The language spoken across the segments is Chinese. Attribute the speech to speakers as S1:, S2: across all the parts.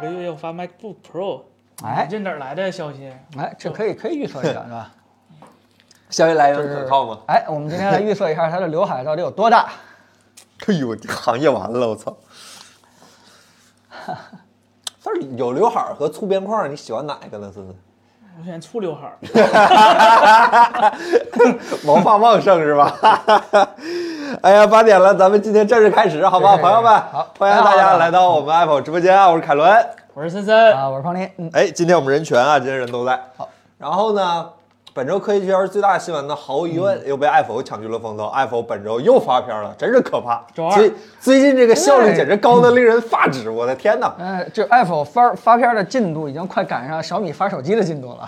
S1: 个月要发 MacBook Pro，
S2: 哎
S1: 这哪儿来的消息？
S2: 哎，这可以可以预测一下是 吧？
S3: 消息来源
S2: 就是
S3: 可靠吗？？
S2: 哎，我们今天来预测一下他的刘海到底有多大。
S3: 哎呦，这行业完了，我操！ 但是有刘海儿和粗边框儿，你喜欢哪一个呢？思思，
S1: 我选醋刘 海儿，
S3: 毛发旺盛是吧？ 哎呀，八点了，咱们今天正式开始，好不好，
S2: 对
S3: 朋友们？
S2: 好
S3: 欢迎大
S2: 大家
S3: 家
S2: 好
S3: 来到我们 Apple 直播间啊，我是凯伦。
S1: 我是森森，
S2: 啊，我是方林，嗯，
S3: 哎，今天我们人权啊，今天人都在。
S2: 好，
S3: 然后呢，本周科技圈最大的新闻呢，毫无疑问
S2: 嗯
S3: 又被 Apple 抢去了风头。Apple 本周又发片了，真是可怕。
S1: 周二
S3: 最最近这个效率简直高的令人发指，我的天哪！
S2: 呃，就 Apple 发发片的进度已经快赶上小米发手机的进度 了，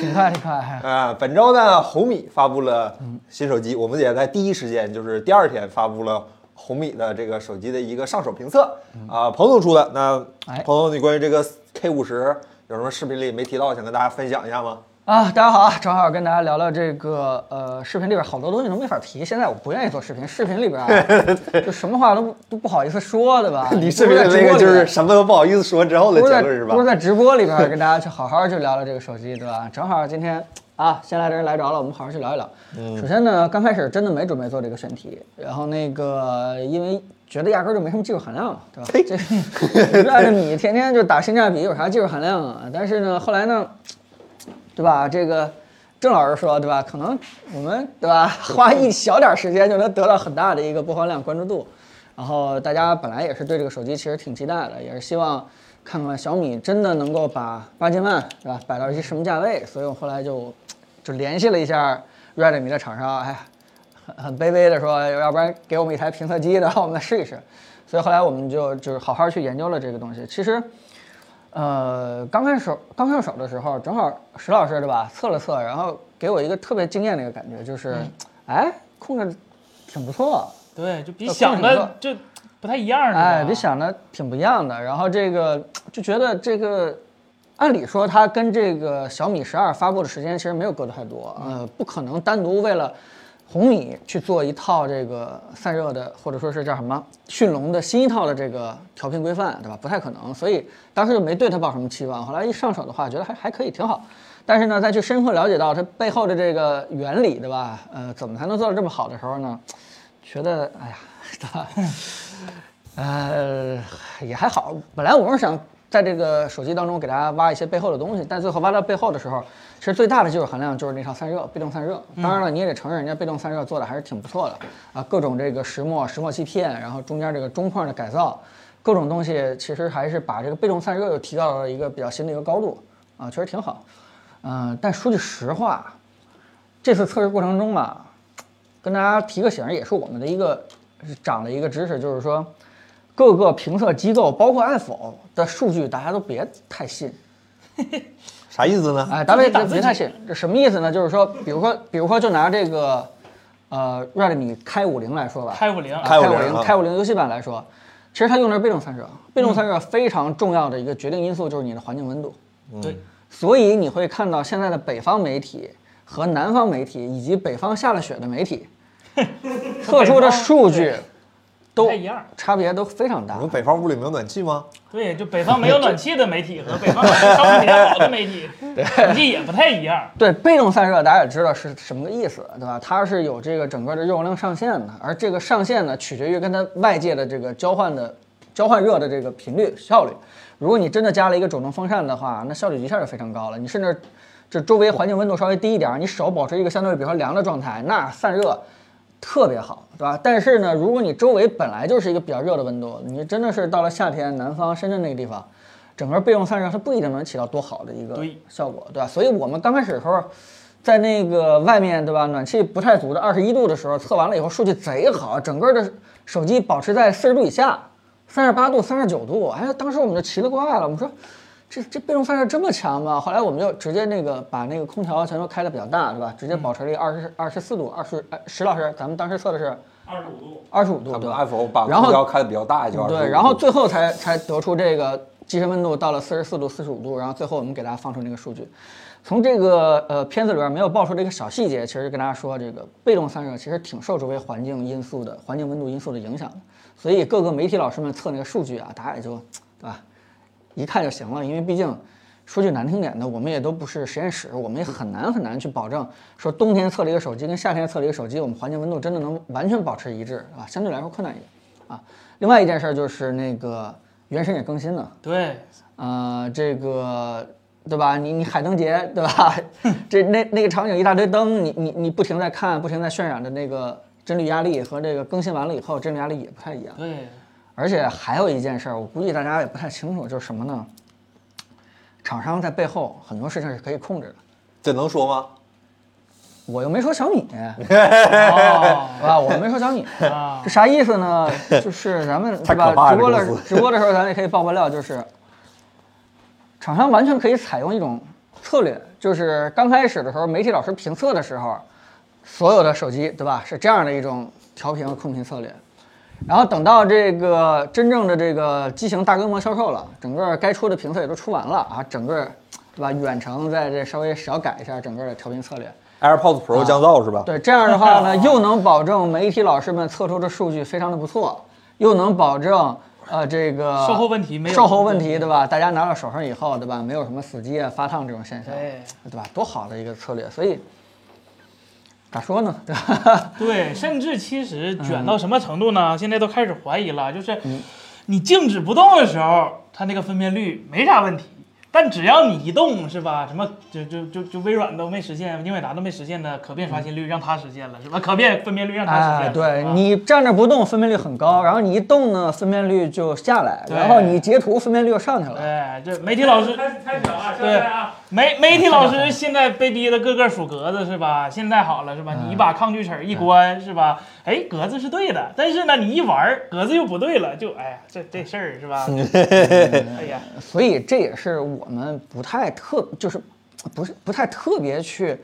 S2: 挺快挺快。
S3: 啊，本周呢，红米发布了新手机，我们也在第一时间，就是第二天发布了红米的这个手机的一个上手评测啊、彭总出的。那
S2: 嗯哎
S3: 彭总，你关于这个 K 五十有什么视频里没提到，想跟大家分享一下吗？
S2: 啊，大家好啊！正好跟大家聊聊这个呃，视频里边好多东西都没法提。现在我不愿意做视频，视频里边 啊，就什么话都都不好意思说，对吧？
S3: 你视频里那个就是什么都不好意思说之后的
S2: 不是
S3: 结
S2: 在
S3: 论是吧
S2: 不？是在直播里边跟大家去好好去聊聊这个手机，对吧？正好今天啊，先来的人来着了，我们好好去聊一聊。
S3: 嗯
S2: 首先呢，刚开始真的没准备做这个选题，然后那个因为觉得压根儿就没什么技术含量嘛，对吧？这我就按照你天天就打性价比，有啥技术含量啊？但是呢，后来呢，对吧？这个郑老师说，对吧？可能我们对吧，花一小点儿时间就能得到很大的一个播放量、关注度。然后大家本来也是对这个手机其实挺期待的，也是希望看看小米真的能够把八千万，对吧，摆到一些什么价位。所以我后来就就联系了一下 Redmi 的厂商，哎呀，很很卑微的说，要不然给我们一台评测机，然后我们再试一试。所以后来我们就就是好好去研究了这个东西。其实，呃，刚开始刚上手的时候，正好石老师对吧，测了测，然后给我一个特别惊艳的一个感觉，就是，哎，控制挺不错，
S1: 对，就比
S2: 呃
S1: 想
S2: 控制
S1: 的就不太一样，是吧？
S2: 哎，比想的挺不一样的。然后这个就觉得这个，按理说它跟这个小米十二发布的时间其实没有隔得太多，呃，不可能单独为了红米去做一套这个散热的，或者说是叫什么迅龙的新一套的这个调频规范，对吧？不太可能，所以当时就没对它抱什么期望。后来一上手的话，觉得还还可以，挺好。但是呢，再去深刻了解到它背后的这个原理，对吧？呃，怎么才能做到这么好的时候呢？觉得哎呀， 对吧？呃，也还好。本来我是想在这个手机当中给大家挖一些背后的东西，但最后挖到背后的时候，其实最大的技术含量就是那套散热，被动散热。当然了，你也得承认，人家被动散热做的还是挺不错的啊，各种这个石墨、石墨欺片，然后中间这个中框的改造，各种东西，其实还是把这个被动散热又提到了一个比较新的一个高度啊，确实挺好。嗯、但说句实话，这次测试过程中吧，跟大家提个醒儿，也是我们的一个长的一个知识，就是说，各个评测机构，包括爱否的数据，大家都别太信。
S3: 啥意思呢？
S2: 哎，大家
S1: 自己打
S2: 别
S1: 自
S2: 别
S1: 己
S2: 太信。这什么意思呢？就是说，比如说，比如说，就拿这个，呃，Redmi 开五零来说吧，
S1: 开五零，
S2: 开
S3: 开
S2: 五
S3: 五零啊
S2: 零、开五零游戏版来说，其实它用的是被动散热。被动散热非常重要的一个决定因素就是你的环境温度。
S1: 对，
S2: 所以你会看到现在的北方媒体和南方媒体，以及北方下了雪的媒 体，测出的数据
S1: 不
S2: 都
S1: 太一样。
S2: 差别都非常大
S3: 你。们北方屋里没有暖气吗？
S1: 对，就北方没有暖气的媒体 和北方暖气稍微比较好的媒体，成绩也不太一样。
S2: 对，被动散热大家也知道是什么个意思，对吧？它是有这个整个的热容量上限的，而这个上限呢，取决于跟它外界的这个交换的交换热的这个频率效率。如果你真的加了一个主动风扇的话，那效率一下就非常高了。你甚至就周围环境温度稍微低一点儿，你手保持一个相对比较凉的状态，那散热特别好，对吧？但是呢，如果你周围本来就是一个比较热的温度，你真的是到了夏天，南方深圳那个地方，整个备用散热它不一定能起到多好的一个
S1: 对
S2: 效果，对吧？所以我们刚开始的时候，在那个外面，对吧，暖气不太足的二十一度的时候，测完了以后数据贼好，整个的手机保持在四十度以下，三十八度、三十九度，哎呀，当时我们就奇了怪了，我们说。这这被动散热这么强吗？后来我们就直接那个把那个空调全都开的比较大，对吧？直接保持了一个二十二十四度，二十哎石老师，咱们当时测的是
S1: 二十五度，
S2: 二十五度，
S3: 他
S2: 对
S3: 们
S2: 吧？
S3: iPhone 把
S2: 然后
S3: 空调开的比较大，就25
S2: 对，然后最后才才得出这个机身温度到了四十四度、四十五度，然后最后我们给大家放出那个数据。从这个呃片子里边没有爆出这个小细节，其实跟大家说，这个被动散热其实挺受周围环境因素的、环境温度因素的影响的。所以各个媒体老师们测那个数据啊，大家也就对吧，一看就行了，因为毕竟。说句难听点的，我们也都不是实验室，我们也很难很难去保证说冬天测了一个手机跟夏天测了一个手机，我们环境温度真的能完全保持一致啊，相对来说困难一点啊。另外一件事儿就是那个原神也更新了，
S1: 对，
S2: 呃，这个对吧？你你海灯节对吧？这那那个场景一大堆灯，你你你不停在看，不停在渲染的那个帧率压力和这个更新完了以后帧率压力也不太一样。
S1: 对，
S2: 而且还有一件事儿，我估计大家也不太清楚，就是什么呢？厂商在背后很多事情是可以控制的。
S3: 这能说吗？
S2: 我又没说小米，
S1: 哦
S2: 啊，我没说小米，
S1: 啊
S2: 这，啥意思呢？ 就是咱们
S3: 太
S2: 对
S3: 可怕
S2: 吧？
S3: 了
S2: 直播
S3: 这
S2: 的
S3: 公司
S2: 直播的时候，咱也可以爆爆料，就是厂商完全可以采用一种策略，就是刚开始的时候，媒体老师评测的时候，所有的手机对吧是这样的一种调频和控频策略，然后等到这个真正的这个机型大规模销售了，整个该出的评测也都出完了啊，整个对吧？远程在这稍微小改一下整个的调频策略。
S3: AirPods Pro 降噪
S1: 啊
S3: 是吧？
S2: 对，这样的话呢， 又能保证媒体老师们测出的数据非常的不错，又能保证呃这个
S1: 售后问题没有
S2: 售后问题对吧？大家拿到手上以后对吧，没有什么死机啊、发烫这种现象，
S1: 对
S2: 吧？多好的一个策略，所以咋说呢？ 对吧？
S1: 对，甚至其实卷
S2: 嗯
S1: 到什么程度呢？现在都开始怀疑了，就是你静止不动的时候，它那个分辨率没啥问题，但只要你一动，是吧？什么就就就就微软都没实现，英伟达都没实现的可变刷新率，让它实现了，是吧？可变分辨率让它实现
S2: 嗯哎
S1: 了，，
S2: 对
S1: 是吧
S2: 你站着不动，分辨率很高，然后你一动呢，分辨率就下来，
S1: 对
S2: 然后你截图，分辨率又上去了。
S1: 对，哎这媒体老师
S4: 开始开始了啊，上
S1: 对
S4: 来啊，
S1: 媒媒体老 师现在被逼的个个数格子是吧？现在好了是吧？
S3: 嗯
S1: 你把抗锯齿一关是吧？哎，格子是对的，但是呢，你一玩儿格子又不对了，就哎呀，这这事儿是 吧？哎呀，
S3: 嗯
S2: 所以这也是我们不太特，就是不是不太特别去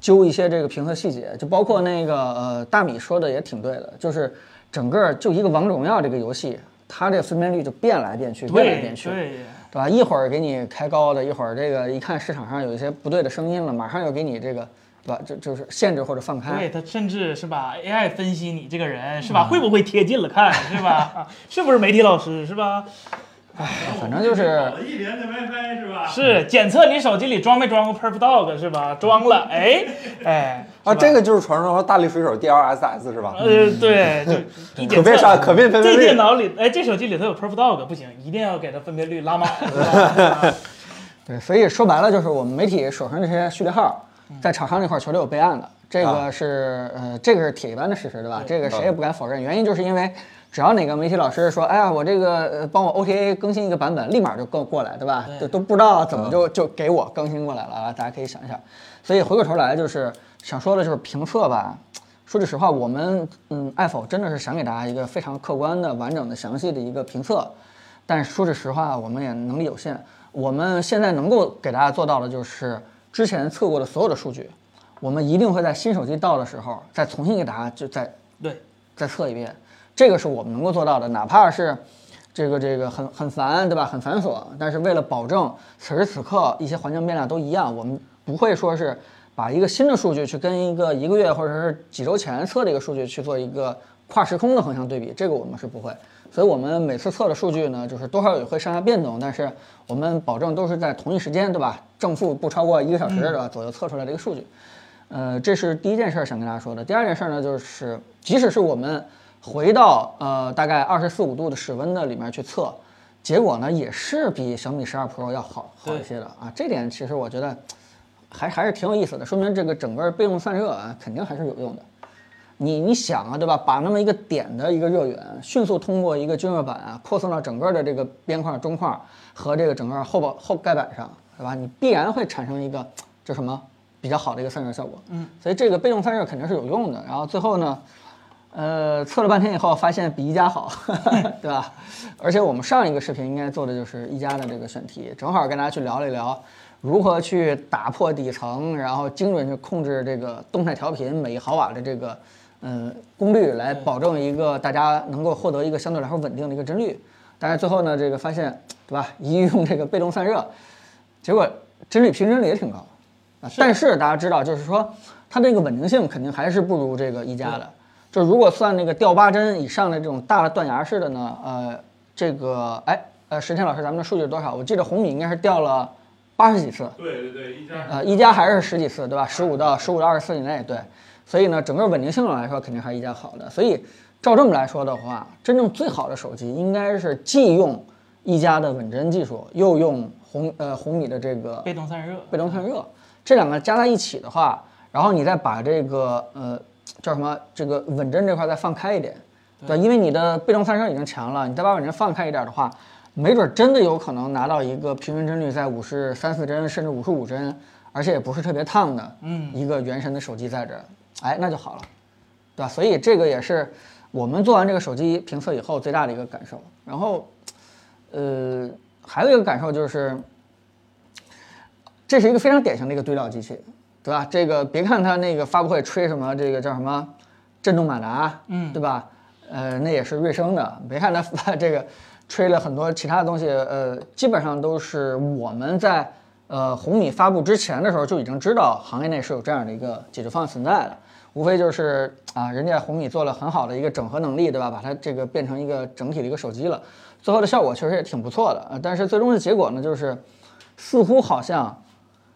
S2: 揪一些这个评测细节，就包括那个呃大米说的也挺对的，就是整个就一个王者荣耀这个游戏，它这分辨率就变来变去，变来
S1: 对
S2: 变去，
S1: 对
S2: 对吧？一会儿给你开高的，一会儿这个一看市场上有一些不对的声音了，马上又给你这个对吧？就就是限制或者放
S1: 对，
S2: 开。
S1: 他甚至是吧 AI 分析你这个人是吧，
S3: 嗯
S1: 会不会贴近了看是 吧？啊是不是媒体老师是吧？
S2: 反正就是
S4: 搞了一连的 WiFi 是吧？
S3: 啊
S1: 是检测你手机里装没装过 Perf Dog 是吧？装了，哎哎
S3: 啊，
S1: 是吧
S3: 这个就是传说中的大力水手 DLSS 是吧？
S1: 呃对，就一检
S3: 可变
S1: 测
S3: 上可变分
S1: 这
S3: 辨
S1: 电
S3: 率。
S1: 脑里，哎，这手机里头有 Perf Dog 不行，一定要给它分辨率拉满。是 吧
S2: 对，所以说白了就是我们媒体手上这些序列号，在厂商那块儿绝对有备案的，这
S3: 啊
S2: 个是呃，这个是铁一般的事实，对吧？这个谁也不敢否认。原因就是因为只要哪个媒体老师说，哎呀，我这个呃帮我 OTA 更新一个版本，立马就过过来，对吧？
S1: 对
S2: 就都不知道怎么就就给我更新过来了啊！大家可以想一想。所以回过头来就是想说的就是评测吧。说句实话，我们嗯爱否真的是想给大家一个非常客观的、完整的、详细的一个评测，但是说句实话，我们也能力有限。我们现在能够给大家做到的就是之前测过的所有的数据，我们一定会在新手机到的时候再重新给大家就再
S1: 对，
S2: 再测一遍，这个是我们能够做到的，哪怕是这个这个很很烦，对吧？很繁琐，但是为了保证此时此刻一些环境变量都一样，我们不会说是把一个新的数据去跟一个一个月或者是几周前测的一个数据去做一个跨时空的横向对比，这个我们是不会。所以我们每次测的数据呢，就是多少也会上下变动，但是我们保证都是在同一时间，对吧？正负不超过一个小时，对吧？左右测出来的一个数据。呃，这是第一件事儿想跟大家说的。第二件事儿呢，就是即使是我们回到呃大概二十四五度的室温的里面去测，结果呢也是比小米十二 Pro 要好好一些的啊。这点其实我觉得还还是挺有意思的，说明这个整个被动散热啊肯定还是有用的。你你想啊，对吧？把那么一个点的一个热源，迅速通过一个均热板啊，扩散到整个的这个边框、中框和这个整个后保后盖板上，对吧？你必然会产生一个这什么比较好的一个散热效果。嗯，所以这个被动散热肯定是有用的。然后最后呢，呃，测了半天以后发现比一加好， 对吧？而且我们上一个视频应该做的就是一加的这个选题，正好跟大家去聊了一聊如何去打破底层，然后精准去控制这个动态调频每一毫瓦的这个嗯功率，来保证一个大家能够获得一个相对来说稳定的一个帧率。但是最后呢，这个发现对吧？一用这个被动散热，结果帧率平均率也挺高啊。但是大家知道，就是说它这个稳定性肯定还是不如这个一加的，就如果算那个掉八针以上的这种大的断崖式的呢，呃，这个哎呃，石天老师，咱们的数据是多少？我记得红米应该是掉了八十几次，
S4: 对对对，一家
S2: 呃，一加还是十几次，对吧？十五到十五到二十四以内，对。所以呢，整个稳定性上来说，肯定还是一加好的。所以照这么来说的话，真正最好的手机应该是既用一加的稳帧技术，又用红呃红米的这个
S1: 被动散热，
S2: 被动散热，这两个加在一起的话，然后你再把这个呃叫什么这个稳帧这块再放开一点，对，因为你的被动散热已经强了，你再把稳帧放开一点的话，没准真的有可能拿到一个平均帧率在五十三四帧甚至五十五帧，而且也不是特别烫的，
S1: 嗯，
S2: 一个原神的手机在这儿，哎，那就好了，对吧？所以这个也是我们做完这个手机评测以后最大的一个感受。然后，呃，还有一个感受就是，这是一个非常典型的一个堆料机器，对吧？这个别看它那个发布会吹什么这个叫什么震动马达，
S1: 嗯
S2: 对吧？呃，那也是瑞声的。别看它发这个吹了很多其他的东西，呃，基本上都是我们在呃红米发布之前的时候就已经知道行业内是有这样的一个解决方案存在的。无非就是啊，人家红米做了很好的一个整合能力，对吧？把它这个变成一个整体的一个手机了，最后的效果确实也挺不错的。呃但是最终的结果呢，就是似乎好像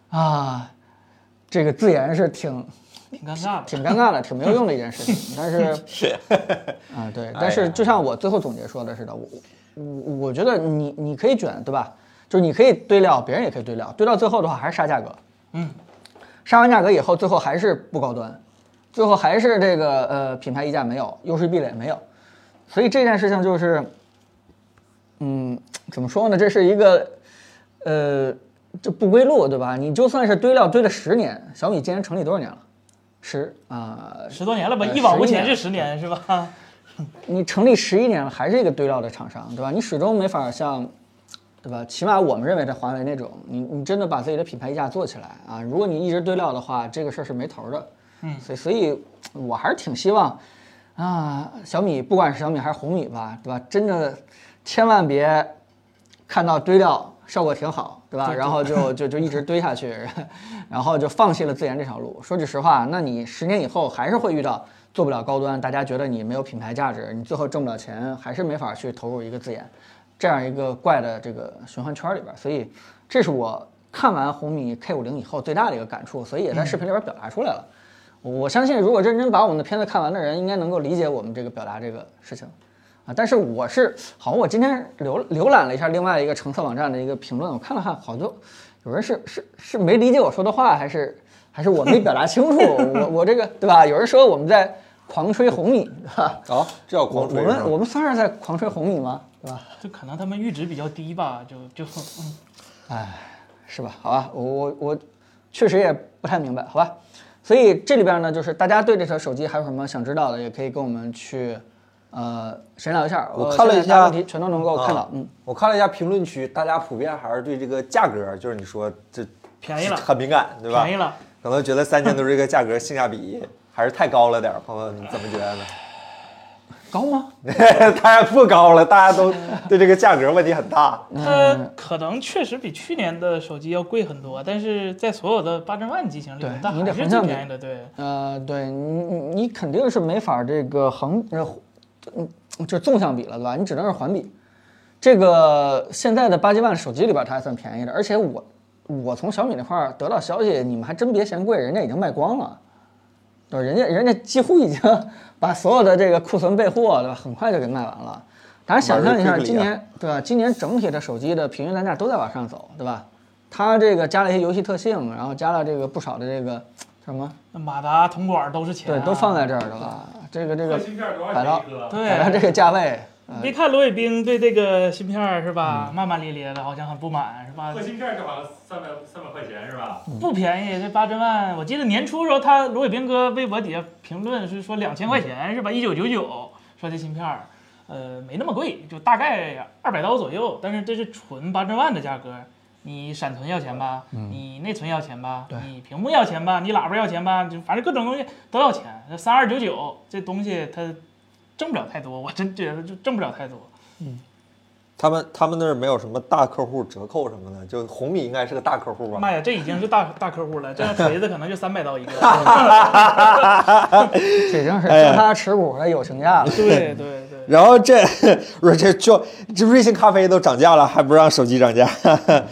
S2: 啊，这个自研是挺
S1: 挺尴尬的。
S2: 挺尴尬的，挺没有用的一件事情。但是 啊，对，但是就像我最后总结说的似的，我我我觉得你你可以卷，对吧？就是你可以堆料，别人也可以堆料，堆到最后的话还是杀价格。
S1: 嗯，
S2: 杀完价格以后，最后还是不高端，最后还是这个呃品牌溢价没有，优势壁垒没有，所以这件事情就是，嗯，怎么说呢？这是一个呃这不归路，对吧？你就算是堆料堆了十年，小米今年成立多少年了？十啊、
S1: 十多年了吧，
S2: 呃
S1: 一往无
S2: 11
S1: 前
S2: 年
S1: 是十年是吧？
S2: 你成立十一年了，还是一个堆料的厂商，对吧？你始终没法像，对吧？起码我们认为的华为那种，你你真的把自己的品牌溢价做起来啊！如果你一直堆料的话，这个事儿是没头儿的。
S1: 嗯
S2: 所以所以我还是挺希望啊，小米不管是小米还是红米吧，对吧？真的千万别看到堆料效果挺好，对吧？然后就就就一直堆下去， 然后就放弃了自研这条路。说句实话，那你十年以后还是会遇到做不了高端，大家觉得你没有品牌价值，你最后挣不了钱，还是没法去投入一个自研这样一个怪的这个循环圈里边儿。所以，这是我看完红米 K 5 0以后最大的一个感触，所以也在视频里边表达出来了。我相信，如果认真把我们的片子看完的人，应该能够理解我们这个表达这个事情。啊，但是我是好像我今天浏浏览了一下另外一个成色网站的一个评论，我看了看，好多有人是是是没理解我说的话，还是还是我没表达清楚，我我这个对吧？有人说我们在狂吹红米，对吧？
S3: 啊，这叫
S2: 我我
S3: 狂吹
S2: 们我
S3: 是吧
S2: 们算是在狂吹红米吗？对吧？
S1: 就可能他们阈值比较低吧，就就 嗯
S2: 是吧？好吧，我我我确实也不太明白，好吧。所以这里边呢，就是大家对这台手机还有什么想知道的，也可以跟我们去呃闲聊一下。
S3: 我
S2: 呃
S3: 看了
S2: 现
S3: 一
S2: 在大
S3: 下
S2: 问题全都能够看到
S3: 啊，
S2: 嗯，
S3: 我看了一下评论区，大家普遍还是对这个价格，就是你说这
S1: 便宜了
S3: 很敏感，对吧？
S1: 便宜了。
S3: 可能觉得三千多这个价格性价比还是太高了点儿，朋友你怎么觉得呢？
S2: 高吗？
S3: 大家不高了，大家都对这个价格问题很大。
S2: 嗯
S1: 它可能确实比去年的手机要贵很多，但是在所有的八针万机型里面
S2: 对，
S1: 它
S2: 你得
S1: 还是最
S2: 横向比
S1: 便宜的。对，
S2: 呃，对你你你肯定是没法这个横呃，嗯，就纵向比了，对吧？你只能是环比。这个现在的八 G 万手机里边它还算便宜的，而且我我从小米那块儿得到消息，你们还真别嫌贵，人家已经卖光了。对，人家人家几乎已经 把所有的这个库存备货，对吧？很快就给卖完了。大家想象一下，
S3: Very quickly 啊
S2: 今年对吧？今年整体的手机的平均单价都在往上走，对吧？它这个加了一些游戏特性，然后加了这个不少的这个叫什么
S1: 那马达、铜管都是钱、啊
S2: 对，都放在这儿的吧？这个这
S4: 核
S2: 个
S4: 芯片儿多少
S2: 摆到
S4: 钱一颗？
S1: 对
S2: 摆到这个价位，呃
S1: 别看罗伟冰对这个芯片儿是吧，
S2: 嗯
S1: 骂骂咧咧的，好像很不满是吧
S4: 核？芯片儿就好像三百三百块钱是吧？
S1: 不便宜，这八针万，我记得年初时候他罗伟冰哥微博底下评论是说两千块钱是吧？一九九九，说这芯片儿，呃，没那么贵，就大概二百刀左右，但是这是纯八针万的价格。你闪存要钱吧，你内存要钱吧，你屏幕要钱吧，你喇叭要钱吧，就反正各种东西都要钱。那三二九九这东西它挣不了太多，我真觉得就挣不了太多。
S3: 他们他们那儿没有什么大客户折扣什么的，就红米应该是个大客户吧？
S1: 妈呀，这已经是大大客户了，这样锤子可能就三百刀一个。
S2: 这已经
S3: 哎
S2: 是交叉持股的友情价了。
S1: 对对对，
S3: 然后这 瑞这就这瑞幸咖啡都涨价了，还不让手机涨价。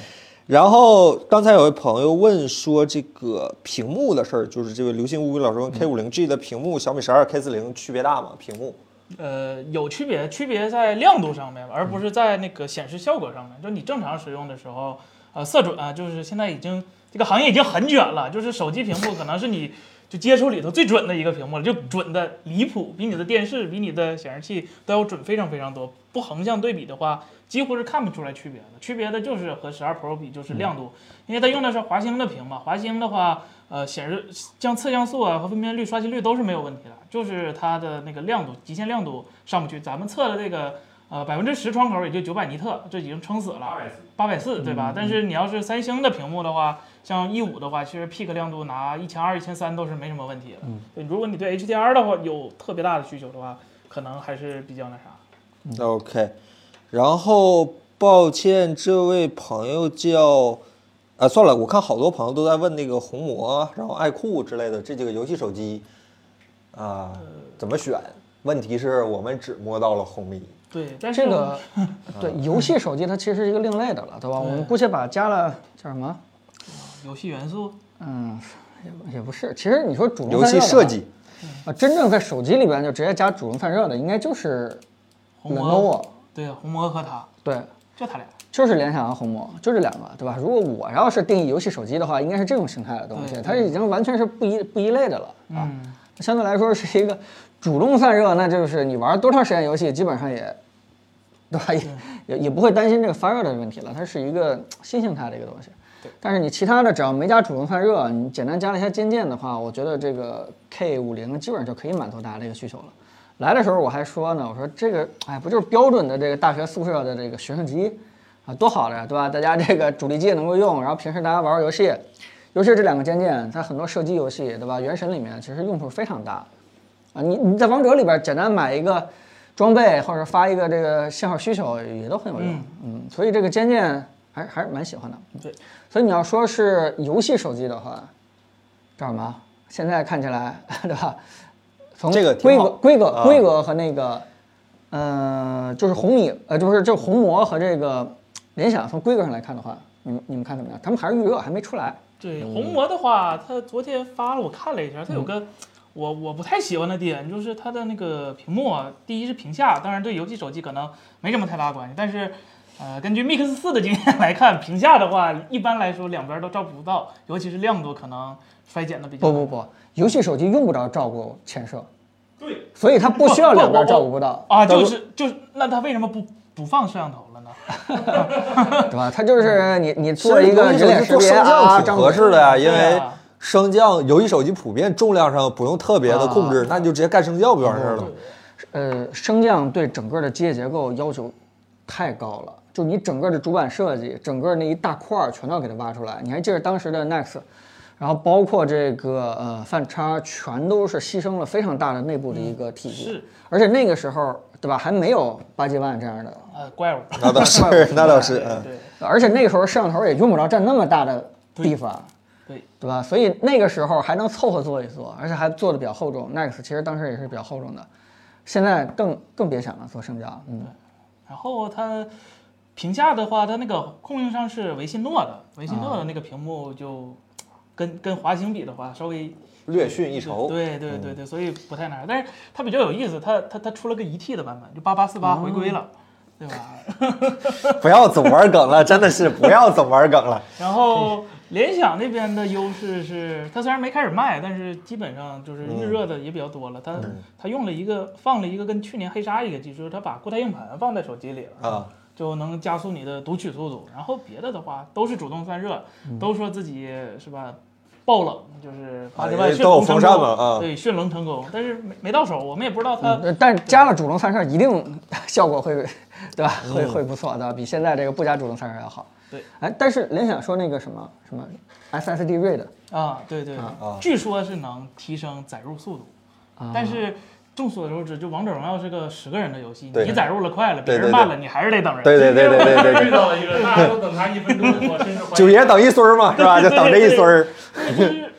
S3: 然后刚才有位朋友问说这个屏幕的事儿，就是这位流星乌龟老师问 K 五零 G 的屏幕，小米十二 K 四零区别大吗？屏幕
S1: 呃，有区别，区别在亮度上面，而不是在那个显示效果上面。就你正常使用的时候，呃，色准啊，就是现在已经这个行业已经很卷了，就是手机屏幕可能是你就接触里头最准的一个屏幕了，就准的离谱，比你的电视、比你的显示器都要准非常非常多。不横向对比的话，几乎是看不出来区别的。区别的就是和十二 Pro 比，就是亮度，因为它用的是华星的屏嘛，华星的话，呃，显示像侧像素啊和分辨率、刷新率都是没有问题的，就是它的那个亮度、极限亮度上不去。咱们测的这个呃百分之十窗口也就九百尼特，这已经撑死了
S4: 八。百四，
S1: 八百四，对
S2: 嗯
S1: 吧？但是你要是三星的屏幕的话，像 E 五的话，其实 peak 亮度拿一千二、一千三都是没什么问题的。
S2: 嗯
S1: 对，如果你对 HDR 的话有特别大的需求的话，可能还是比较那啥。
S3: OK，然后抱歉，这位朋友叫，啊，算了，我看好多朋友都在问那个红魔，然后爱酷之类的这几个游戏手机，啊、怎么选？问题是我们只摸到了红米，
S1: 对，但是
S2: 这个对游戏手机它其实是一个另类的了，对吧？我们姑且把加了叫什么？
S1: 游戏元素，
S2: 嗯，也不也不是。其实你说主动
S3: 游
S2: 散热
S3: 戏
S2: 的话
S3: 设计，
S2: 啊，真正在手机里边就直接加主动散热的，应该就是
S1: 红魔，
S2: Lenovo，
S1: 对，红魔和它，
S2: 对，
S1: 就它俩。
S2: 就是联想和红魔，就这两个，对吧？如果我要是定义游戏手机的话，应该是这种形态的东西，
S1: 对
S2: 它已经完全是不一不一类的了啊。
S1: 嗯，
S2: 相对来说是一个主动散热，那就是你玩多长时间游戏，基本上也，对吧？也 也也不会担心这个发热的问题了，它是一个呃新形态的一个东西。但是你其他的只要没加主动散热，你简单加了一下肩键的话，我觉得这个 K 五零基本上就可以满足大家这个需求了。来的时候我还说呢，我说这个哎，不就是标准的这个大学宿舍的这个学生机啊，多好的，对吧？大家这个主力机也能够用，然后平时大家玩玩游戏，尤其是这两个键键，它很多射击游戏，对吧？原神里面其实用处非常大啊。你你在王者里边简单买一个装备，或者发一个这个信号需求，也都很有用。嗯所以这个键键还是还是蛮喜欢的。
S1: 对，
S2: 所以你要说是游戏手机的话，叫什么？现在看起来， 对吧？从
S3: 这个挺
S2: 规格
S3: 好、
S2: 规格、
S3: 啊
S2: 规格和那个，呃，就是红米，呃，就是这红魔和这个联想，从规格上来看的话，你们你们看怎么样？他们还是预热，还没出来。
S1: 对，
S3: 嗯
S1: 红魔的话，它昨天发了，我看了一下，它有个我我不太喜欢的点，就是它的那个屏幕啊，第一是屏下，当然对游戏手机可能没什么太大关系，但是。呃，根据 Mix 四的经验来看，屏下的话，一般来说两边都照顾不到，尤其是亮度可能衰减的比较。
S2: 不不不，游戏手机用不着照顾前摄，
S4: 对，
S2: 所以它不需要
S1: 不不
S2: 两边
S1: 不
S2: 照顾不到，
S1: 啊，
S3: 照顾
S1: 就是就是，那它为什么不不放摄像头了呢？
S2: 对吧？它就是你你做一个
S3: 嗯游戏
S2: 人脸
S3: 手机
S2: 识
S3: 做
S2: 别
S3: 升
S2: 啊，
S3: 降挺
S2: 张
S3: 合
S2: 嘴
S3: 适的呀、
S1: 对
S3: 因为
S1: 啊
S3: 升降游戏手机普遍重量上不用特别的控制，
S2: 啊
S3: 那你就直接干升降不就完事儿了？
S2: 呃，升降对整个的机械结构要求太高了，就你整个的主板设计，整个那一大块儿全都要给它挖出来。你还记得当时的 Nex，然后包括这个呃泛叉，全都是牺牲了非常大的内部的一个体积，
S1: 嗯是
S2: 而且那个时候对吧，还没有八 G 万这样的
S1: 呃，怪物。
S3: 那倒是，那倒是，嗯。
S1: 对
S2: 而且那时候摄像头也用不着占那么大的地方，
S1: 对
S2: 对吧？所以那个时候还能凑合做一做，而且还做的比较厚重。Nex 其实当时也是比较厚重的，现在更更别想了做升降。嗯，
S1: 然后它屏下的话，它那个供应商是维信诺
S3: 啊
S1: 的，维信诺的那个屏幕就跟跟华星比的话，稍微
S3: 略逊一筹。嗯
S1: 对对对对，所以不太那啥。但是它比较有意思，它它它出了个一 T 的版本，就八八四
S3: 哦
S1: 八回归了，对吧？
S3: 不要总玩梗了，真的是不要总玩梗了。
S1: 然后联想那边的优势是，它虽然没开始卖，但是基本上就是预热的也比较多了。它
S3: 嗯
S1: 它用了一个放了一个跟去年黑鲨一个技术，它把固态硬盘放在手机里了
S3: 啊，
S1: 就能加速你的读取速度。然后别的的话都是主动散热，
S3: 嗯
S1: 都说自己是吧爆冷，就是八十
S3: 啊因
S1: 万
S3: 为
S1: 驯
S3: 都有
S1: 龙成
S3: 风扇
S1: 功
S3: 嘛啊嗯
S1: 对，驯龙成功，但是没没到手，我们也不知道它
S2: 呃但是加了主动散热，一定效果会，对吧？会会不错的，比现在这个不加主动散热要好。
S1: 嗯对，
S2: 哎，但是联想说那个什么什么 SSD RAID
S1: 啊，对对，
S3: 啊
S2: 啊
S1: 据说是能提升载入速度，但是众所周知，就王者荣耀是个十个人的游戏，
S3: 对
S1: 你载入了快了，别
S3: 对对
S1: 人
S3: 对
S1: 慢了，你还是得等人。
S3: 对对对对对对
S4: 遇
S3: 对，
S4: 到了一个，大家都等他一分钟，我甚至 怀疑
S3: 九爷等一孙儿 嘛，是吧？就等这一孙儿。
S1: 就是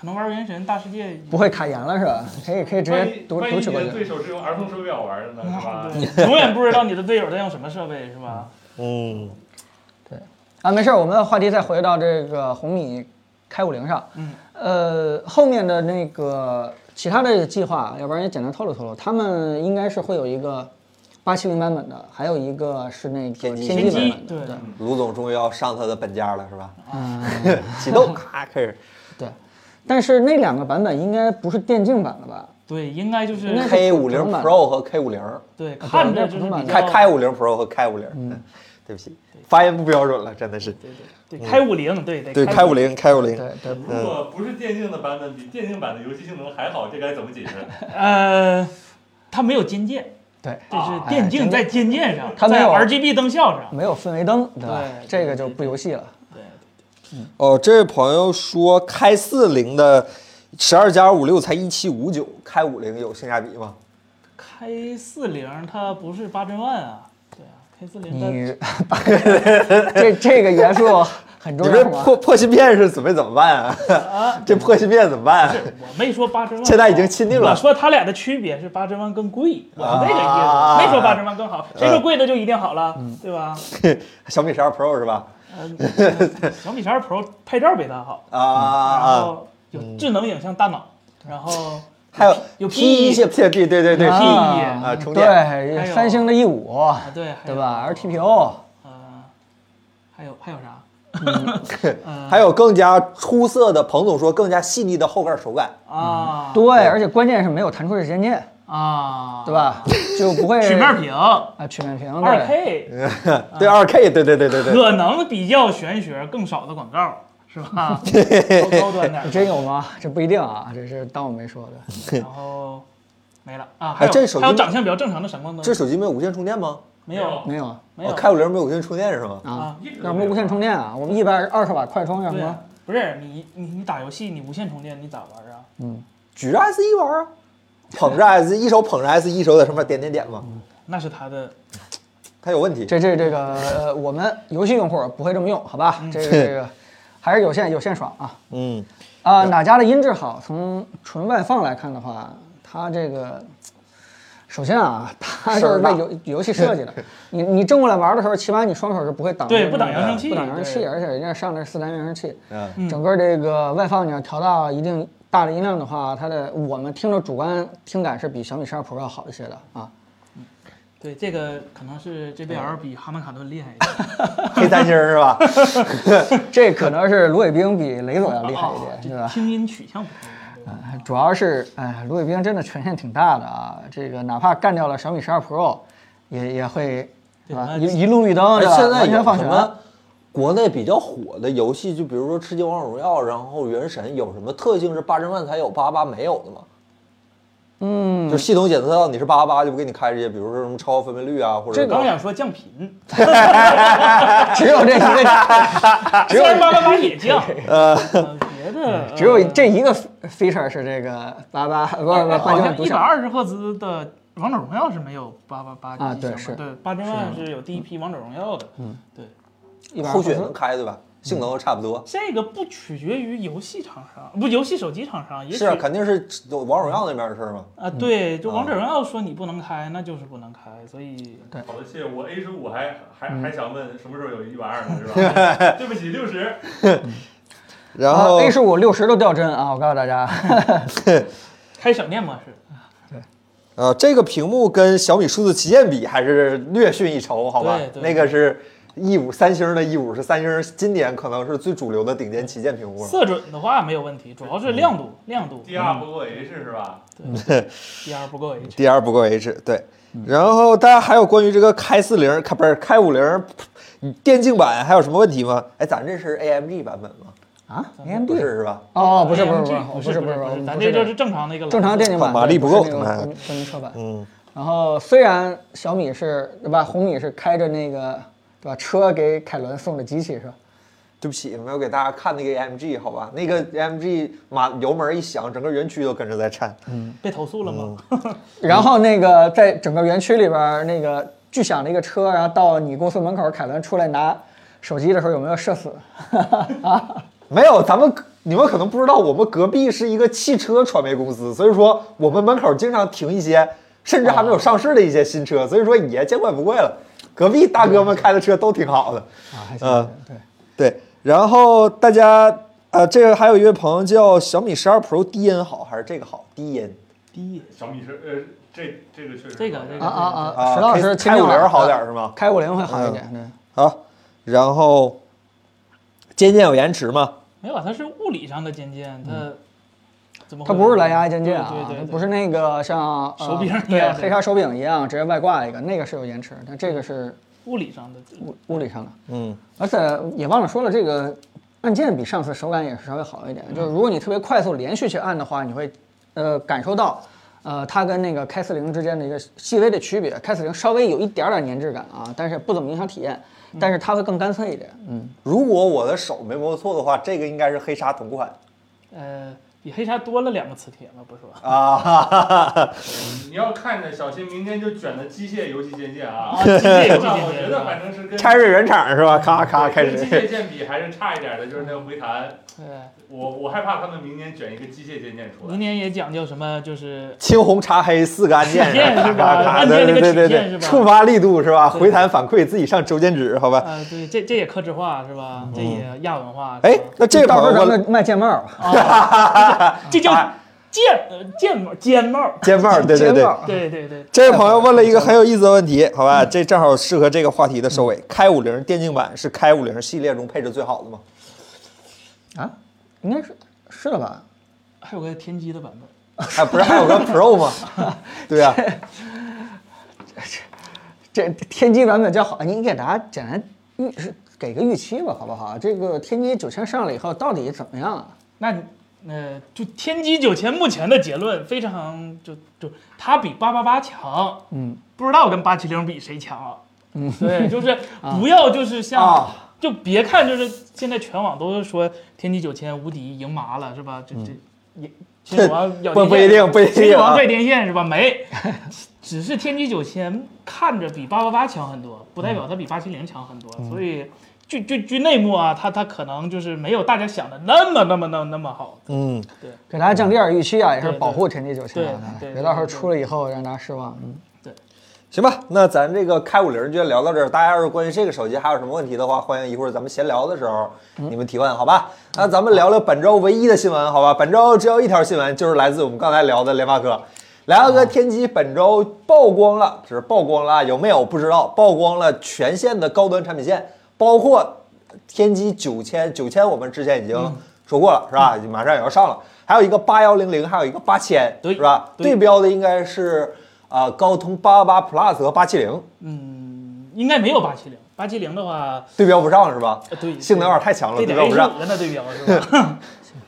S1: 可能玩原神、大世界
S2: 不会卡言了是吧？可以可以直
S4: 万
S2: 接
S4: 一
S2: 读
S4: 万一
S2: 读
S4: 你
S2: 取过
S4: 的对
S2: 去。
S4: 手是用儿童手表玩的呢，是
S2: 啊
S4: 吧？
S1: 对永远不知道你的队友在用什么设备，是吧？
S3: 嗯，
S2: 啊，没事儿，我们的话题再回到这个红米开五零上。
S1: 嗯，
S2: 呃，后面的那个其他的计划，要不然也简单透露透露，他们应该是会有一个八七零版本的，还有一个是那个
S3: 天玑
S2: 天玑
S1: 天玑
S3: 嗯
S2: 版本的。
S1: 对啊
S2: 对，
S3: 卢总终于要上他的本家了，是吧？
S2: 嗯、
S3: 启动，咔开始
S2: 对，但是那两个版本应该不是电竞版了吧？
S1: 对，应该就是
S2: 应该
S3: ，K 五零 Pro 和 K 五零，
S1: 对，看着就是比
S2: 那普通版
S1: 较
S3: 开开五零 Pro 和开五零。哦嗯，对不起，发音不标准了，真的是。
S1: 对开五零，对得
S3: 对，开五零，开五零。
S2: 对对，
S4: 如果不是电竞的版本，比电竞版的游戏性能还好，这该怎么解释？
S1: 呃，它没有金键，
S2: 对，
S1: 这是电竞在金键上，
S2: 哎它没
S1: 在
S2: 有
S1: RGB 灯效上。
S2: 没有氛围灯，对吧？
S1: 对
S2: 这个就不游戏了。
S3: 哦，这位朋友说开四零的十二加五六才一七五九，开五零有性价比吗？
S1: 开四零它不是八帧万啊，对啊，开四零它
S2: 你 把这这个元素很
S3: 你
S2: 重
S3: 们
S2: 要吗？
S3: 破破芯片是准备怎么办啊？这破芯片怎么办、啊？
S1: 我没说八帧万，
S3: 现在已经亲定了
S1: 我说它俩的区别是八帧万更贵，我是那个意
S3: 啊
S1: 思，没说八帧万更好，谁说贵的就一定好了，
S2: 嗯
S1: 对吧？
S3: 小米十二 Pro 是吧？
S1: 嗯，小米十二 Pro 拍照比它好，
S3: 啊
S1: 然
S3: 啊！
S1: 后有智能影像大脑，然
S2: 嗯
S1: 后
S3: 还有
S1: 有
S3: P 一
S1: P1
S3: 芯片，对对对对
S1: 啊
S3: P 一
S1: 啊
S3: 啊，充电
S2: 对，
S1: 有
S2: 三星的 E 五，
S1: 啊对还有
S2: 对吧？RTPO
S1: 呃，还有还有啥？
S2: 嗯
S1: 呃
S3: 还有更加出色的，彭总说更加细腻的后盖手感。
S1: 啊
S2: 对，而且关键是没有弹出式衔接，
S1: 啊，
S2: 对？吧？就不会
S1: 曲面屏，二
S2: 啊，曲面屏对
S1: K，
S3: 对二 K，对对对对对，
S1: 可能比较玄学，更少的广告 是吧？高高端点
S2: 你
S1: 儿，
S2: 真有吗？这不一定啊，这是当我没说的。
S1: 然后没了啊，
S3: 哎
S1: 还有
S3: 这手机
S1: 还有长相比较正常的闪光
S3: 这
S1: 灯，
S3: 手机没有无线充电吗？
S1: 没有
S2: 没有啊
S1: 没
S3: 哦，
S1: 有
S3: 开五零没有无线充电是吗？
S2: 啊
S1: 啊，
S4: 一直
S2: 要
S4: 都
S2: 什
S4: 没
S2: 么
S4: 有
S2: 无线充电啊？我们一百二十瓦快充要什
S1: 对啊
S2: 么？，
S1: 不是你你你打游戏你无线充电你咋玩啊？
S3: 举着 S 一玩啊，捧着 S E，一手捧着 S 一手在上面点点点嘛，
S1: 那是它的
S3: 它有问题。
S2: 这这这个呃，我们游戏用户不会这么用，好吧？
S1: 嗯
S2: 这个这 个还是有线有线爽啊。
S3: 嗯，
S2: 啊、哪家的音质好？从纯外放来看的话，它这个首先啊，它
S3: 事
S2: 就是
S3: 儿大
S2: 为游游戏设计 的。你你正过来玩的时候，起码你双手是不会挡
S1: 对
S2: 着
S1: 不挡扬声
S2: 的
S1: 器
S2: 不挡扬声器，
S1: 对
S2: 而且人家上的是四单扬声器。
S3: 嗯
S2: 整个这个外放你要调到一定大的音量的话，它的我们听着主观听感是比小米十二 Pro 要好一些的 啊。
S1: 对这个可能是 JBL 比哈曼卡顿厉害一点。
S2: 啊
S3: 黑三星儿是吧？
S2: 这可能是卢伟冰比雷总要厉害一
S1: 哦
S2: 点，
S1: 这
S2: 对吧？
S1: 听音取向不同。对吧
S2: 啊主要是，哎，卢伟冰真的权限挺大的啊。这个哪怕干掉了小米十二 Pro，也也会是吧？
S1: 那
S2: 一一路绿灯，
S3: 哎
S2: 对吧
S3: 现在
S2: 完
S3: 有
S2: 全放啊
S3: 什
S2: 权。
S3: 么国内比较火的游戏，就比如说《吃鸡》《王者荣耀》，然后《原神》，有什么特性是八帧万才有，八八没有的吗？嗯，就系统检测到你是八八八，就不给你开这些，比如说什么超高分辨率啊，或者
S1: 我刚想说降频，
S2: 只有这一个，
S1: 虽然八八八也 降，呃，嗯别的
S2: 只有这一个 feature 是这个八八，不是不是
S1: 好
S2: 半径
S1: 像
S2: 独
S1: 一百
S2: 享。
S1: 二十赫兹的王者荣耀是没有八八八
S2: 啊对是
S1: 对，八千万是有第一批王者荣耀的，嗯，对，
S2: 120
S3: 后续也能开对吧？性能差不多。
S1: 这个不取决于游戏厂商，不游戏手机厂商，也许
S3: 是啊，肯定是王者荣耀那边的事儿嘛。
S2: 嗯
S1: 啊，对，就王者荣耀说你不能开，那就是不能开，所以
S4: 好的，谢谢。我 A 十五还还还想问什么时候有一百二呢，是 吧？对不起，六十。
S3: 然
S2: 啊 A 十五六十都掉帧啊！我告诉大家，
S1: 开省电模式，
S3: 呃，这个屏幕跟小米数字旗舰比还是略逊一筹，好吧
S1: 对？对
S3: 那个是 E 五，三星的 E 五是三星今年可能是最主流的顶尖旗舰屏幕了。
S1: 色准的话没有问题，主要是亮度，亮度
S4: D R 不过 H 是吧？
S2: 嗯
S1: D R 不够 H，
S3: D R 不够 H，对。然后大家还有关于这个开四零，开不是开五零电竞版还有什么问题吗？哎，咱这是 A M G 版本吗？
S2: 啊，AMD
S3: 不是是吧？
S2: 哦，不是不是不
S1: AMG
S2: 是
S1: 不
S2: 是
S1: 哎不
S2: 不是
S1: 不
S2: 不是，
S1: 咱
S2: 不
S1: 这
S2: 是
S1: 就是正常的一个
S2: 正常电竞版，
S3: 马力不够
S2: 是那
S3: 哎
S2: 个国国民车版。
S3: 嗯，
S2: 然后虽然小米是对吧，红米是开着那个对吧车给凯伦送的机器是吧？
S3: 对不起，没有给大家看那个 AMG，好吧？那个 AMG 马油门一响，整个园区都跟着在颤。
S1: 被投诉了
S2: 嗯
S1: 吗？
S2: 然后那个在整个园区里边儿那个巨响的一个车，然后到你公司门口，凯伦出来拿手机的时候有没有社死？ 啊，
S3: 没有，咱们你们可能不知道，我们隔壁是一个汽车传媒公司，所以说我们门口经常停一些，甚至还没有上市的一些新车，所以说也见怪不怪了。隔壁大哥们开的车都挺好的，
S2: 还行
S3: 嗯，
S2: 对，
S3: 对。然后大家，呃，这个还有一位朋友叫小米十二 Pro 低音好还是这个好？低音
S1: 第一，
S4: 小米是呃，这这个确实
S1: 这个
S4: 好
S1: 这
S2: 啊
S1: 个
S2: 啊啊！
S3: 啊
S2: 石老师
S3: 开
S2: 轻
S3: 开
S2: 量
S3: 五
S2: 点
S3: 零
S2: 儿
S3: 好点儿是吗嗯
S2: 开五零会好一点，对。
S3: 好。然后，渐渐有延迟吗？
S1: 没有，它是物理上的渐渐，它怎么会？
S2: 嗯它不是蓝牙一键键啊，
S1: 对对对，
S2: 它
S1: 对
S2: 不是那个像、呃、
S1: 手柄一样
S2: 对
S1: 的
S2: 黑鲨手柄一样直接外挂一个，那个是有延迟，但这个是
S1: 物理上的。
S2: 物物理上的。
S3: 嗯，
S2: 而且也忘了说了，这个按键比上次手感也是稍微好一点，
S3: 嗯
S2: 就是如果你特别快速连续去按的话，你会呃感受到。呃，它跟那个开四零之间的一个细微的区别，开四零稍微有一点点粘滞感啊，但是不怎么影响体验，
S3: 嗯
S2: 但是它会更干脆一点。嗯，
S3: 如果我的手没摸错的话，这个应该是黑鲨同款
S1: 呃，比黑鲨多了两个磁铁嘛，不是吧？
S3: 啊哈 哈哈哈。
S4: 你要看着小心，明天就卷的机械游戏界面啊
S1: 啊，。机械有机
S4: 那我
S1: 械
S4: 觉得反正是跟
S3: 拆瑞原厂是吧？咔咔开
S4: 跟机械
S3: 始。
S4: 键比还是差一点的，就是那个回弹，
S1: 对，
S4: 我我害怕他们明年卷一个机械键键出
S1: 呃明
S4: 来。
S1: 年也讲究什么？就是
S3: 青红茶黑四个按键，
S1: 曲线
S3: 咔
S1: 是吧
S3: 咔咔
S1: 按键
S3: 对
S1: 那个
S3: 对对对
S1: 曲线
S3: 对，
S1: 是吧
S3: 触发力度是吧？
S1: 对
S3: 回弹反馈自己上周间指，好吧？
S1: 啊，对，这这也克制化是
S2: 嗯
S1: 吧？这也亚文化。
S3: 哎
S1: 是吧，
S3: 那这个
S2: 到时
S3: 朋
S2: 候咱
S3: 友
S2: 们卖键帽吧，
S1: 这叫
S2: 哎
S1: 键呃键帽键帽。
S3: 肩膀，对对
S2: 键
S3: 对。
S2: 帽
S1: 对对对，
S3: 这位朋友问了一嗯个很有意思的问题，好吧，这正好适合这个话题的收尾。开五零电竞版是开五零系列中配置最好的 吗？
S2: 啊，应该是是了吧？
S1: 还有个天玑的版本。
S3: 哎，不是还有个 Pro 吗？对啊呀、
S2: 这天玑版本较好，你给大家简单预是给个预期吧，好不好？这个天玑九千上了以后到底怎么样啊？
S1: 那你呃，就天玑九千目前的结论非常就就它比八八八强，
S2: 嗯，
S1: 不知道跟八七零比谁强啊。嗯，对，就是不要就是像、
S2: 啊
S1: 就别看就是现在全网都是说天玑九千无敌赢麻了是吧？这这也秦始皇咬
S3: 不
S1: 电
S3: 不一
S1: 线
S3: 定，不
S1: 秦
S3: 一定
S1: 始皇
S3: 啊。
S1: 拽电线是吧？没， 只是天玑九千看着比八八八强很多，不代表它比八七零强很多。
S3: 嗯
S1: 所以据据据内幕啊，它它可能就是没有大家想的那么那么那么那么好。
S3: 嗯，
S2: 给大家降低点预期啊，也是保护天玑九千啊，
S1: 对对对
S2: 别到时候出了以后让大家失望。嗯，
S3: 行吧，那咱这个开五零就聊到这儿。大家要是关于这个手机还有什么问题的话，欢迎一会儿咱们闲聊的时候
S1: 嗯
S3: 你们提问，好吧？那咱们聊聊本周唯一的新闻，好吧？本周只有一条新闻，就是来自我们刚才聊的联发科。联发
S1: 哦
S3: 科天玑本周曝光了，只是曝光了啊，有没有不知道？曝光了全线的高端产品线，包括天玑九千，九千我们之前已
S1: 嗯
S3: 经说过了，是吧？马上也要上了，还有一个八幺零零，还有一个八千，
S1: 对
S3: 是吧？
S1: 对
S3: 对标的应该是啊、呃高通八八 Plus 和八七零，
S1: 嗯，应该没有八七零，八七零的话，
S3: 对标不上是吧？
S1: 呃对，
S3: 性能有点太强了，
S1: 这
S3: 对
S1: 得
S3: 标
S1: A
S3: 不
S1: 五
S3: 上。
S1: 跟它对标是 吧？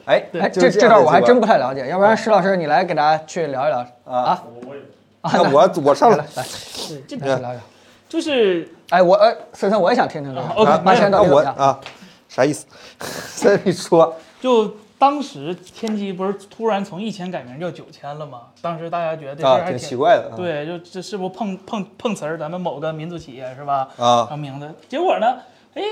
S3: 哎，
S2: 哎，
S3: 就是
S2: 这这
S3: 样的
S2: 段我还
S3: 情况
S2: 真不太了解，要不然石老师你来给大家去聊一聊啊
S3: 啊，
S4: 我我也
S3: 那我我上啊来，
S1: 对，这
S2: 来聊一聊。
S1: 就是
S2: 哎，我呃，森森我也想听听这
S1: 啊
S2: 个
S1: ，OK，
S2: 啊八千
S3: 那
S2: 到底怎
S3: 我
S2: 么样？
S3: 啊，啥意思？ 再你说，
S1: 就当时天玑不是突然从一千改名叫九千了吗？当时大家觉得这事
S3: 啊
S1: 儿，还
S3: 挺奇怪的啊。
S1: 对，就这是不是碰碰碰瓷儿咱们某个民族企业是吧？
S3: 啊，
S1: 啊名字，结果呢，哎，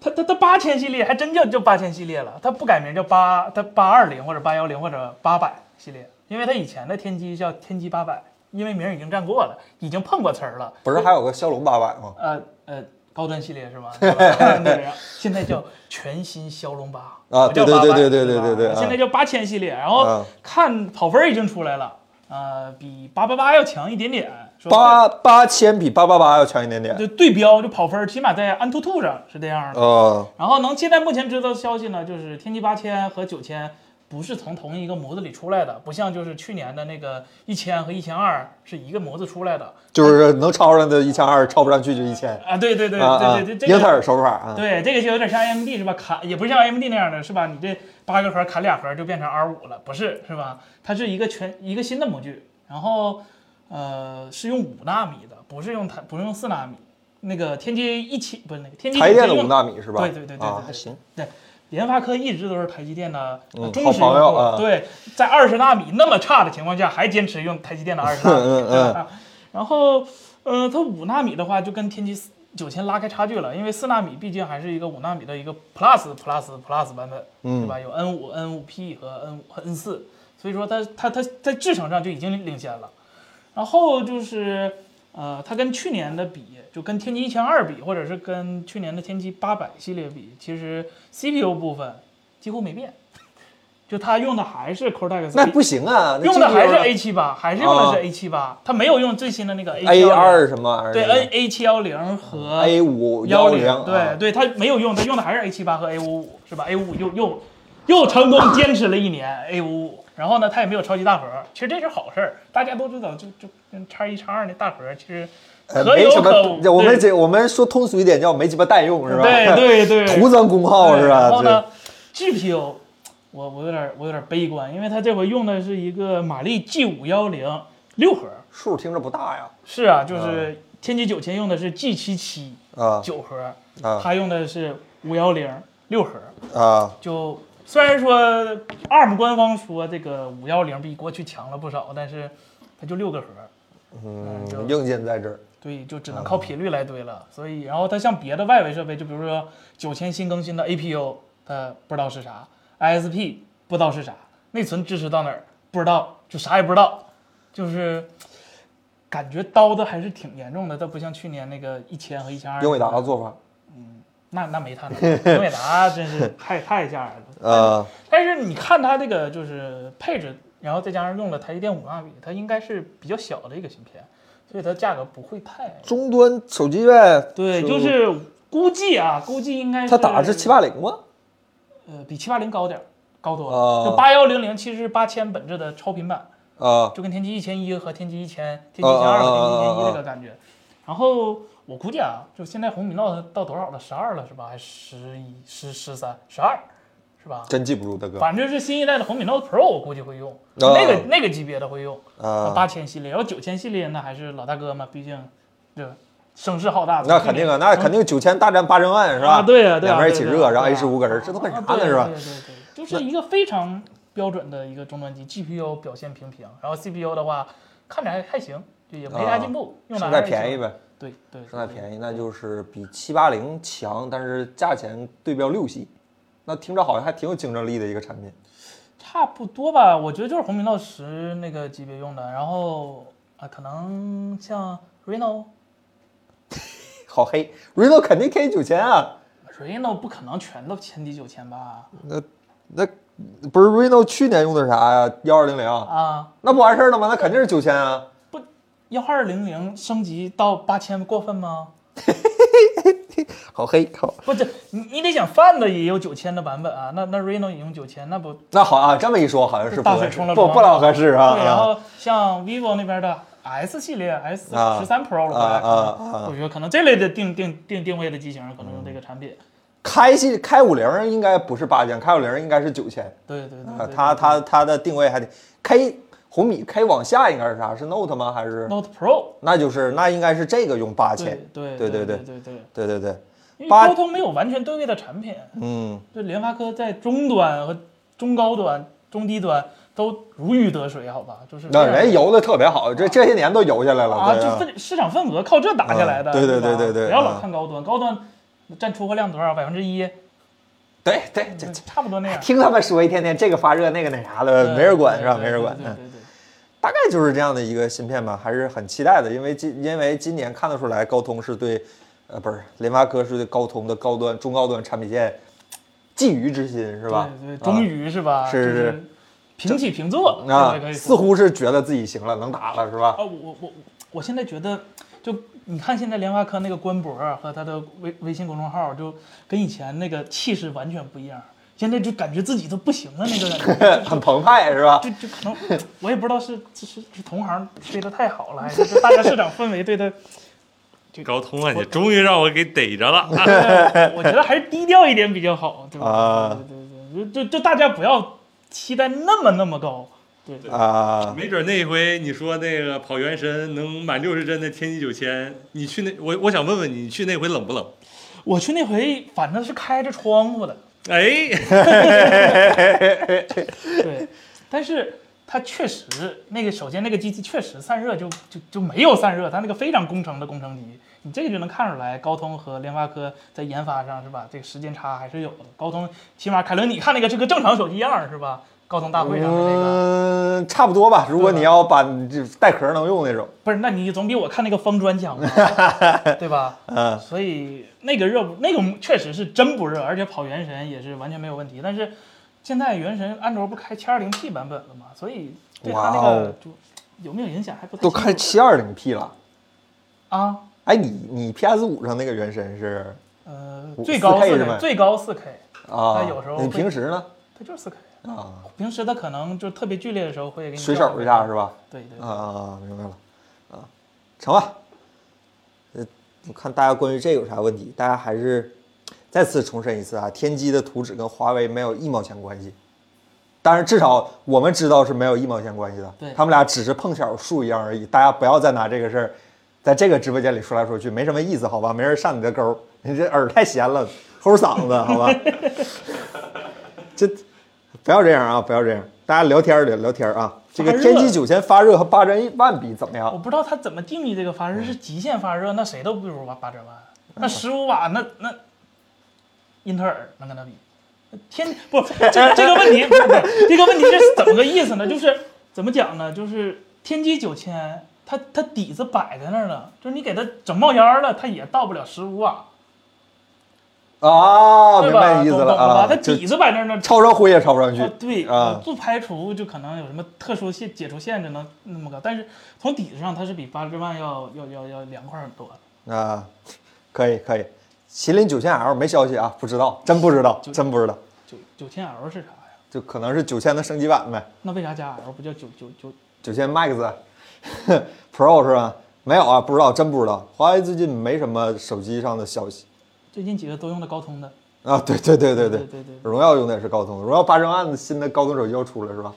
S1: 它它它八千系列还真叫叫八千系列了，它不改名叫八，它八二零或者八幺零或者八百系列，因为它以前的天玑叫天玑八百，因为名儿已经占过了，已经碰过词儿了。
S3: 不是还有个骁龙八百吗？
S1: 呃呃，高端系列是吗？对吧对然后现在叫全新骁龙八
S3: 啊
S1: 不叫
S3: 对对
S1: 800
S3: 对对对
S1: 对吧
S3: 对对对
S1: 现在叫哦八千系列，然后
S3: 啊
S1: 看跑分儿已经出来了，呃，比八八八要强一点点，说
S3: 八八千比八八八要强一点点。
S1: 就对标就跑分儿，起码在安兔兔上是这样的。
S3: 呃，
S1: 然后能现在目前知道的消息呢，就是天玑八千和九千不是从同一个模子里出来的，不像就是去年的那个一千和一千二是一个模子出来的
S3: 就是能超上的一千二，超不上去就一千。
S1: 啊。对对对
S3: 啊啊
S1: 对对对，这
S3: 英特
S1: 个
S3: 尔手法啊。
S1: 对这个就有点像 AMD 是吧？砍也不是像 AMD 那样的是吧？你这八个核砍俩核就变成 R 五了，不是是吧？它是一个全一个新的模具，然后呃是用五纳米的，不是用它不是用四纳米。那个天玑一七不是那个天玑
S3: 台积电的
S1: 用
S3: 五纳米是吧？
S1: 对对对对对
S3: 啊，
S1: 对
S3: 还行，
S1: 对，联发科一直都是台积电的呃
S3: 嗯
S1: 忠实用
S3: 好朋友
S1: 户。
S3: 啊
S1: 对，在二十纳米那么差的情况下，还坚持用台积电的二十纳米。
S3: 嗯嗯
S1: 对吧然后，嗯、它五纳米的话，就跟天玑九千拉开差距了，因为四纳米毕竟还是一个五纳米的一个 plus plus plus 版本，
S3: 嗯
S1: 对吧？有 N 五、N 五 P 和 N 五 N 四，所以说它它它在制程上就已经领先了。然后就是，呃，它跟去年的比，就跟天玑一千二比，或者是跟去年的天玑八百系列比，其实 CPU 部分几乎没变，就它用的还是 Cortex，
S3: 那不行啊，那
S1: 用的还是
S3: GPU
S1: A 7 8还是用的
S3: 啊
S1: 是 A 7 8它没有用最新的那个 A
S3: A
S1: 7 1
S3: 二什么玩意
S1: 对
S3: 儿
S1: N A 7 1 0和
S3: A 五
S1: 幺
S3: 零，
S1: 零，对
S3: 啊
S1: 对，它没有用，它用的还是 A 7 8和 A 5 5是吧？A 5 5又又又成功坚持了一年 A 5 5然后呢，它也没有超级大盒，其实这是好事儿，大家都知道，就就跟叉一叉二那大盒其实
S3: 呃
S1: 可
S3: 没
S1: 有
S3: 什
S1: 可
S3: 么
S1: 无，，
S3: 我们
S1: 对
S3: 这我们说通俗一点叫没鸡巴蛋用是吧？
S1: 对对对，
S3: 徒增功耗
S1: 对
S3: 是吧？
S1: 然后
S3: 这
S1: 呢，GPU，我我有点我有点悲观，因为它这回用的是一个马力 G 五幺零六核。
S3: 数听着不大呀，
S1: 是啊，就是天玑九千用的是 G 七七
S3: 啊
S1: 九核，
S3: 啊
S1: 它用的是五幺零六核。
S3: 啊，
S1: 就虽然说 ARM 官方说这个五幺零比过去强了不少，但是它就六个核，嗯就
S3: 嗯，硬件在这儿，
S1: 对，就只能
S3: 哦
S1: 靠频率来堆了。所以，然后它像别的外围设备，就比如说九千新更新的 APU，它不知道是啥，ISP 不知道是啥，内存支持到哪儿不知道，就啥也不知道，就是感觉刀的还是挺严重的。它不像去年那个一千和一千二，
S3: 英伟达的做法，
S1: 那那没它呢，英伟达真是太太吓人了。
S3: 呃，
S1: 但是你看它这个就是配置，然后再加上用了台积电五纳米，它应该是比较小的一个芯片，所以它价格不会太
S3: 终端手机呗，
S1: 对，就是估计啊，估计应该是
S3: 它打的是七八零吗？
S1: 呃比七八零高点儿，高多了。
S3: 哦
S1: 就八幺零零其实是八千本质的超频版，
S3: 啊
S1: 就跟天玑一千一和天玑一千、天玑
S3: 哦
S1: 一千二和
S3: 哦
S1: 天玑一
S3: 哦
S1: 千
S3: 哦
S1: 一
S3: 哦
S1: 这个感觉。啊然后我估计啊，就现在红米 Note 到多少了？十二了是吧？还十一、十十三、十二是吧？
S3: 真记不住大哥，
S1: 反正是新一代的红米 Note Pro，我估计会用、
S3: 哦
S1: 那个那个级别的会用，
S3: 啊
S1: 八千系列，然后九千系列那还是老大哥嘛，毕竟对吧声势浩大。
S3: 那肯定啊，那肯定九千大战八千万是吧？
S1: 啊对呀对呀
S3: 两边一起
S1: 对呀
S3: 热，然
S1: 对
S3: 后 A
S1: 呀
S3: 十五搁这儿，这都干啥
S1: 啊
S3: 呢
S1: 对
S3: 是吧
S1: 对？对对，就是一个非常标准的一个终端机，GPU 表现平平，然后 CPU 的话看着还还行，就也没啥进步，用的
S3: 生
S1: 还
S3: 态
S1: 是
S3: 啊便宜
S1: 行。
S3: 呗，
S1: 对对，
S3: 生态便宜，那就是比七八零强，但是价钱对标六系，那听着好像还挺有竞争力的一个产品。
S1: 差不多吧，我觉得就是红米 Note 十那个级别用的，然后啊，可能像 Reno。
S3: 好黑，Reno 肯定 K 九千啊，
S1: Reno 不可能全都千抵九千啊吧？
S3: 那那不是 Reno 去年用的啥呀？幺二零零，
S1: 啊，
S3: 那不完事儿了吗？那肯定是九千啊。
S1: 不，幺二零零升级到八千过分吗？
S3: 好黑，好，
S1: 不，这你你得想 Find 也有九千的版本啊，那那 Reno 也用九千，那不
S3: 那好啊，这么一说好像是不
S1: 大水
S3: 合适
S1: 冲了
S3: 不
S1: 庄
S3: 不老合适啊。
S1: 对，然
S3: 啊
S1: 后像 vivo 那边的 S 系列 S
S3: 啊
S1: 十三 Pro 了吧，
S3: 啊啊啊
S1: 我觉得可能这类的定定定定位的机型可能用这个产品。
S3: 开系开五零应该不是八千，开五零应该是九千。
S1: 对对对
S3: 啊，
S1: 嗯对，
S3: 它
S1: 对
S3: 它它的定位还得开红米开往下应该是啥？是 Note 吗？还是？
S1: Note Pro，
S3: 那就是那应该是这个用八千
S1: 对。对
S3: 对
S1: 对
S3: 对
S1: 对对，
S3: 对对对，
S1: 因为
S3: 八
S1: 高通没有完全对位的产品，
S3: 嗯，
S1: 对联发科在中端和中高端、中低端都如鱼得水，好吧？就是
S3: 那
S1: 非常
S3: 人哎游的特别好，这这些年都游下来了。
S1: 啊，
S3: 对
S1: 就份市场份额靠这打下来的。
S3: 嗯对对
S1: 吧
S3: 对对对
S1: 不要老
S3: 嗯
S1: 看高端，高端占出货量多少？百分之一，
S3: 对对，
S1: 嗯
S3: 这这
S1: 差不多那样。
S3: 听他们说一天天这个发热那个那啥
S1: 啊对
S3: 的，没人管是吧？
S1: 对
S3: 没人管。
S1: 对对
S3: 嗯
S1: 对对。
S3: 大概就是这样的一个芯片吧，还是很期待的，因为今因为今年看得出来，高通是对，呃，不是联发科是对高通的高端中高端产品线觊觎之心是吧？嗯
S1: 对对，终于是吧？
S3: 是
S1: 就是是平起平坐
S3: 啊
S1: 对可以说
S3: 啊，似乎是觉得自己行了，能打了是吧？
S1: 啊，我我我我现在觉得，就你看现在联发科那个官博啊和他的微微信公众号，就跟以前那个气势完全不一样。现在就感觉自己都不行了，那个感觉
S3: 很澎湃是吧？
S1: 就就可能 我也不知道是是是是同行吹的太好了，还是就大家市场氛围对他，
S4: 高通啊，你终于让我给逮着了。
S1: 我觉得还是低调一点比较好，对吧？
S3: 啊
S1: 对对对，就就就大家不要期待那么那么高，对
S3: 啊，
S4: 没准那回你说那个跑原神能满六十帧的天玑九千，你去那我我想问问你，你去那回冷不冷？
S1: 我去那回反正是开着窗户的，
S4: 哎，
S1: 对，但是它确实那个首先那个机器确实散热就就就没有散热，它那个非常工程的工程机，你这个就能看出来高通和联发科在研发上是吧？这个时间差还是有的。高通起码凯伦，你看那个是个正常手机样儿是吧？高通大会上的那个、
S3: 嗯，差不多吧。如果你要把这带壳能用那种，
S1: 不是，那你总比我看那个方砖强吧？啊 对吧？
S3: 嗯，
S1: 所以那个热不那个确实是真不热，而且跑原神也是完全没有问题。但是现在原神安卓不开 720P 版本了吗？所以对它那
S3: 哇哦
S1: 个就有没有影响还不太
S3: 都开
S1: 清楚
S3: 七二零 P 了。
S1: 啊。
S3: 哎，你你 PS 五上那个原神是
S1: 呃，
S3: 五
S1: 最高
S3: 4K
S1: 四
S3: 是吧
S1: K，最高四 K，
S3: 啊，
S1: 那有时候会
S3: 你平时呢
S1: 它就是四 K。
S3: 啊，
S1: 平时它可能就特别剧烈的时候会给你
S3: 随手一下是
S1: 吧？
S3: 吧？
S1: 对对
S3: 啊，啊，明白了，啊，成吧。呃，我看大家关于这有啥问题，大家还是再次重申一次啊，天玑的图纸跟华为没有一毛钱关系。当然，至少我们知道是没有一毛钱关系的。
S1: 对
S3: 他们俩只是碰巧树一样而已。大家不要再拿这个事儿，在这个直播间里说来说去，没什么意思，好吧？没人上你的钩，你这耳太闲了，齁嗓子，好吧？这不要这样啊，不要这样，大家聊天儿聊聊天儿啊。这个
S1: 发热
S3: 天玑九千发热和八针万比怎么
S1: 啊我
S3: 样？
S1: 不知道它怎么定义这个发热，是
S3: 嗯
S1: 极限发热，那谁都不如八八折万。那十五瓦，那那英特尔能跟它比？天 不，这这个问题不是不是这个问题是怎么个意思呢？就是怎么讲呢？就是天玑九千，它它底子摆在那儿了，就是你给它整冒烟了，它也到不了十五瓦，
S3: 啊，
S1: 对
S3: 明
S1: 吧？
S3: 白意思
S1: 懂
S3: 了
S1: 懂了
S3: 啊
S1: 吧？它，
S3: 就
S1: 底子摆在那儿呢，
S3: 抄着灰也抄不上去
S1: 啊，对
S3: 啊
S1: 不排除就可能有什么特殊限解除限制能那么高，但是从底子上它是比八十万要要要要凉快很多的。
S3: 啊，可以可以。麒麟九千 L 没消息啊，不知道，真不知道，真不知道，
S1: 九九千 L 是啥呀？
S3: 就可能是九千的升级版呗，
S1: 那为啥加 L 不叫九九九？
S3: 九千 Max 啊 Pro 是吧？没有啊，不知道，真不知道。华为最近没什么手机上的消息
S1: 最近几个都用的高通的，
S3: 啊，对对对对
S1: 对
S3: 对，
S1: 对对
S3: 荣耀用的也是高通，荣耀八针万的新的高通手机要出了是吧？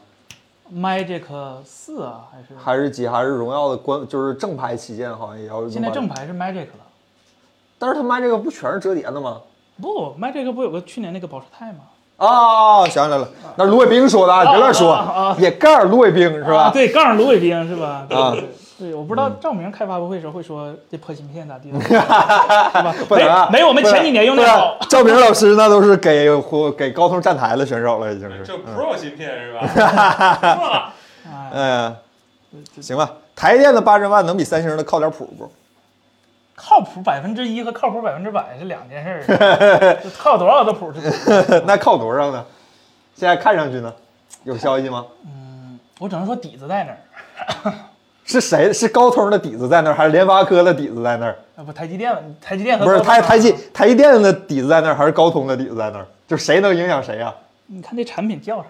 S1: ，Magic 四啊还是？
S3: 还是几还是荣耀的官，就是正牌旗舰好像也要用
S1: 现在
S3: 八
S1: 正牌是 Magic 了，
S3: 但是他卖这个不全是折叠的吗？
S1: 不，Magic 不有个去年那个保时泰吗？
S3: 啊，想起来了，那是卢伟冰说的，啊，别乱
S1: 啊啊
S3: 说
S1: 啊，
S3: 也盖儿卢伟冰是
S1: 啊
S3: 吧？
S1: 对，杠上芦苇冰是 吧？
S3: 啊
S1: 对，对，我不知道赵明开发布会的时候会说这破芯片咋地 了，是吧？
S3: 不能啊，
S1: 没没我们
S3: 不能
S1: 前几年用的
S3: 不能啊
S1: 好。
S3: 赵明老师那都是给给高通站台的选手了，已经是
S4: 这。Pro 芯片 是吧？错了，
S1: 哎，
S3: 嗯，行吧，台电的八针万能比三星的靠点谱不？
S1: 靠谱百分之一和靠谱百分之百是两件事 儿，就靠多少的谱是不是？
S3: 那靠多少呢？现在看上去呢，有消息吗？
S1: 我只能说底子在那儿，
S3: 是谁？是高通的底子在那儿，还是联发科的底子在那儿？
S1: 啊不，台积电，台积电和
S3: 不是
S1: 高通
S3: 台
S1: 啊
S3: 台积台积电的底子在那儿，还是高通的底子在那儿？就谁能影响谁呀、啊
S1: 你看这产品叫啥？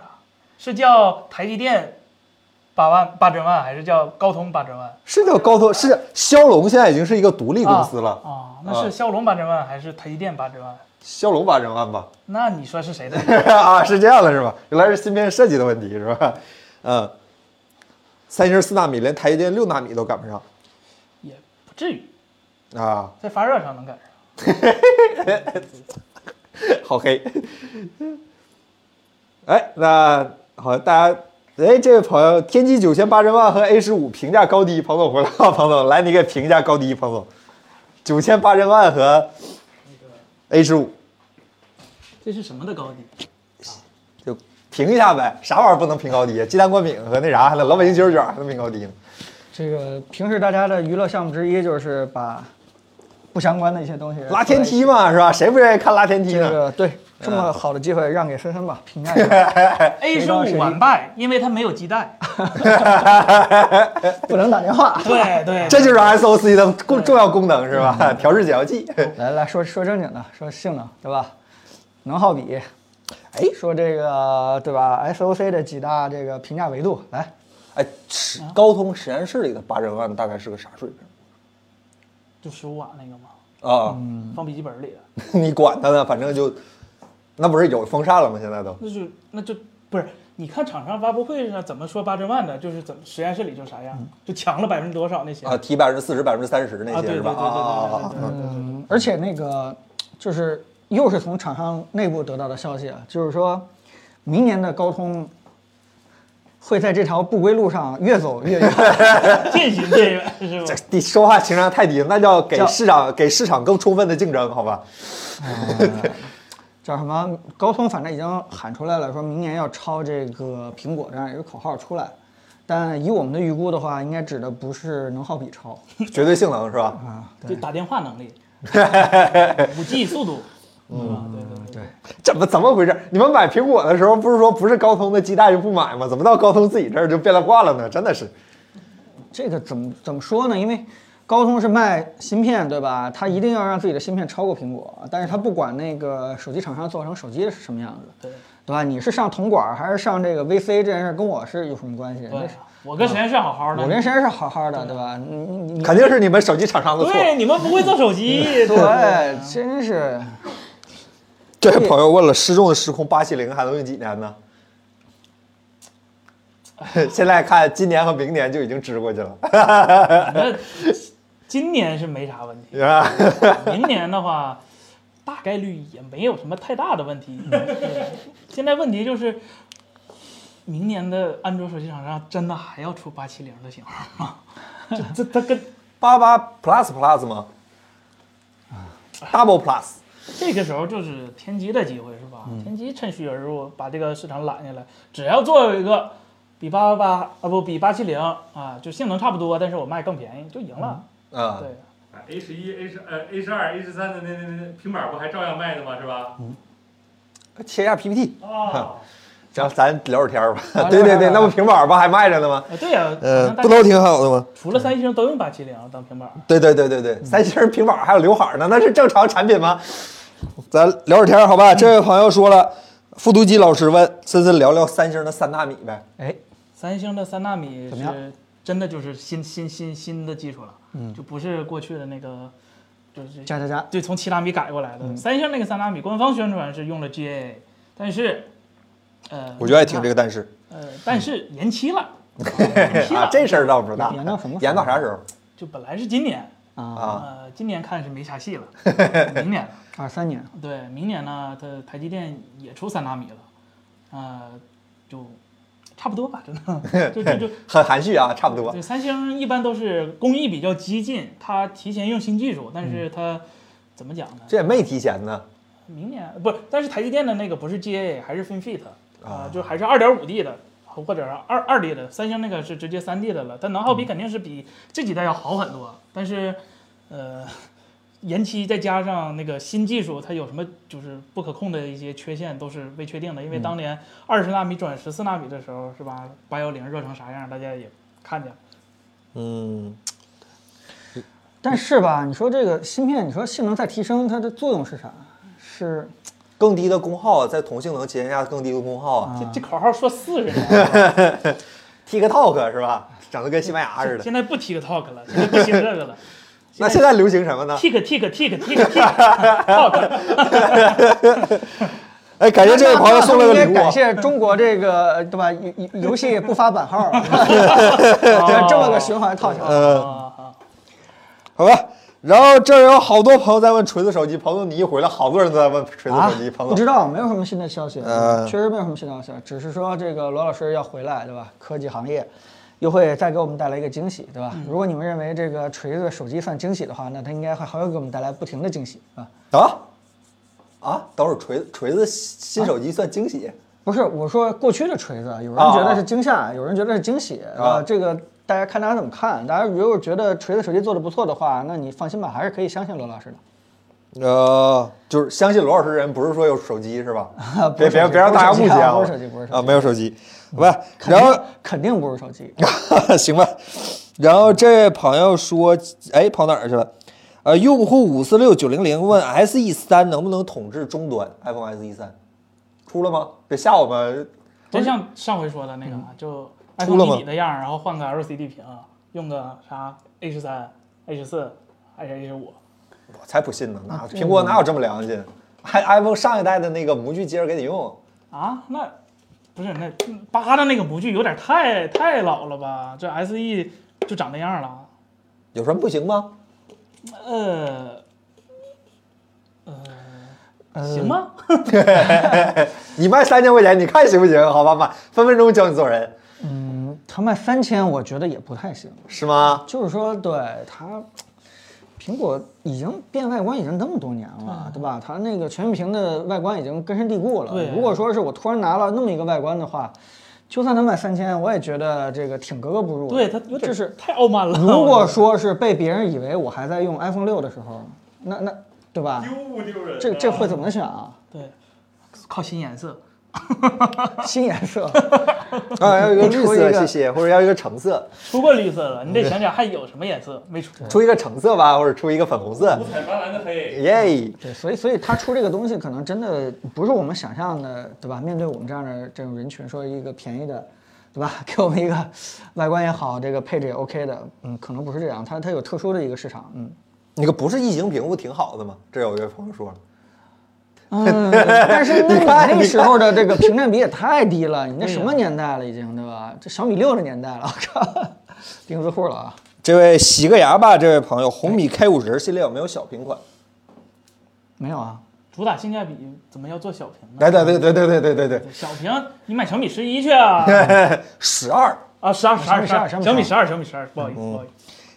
S1: 是叫台积电八万八针万，还是叫高通八针万？
S3: 是叫高通，是骁龙现在已经是一个独立公司了。
S1: 啊，那是骁龙八针万还是台积电八针万？
S3: 骁龙八千万吧？
S1: 那你说是谁的？
S3: 啊，是这样的，是吧？原来是芯片设计的问题，是吧？ 嗯，三星四纳米连台积电六纳米都赶不上
S1: 也不至于，
S3: 啊，
S1: 在发热上能赶上。
S3: 好黑。 哎，那好，大家。哎，这位朋友，天玑九千八千万和 A 十五评价高低，彭总回来了，彭总来，你给评价高低，彭总，九千八千万和 A 十五，
S1: 这是什么的高低？
S3: 就评一下呗，啥玩意儿不能评高低啊？鸡蛋灌饼和那啥，还能老北京鸡肉卷还能评高低呢？
S2: 这个平时大家的娱乐项目之一就是把不相关的一些东西
S3: 拉天梯嘛，是吧？谁不愿意看拉天梯
S2: 这
S3: 呢？
S2: 个对，这么好的机会让给深深吧，评价一 下，
S1: A 十五完败，因为它没有基带。
S2: 不能打电话。
S1: 对对，
S3: 这就是 SOC 的重重要功能，是吧？调制解调器。
S2: 来来说说正经的，说性能对吧？能耗比，哎，说这个对吧？SOC 的几大这个评价维度，来，
S3: 哎，实高通实验室里的八千万大概是个啥水平
S1: 就十五瓦那个嘛，
S3: 啊？
S1: 放笔记本里的。
S3: 你管它呢，反正就那不是有风扇了吗？现在都
S1: 那就那就不是你看厂商发布会上怎么说八千万的，就是怎么实验室里就啥样，就强了百分之多少那些
S3: 啊，提百分之四十、百分之三十那
S1: 啊
S3: 些
S1: 对
S3: 是吧？
S1: 对对对
S3: 啊啊啊
S1: 对对
S3: 啊！
S2: 嗯，而且那个就是又是从厂商内部得到的消息啊，就是说明年的高通会在这条不归路上越走越远。
S1: 渐行渐远，是吧
S3: 这？你说话情商太低，那叫给
S2: 叫
S3: 市场给市场更充分的竞争，好吧？
S2: 叫什么？高通反正已经喊出来了，说明年要超这个苹果这样一个口号出来。但以我们的预估的话，应该指的不是能耗比超
S3: 绝对性能是吧？
S2: 啊，
S1: 就
S2: 对
S1: 打电话能 力，五 G 速度，嗯，对对对，
S3: 怎么怎么回事？你们买苹果的时候不是说不是高通的基带就不买吗？怎么到高通自己这儿就变了卦了呢？真的是，
S2: 这个怎么怎么说呢？因为高通是卖芯片，对吧？它一定要让自己的芯片超过苹果，但是它不管那个手机厂商做成手机是什么样子，
S1: 对
S2: 对吧？你是上铜管儿还是上这个 VC 这件事儿跟我是有什么关系？那
S1: 对
S2: 是，
S1: 我跟实验室好好的，
S2: 我跟谁是好好的，对吧？你你你
S3: 肯定是你们手机厂商的错。
S1: 对，你们不嗯会做手机，
S2: 对，真是。
S3: 这位朋友问了，失重的失控八七零还能用几年呢？ 现在看今年和明年就已经支过去了，
S1: 那今年是没啥问题，
S3: 是吧？
S1: 明年的话，大概率也没有什么太大的问题。对现在问题就是，明年的安卓手机厂商真的还要出八七零的型号吗？ 这这它跟
S3: 八八 plus plus 吗？Double
S2: 啊
S3: plus，
S1: 这个时候就是天玑的机会是吧？
S2: 嗯
S1: 天玑趁虚而入，把这个市场揽下来，只要做一个比八八八啊不比八七零啊，就性能差不多，但是我卖更便宜就赢了。
S2: 嗯
S3: 啊、
S1: 对。
S4: A 十一、A 十呃 A 十二、A 十三的那那那平板不还照样卖呢吗？是吧？
S2: 嗯
S3: 切一下 PPT，
S4: 啊，
S3: 然后咱聊会儿天儿吧。
S2: 啊
S3: 对对
S2: 聊会
S3: 对，
S2: 儿
S3: 那不平板儿不还卖着呢吗？
S1: 啊，对呀、
S3: 呃，
S1: 好像大
S3: 不
S1: 家
S3: 都挺好的吗？
S1: 除了三星都用八七零当平板儿，
S3: 对对对对
S2: 嗯
S3: 对，三星儿平板儿还有刘海儿呢，那是正常产品吗？咱聊会儿天儿好吧？这位朋友说了，复读机老师问森森聊聊三星的三纳米呗。
S2: 哎，
S1: 三星的三纳米
S2: 怎么样
S1: 是真的就是新新新新的技术了，嗯，就不是过去的那个，就是
S2: 加加嗯加，
S1: 对从七纳米改过来的。三星那个三纳米官方宣传是用了 GAA，但是，呃，
S3: 我就爱听这个，但是
S1: 呃，但是延期了，延期
S3: 啊
S1: 了，，
S3: 这事儿倒不知道
S2: 延嗯到什么时候
S3: 延到啥时候
S1: 就本来是今年，
S2: 啊，
S3: 啊？
S1: 呃，今年看是没啥戏 了，明年了。
S2: 二三年，
S1: 对，明年呢，它台积电也出三纳米了，呃，就差不多吧，真 的，就就就
S3: 很含蓄啊，差不多
S1: 对，三星一般都是工艺比较激进，它提前用新技术，但
S3: 嗯
S1: 是它、怎么讲呢？
S3: 这也没提前呢。
S1: 明年不是，但是台积电的那个不是 GA，还是 FinFET 啊、就还是二点五 D 的。或者是二二 D 的，三星那个是直接三 D 的了，它能耗比肯定是比这几代要好很多。但是，呃，延期再加上那个新技术，它有什么就是不可控的一些缺陷都是未确定的。因为当年二十纳米转十四纳米的时候，是吧？八幺零热成啥样，大家也看见了。
S3: 嗯，
S2: 但是吧，你说这个芯片，你说性能再提升，它的作用是啥？是
S3: 更低的功耗在同性能旗舰下更低的功耗啊
S2: 嗯
S1: 这这口号说四十年，
S3: ，TikTok 是吧？整的跟西班牙似的。
S1: 现在不 TikTok 了，现在不兴这个了。
S3: 那现在流行什么呢？
S1: tick tick tick tick tick talk，
S3: 哎，感谢这位朋友送了个
S2: 那他们
S3: 礼
S2: 应
S3: 物
S2: 该感
S3: 啊。
S2: 谢中国这个对吧？游游游戏不发版号 啊，
S3: 哦
S1: 哦
S2: 这么个循环套下来。
S3: 嗯，
S1: 啊，
S3: 好吧。然后这儿有好多朋友在问锤子手机，彭总你一回来，好多人都在问锤子
S2: 啊
S3: 手机，，彭
S2: 不知
S3: 总。
S2: 道，没有什么新的消息，啊
S3: 呃
S2: 确实没有什么新的消息，啊只是说这个罗老师要回来，对吧？科技行业又会再给我们带来一个惊喜，对吧？如果你们认为这个锤子手机算惊喜的话，那它应该还还会给我们带来不停的惊喜啊！
S3: 啊啊，等会儿锤锤子新手机算惊喜，
S2: 不是，我说过去的锤子，有人
S3: 啊
S2: 觉得是惊吓，有人觉得是惊喜，
S3: 啊
S2: 呃，这个大家看大家怎么看。大家如果觉得锤子手机做的不错的话，那你放心吧，还是可以相信罗老师的。
S3: 呃，就是相信罗老师的人不是说有手机是吧？
S2: 啊不
S3: 别
S2: 是手
S3: 别
S2: 机
S3: 别让大家误解啊！
S2: 不是手机不是手机嗯
S3: 啊，没有手机，好吧。
S2: 肯
S3: 然
S2: 定
S3: 后
S2: 肯定不是手机，
S3: 行吧。然后这位朋友说，哎，跑哪儿去了？呃，用户五四六九零零问 SE 三能不能统治终端？iPhone SE 三出了吗？别吓我们！
S1: 真像上回说的那个，就
S3: 出
S1: iPhone
S3: 了吗
S1: 迷你的样儿，然后换个 LCD 屏，用个啥 A 十三、A 十四还是 A 十五，
S3: 我才不信呢，哪苹果哪有这么良心？还 iPhone 上一代的那个模具接着给你用，
S1: 啊，那不是那八的那个模具有点太太老了吧？这 S E 就长那样了。
S3: 有什么不行吗？
S1: 呃，呃，行吗？
S3: 你卖三千块钱，你看行不行？好吧，妈，分分钟教你做人，
S2: 他卖三千，我觉得也不太行。
S3: 是吗？
S2: 就是说，对它，苹果已经变外观已经那么多年了，对吧？它那个全面屏的外观已经根深蒂固了。
S1: 对
S2: 如果说是我突然拿了那么一个外观的话，就算它卖三千，我也觉得这个挺格格不入的。
S1: 对他有
S2: 就
S1: 点
S2: 是
S1: 太傲慢了。
S2: 如果说是被别人以为我还在用 iPhone 六的时候，那那对吧？
S4: 丢不丢人啊？
S2: 这这会怎么选啊？
S1: 对，靠新颜色，
S2: 新颜色，
S3: 啊，要一 个绿
S2: 出一
S3: 色，
S2: 个
S3: 谢谢，或者要一个橙色，
S1: 出过绿色了，你得想想还有什么颜色没出。
S3: 出一个橙色吧，或者出一个粉红色
S4: 五，啊彩斑斓的 黑，
S3: 耶！
S2: 对，所以所以他出这个东西，可能真的不是我们想象的，对吧？面对我们这样的这种人群，说一个便宜的，对吧？ 给我们一个外观也好，这个配置也 OK 的，嗯，可能不是这样，它它有特殊的一个市场，嗯。
S3: 那个不是异形屏幕挺好的吗？这有一位朋友说了，
S2: 嗯，但是那
S3: 你看
S2: 那
S3: 你
S2: 个
S3: 看
S2: 时候的这个屏占比也太低了，你那什么年代了已经，对吧？这小米六的年代了，我靠，钉子户了啊！
S3: 这位洗个牙吧，这位朋友，红米 K 五十系列有没有小屏款？
S2: 没有啊，
S1: 主打性价比，怎么要做小屏呢？
S3: 来，对对对对对对对对，
S1: 小屏你买小米十一去 啊！
S3: 十二。
S1: 啊，十二十二
S2: 小米12
S1: 小米十二小米十二，不好意思
S3: 嗯
S1: 不好意思。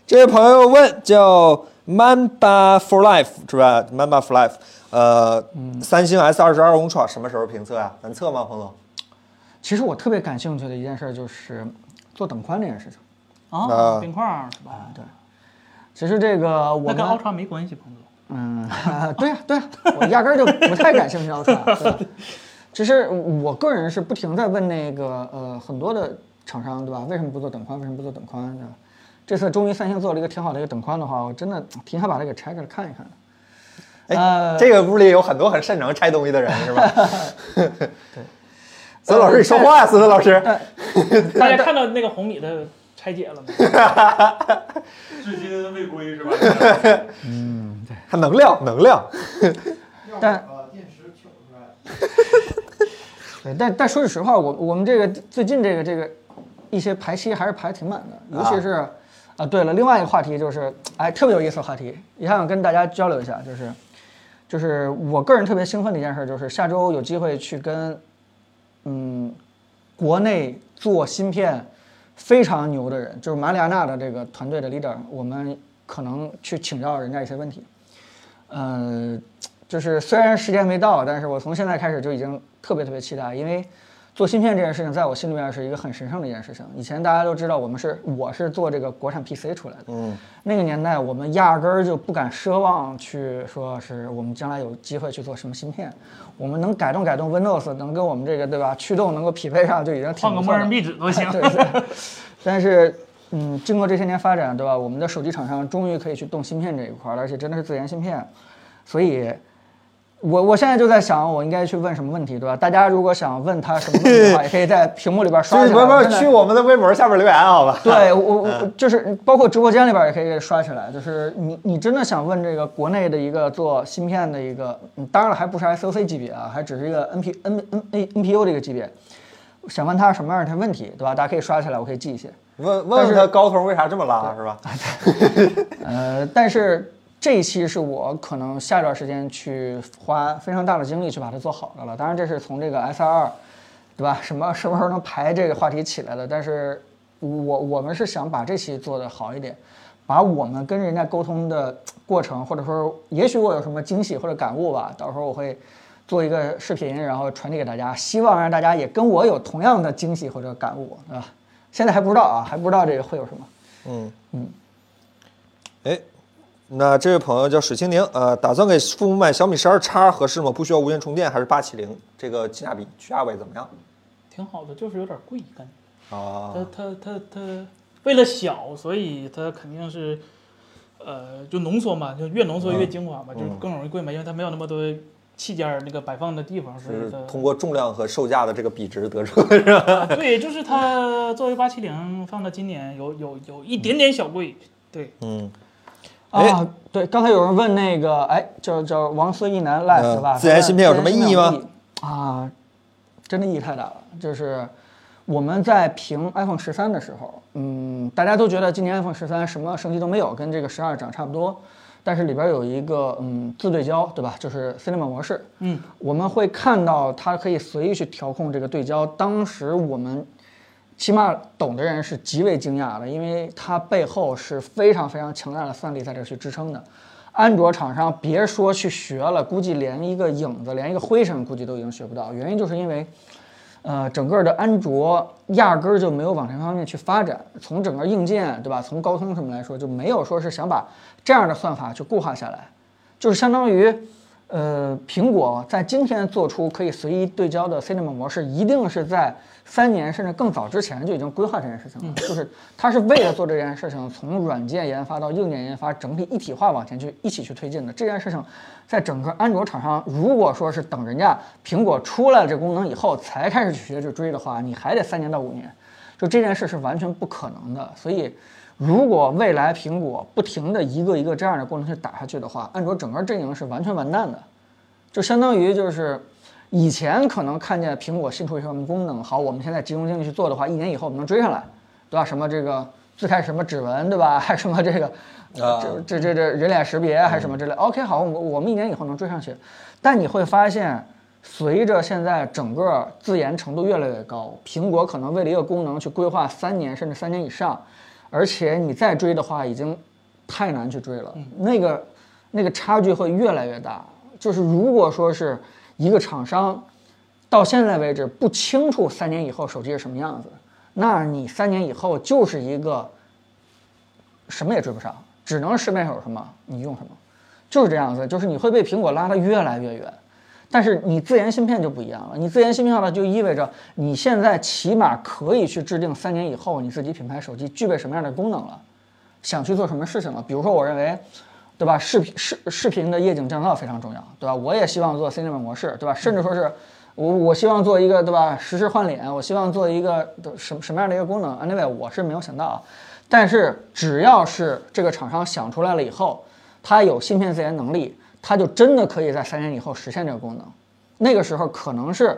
S3: 这位朋友问叫 Mamba for Life 是吧？Mamba for Life，呃，
S2: 嗯
S3: 三星 S 二十二 Ultra 什么时候评测啊？能测吗，彭总？
S2: 其实我特别感兴趣的一件事就是做等宽这件事情。
S1: 啊，边框是吧？对，
S2: 其实这个我
S1: 那
S2: 们
S1: 跟 Ultra 没关系，彭总。
S2: 嗯， 对呀、对呀、我压根儿就不太感兴趣奥创。对吧只是我个人是不停在问那个呃很多的厂商，对吧？为什么不做等宽？为什么不做等宽？对吧？这次终于三星做了一个挺好的一个等宽的话，我真的挺想把它给拆开来看一看的。
S3: 哎，
S2: 呃
S3: 这个屋里有很多很擅长拆东西的人是吧？ 孙老师，你说话呀，孙老
S2: 呃
S3: 师。
S1: 大家看到那个红米的拆解了吗？
S4: 至今未 归是吧？
S3: 他能量能量，
S2: 但
S5: 把电池取出来，
S2: 对，但但说句实话，我我们这个最近这个这个一些排期还是排挺满的，尤其是啊、对了，另外一个话题就是，哎，特别有意思的话题，也想跟大家交流一下，就是就是我个人特别兴奋的一件事，就是下周有机会去跟嗯国内做芯片非常牛的人，就是马里亚纳的这个团队的 leader，我们可能去请教人家一些问题。呃，就是虽然时间没到，但是我从现在开始就已经特别特别期待，因为做芯片这件事情在我心里面是一个很神圣的一件事情。以前大家都知道，我们是我是做这个国产 PC 出来的，
S3: 嗯，
S2: 那个年代我们压根儿就不敢奢望去说是我们将来有机会去做什么芯片，我们能改动改动 Windows，能跟我们这个对吧驱动能够匹配上就已经 挺
S1: 换
S2: 不
S1: 个
S2: 错
S1: 默
S2: 的
S1: 认壁纸都行
S2: 。对对。但是，嗯，经过这些年发展，对吧？我们的手机厂商终于可以去动芯片这一块儿了，而且真的是自研芯片。所以，我我现在就在想，我应该去问什么问题，对吧？大家如果想问他什么问题的话，也可以在屏幕里边
S3: 所
S2: 刷
S3: 以
S2: 起
S3: 朋
S2: 来。
S3: 友
S2: 我
S3: 们
S2: 真的
S3: 去我们的微博下面留言，啊好吧？
S2: 对我我就是包括直播间里边也可以刷起来，就是你你真的想问这个国内的一个做芯片的一个，嗯当然了还不是 SOC 级别啊，还只是一个 NP N N A NPU 的一个级别，想问他什么样的问题，对吧？大家可以刷起来，我可以记一些。
S3: 问问问他高通为啥这么拉 是吧？
S2: 呃，但是这一期是我可能下一段时间去花非常大的精力去把它做好的了。当然，这是从这个 S 二，对吧？什么什么时候能排这个话题起来的？但是我我们是想把这期做得好一点，把我们跟人家沟通的过程，或者说，也许我有什么惊喜或者感悟吧，到时候我会。做一个视频，然后传递给大家，希望让大家也跟我有同样的惊喜或者感悟，对吧？现在还不知道啊，还不知道这个会有什么。
S3: 哎，那这位朋友叫水清宁，呃，打算给父母买小米十二叉合适吗？不需要无线充电，还是八七零？这个性价比价位怎么样？
S1: 挺好的，就是有点贵，感觉。
S2: 哦
S3: 啊，
S1: 它它它它为了小，所以它肯定是，呃，就浓缩嘛，就越浓
S3: 啊
S1: 缩越精华嘛，就是
S3: 嗯
S1: 更容易贵嘛，因为它没有那么多器件儿那个摆放的地方，所
S3: 是
S1: 以它
S3: 通过重量和售价的这个比值得出的是吧？
S1: 啊对，就是它作为八七零放到今年有有有一点点小贵，对，
S3: 嗯，哎
S2: 啊，对，刚才有人问那个，哎，叫叫王思一男 live
S3: 呃
S2: 对吧？
S3: 自然芯片有什么
S2: 自然
S3: 意义吗
S2: 芯片有意义？啊，真的意义太大了。就是我们在评 iPhone 十三的时候，嗯，大家都觉得今年 iPhone 十三什么升级都没有，跟这个十二长差不多。但是里边有一个嗯自对焦，对吧？就是 Cinema 模式。嗯，我们会看到它可以随意去调控这个对焦。当时我们起码懂的人是极为惊讶的，因为它背后是非常非常强大的算力在这去支撑的。安卓厂商别说去学了，估计连一个影子、连一个灰尘，估计都已经学不到。原因就是因为，呃，整个的安卓压根儿就没有往这方面去发展。从整个硬件，对吧？从高通什么来说，就没有说是想把这样的算法去固化下来，就是相当于，呃，苹果在今天做出可以随意对焦的 Cinema 模式，一定是在三年甚至更早之前就已经规划这件事情了。就是它是为了做这件事情，从软件研发到硬件研发，整体一体化往前去一起去推进的。这件事情，在整个安卓厂商，如果说是等人家苹果出来了这功能以后才开始去学去追的话，你还得三年到五年。就这件事是完全不可能的。所以，如果未来苹果不停的一个一个这样的过程去打下去的话，安卓整个阵营是完全完蛋的。就相当于就是以前可能看见苹果新出一什么功能，好，我们现在集中精力去做的话，一年以后我们能追上来，对吧？什么这个最开始什么指纹，对吧？ 还是什么这个
S3: 啊
S2: 这这这这人脸识别还是什么之类。OK，好，我们我们一年以后能追上去，但你会发现，随着现在整个自研程度越来越高，苹果可能为了一个功能去规划三年甚至三年以上，而且你再追的话，已经太难去追了，那个那个差距会越来越大。就是如果说是一个厂商到现在为止不清楚三年以后手机是什么样子，那你三年以后就是一个什么也追不上，只能市面上有什么你用什么，就是这样子，就是你会被苹果拉得越来越远。但是你自研芯片就不一样了，你自研芯片的话就意味着你现在起码可以去制定三年以后你自己品牌手机具备什么样的功能了，想去做什么事情了。比如说，我认为，对吧？视频视视频的夜景降噪非常重要，对吧？我也希望做 cinema 模式，对吧？甚至说是我我希望做一个，对吧？实时换脸，我希望做一个对什什么样的一个功能？Anyway，我是没有想到啊。但是只要是这个厂商想出来了以后，它有芯片自研能力，它就真的可以在三年以后实现这个功能。那个时候可能是，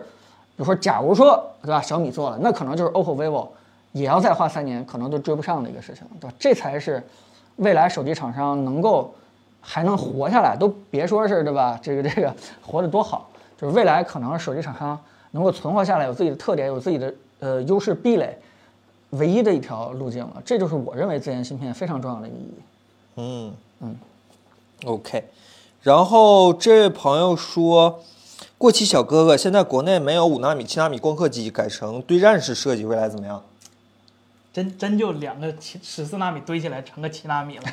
S2: 比如说，假如说对吧，小米做了，那可能就是 OPPO、vivo 也要再花三年，可能都追不上的一个事情，对吧？这才是未来手机厂商能够还能活下来，都别说是对吧， 这个这个活得多好，就是未来可能手机厂商能够存活下来，有自己的特点，有自己的呃优势壁垒，唯一的一条路径了。这就是我认为自研芯片非常重要的一个意义。
S3: OK，然后这位朋友说，过期小哥哥，现在国内没有五纳米、七纳米光刻机，改成对战式设计，未来怎么样？
S1: 真真就两个七十四纳米堆起来成个七纳米了，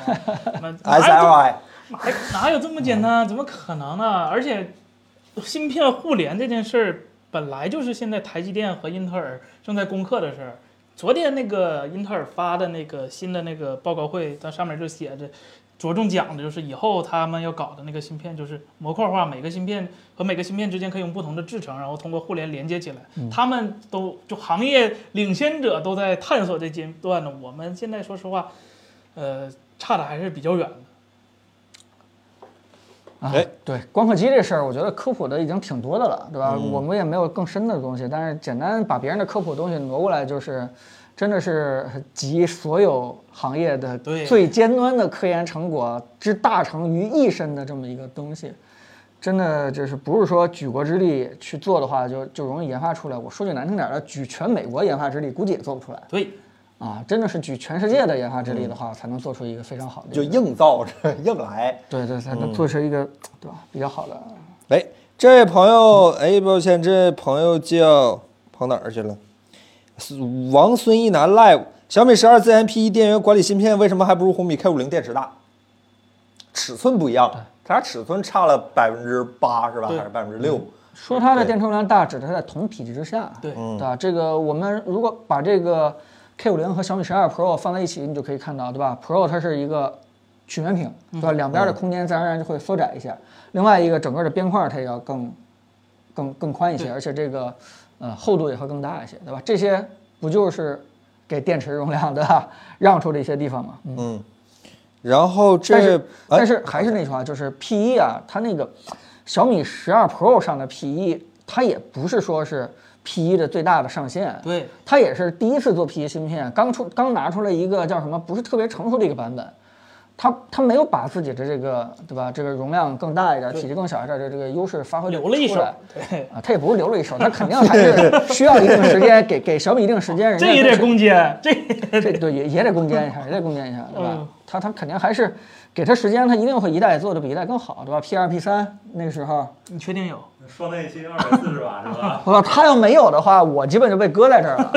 S1: 那
S3: S
S1: 哪有
S3: L I，
S1: 哪哎哪有这么简单？啊怎么可能呢？而且，芯片互联这件事儿本来就是现在台积电和英特尔正在攻克的事儿。昨天那个英特尔发的那个新的那个报告会，它上面就写着，着重讲的就是以后他们要搞的那个芯片就是模块化，每个芯片和每个芯片之间可以用不同的制程，然后通过互联连接起来。他们都就行业领先者都在探索这阶段呢。我们现在说实话，呃，差的还是比较远的。
S2: 啊
S3: 哎，
S2: 对，光刻机这事儿，我觉得科普的已经挺多的了，对吧？我们也没有更深的东西，但是简单把别人的科普东西挪过来，就是真的是集所有行业的
S1: 对
S2: 最尖端的科研成果之大成于一身的这么一个东西。真的就是不是说举国之力去做的话就就容易研发出来。我说句难听点儿的，举全美国研发之力，估计也做不出来
S1: 对，
S2: 啊！真的是举全世界的研发之力的话，才能做出一个非常好的一个。
S3: 就硬造着硬来。
S2: 对对，才能做出一个对吧比较好的
S3: 哎，这位朋友，哎，抱歉，这位朋友叫跑哪儿去了？王孙一男 live，小米十二 ZMP 电源管理芯片为什么还不如红米 K 5 0电池大？尺寸不一样，它俩尺寸差了百分之八是吧？
S1: 对
S3: 还是百分之六？
S2: 说它的
S3: 对
S2: 电充量大，指的是在同体积之下，
S1: 对
S2: 对吧？这个我们如果把这个 K 5 0和小米十二 Pro 放在一起，你就可以看到，对吧？Pro 它是一个曲面屏，对吧？两边的空间自然而然就会缩窄一下。另外一个，整个的边框它也要更更更宽一些，而且这个呃厚度也会更大一些，对吧？这些不就是给电池容量对吧让出的 一些地方吗？嗯。
S3: 然后这
S2: 但
S3: 位
S1: 哎
S2: 是但是还是那句话，就是 P 一啊，它那个小米十二 Pro 上的 P 一，它也不是说是 P1 的最大的上限，
S1: 对，
S2: 它也是第一次做 P1 芯片，刚出刚拿出来一个叫什么不是特别成熟的一个版本，它它没有把自己的这个对吧，这个容量更大一点，体积更小一点的这个优势发挥
S1: 留了一
S2: 出
S1: 手
S2: 来。
S1: 对，
S2: 啊，它也不是留了一手，它肯定还是需要一定时间给给小米一 定时间，人 家
S1: 这也
S2: 就是
S1: 得攻坚，这
S2: 这对也也得攻坚一下，也得攻坚一下，对吧？
S1: 嗯
S2: 他他肯定还是给他时间，他一定会一代做的比一代更好，对吧？P 二 P 三那个时候，
S1: 你确定有？
S4: 双耐心二百四十瓦是吧？
S2: 我靠，他要没有的话，我基本就被搁在这儿了，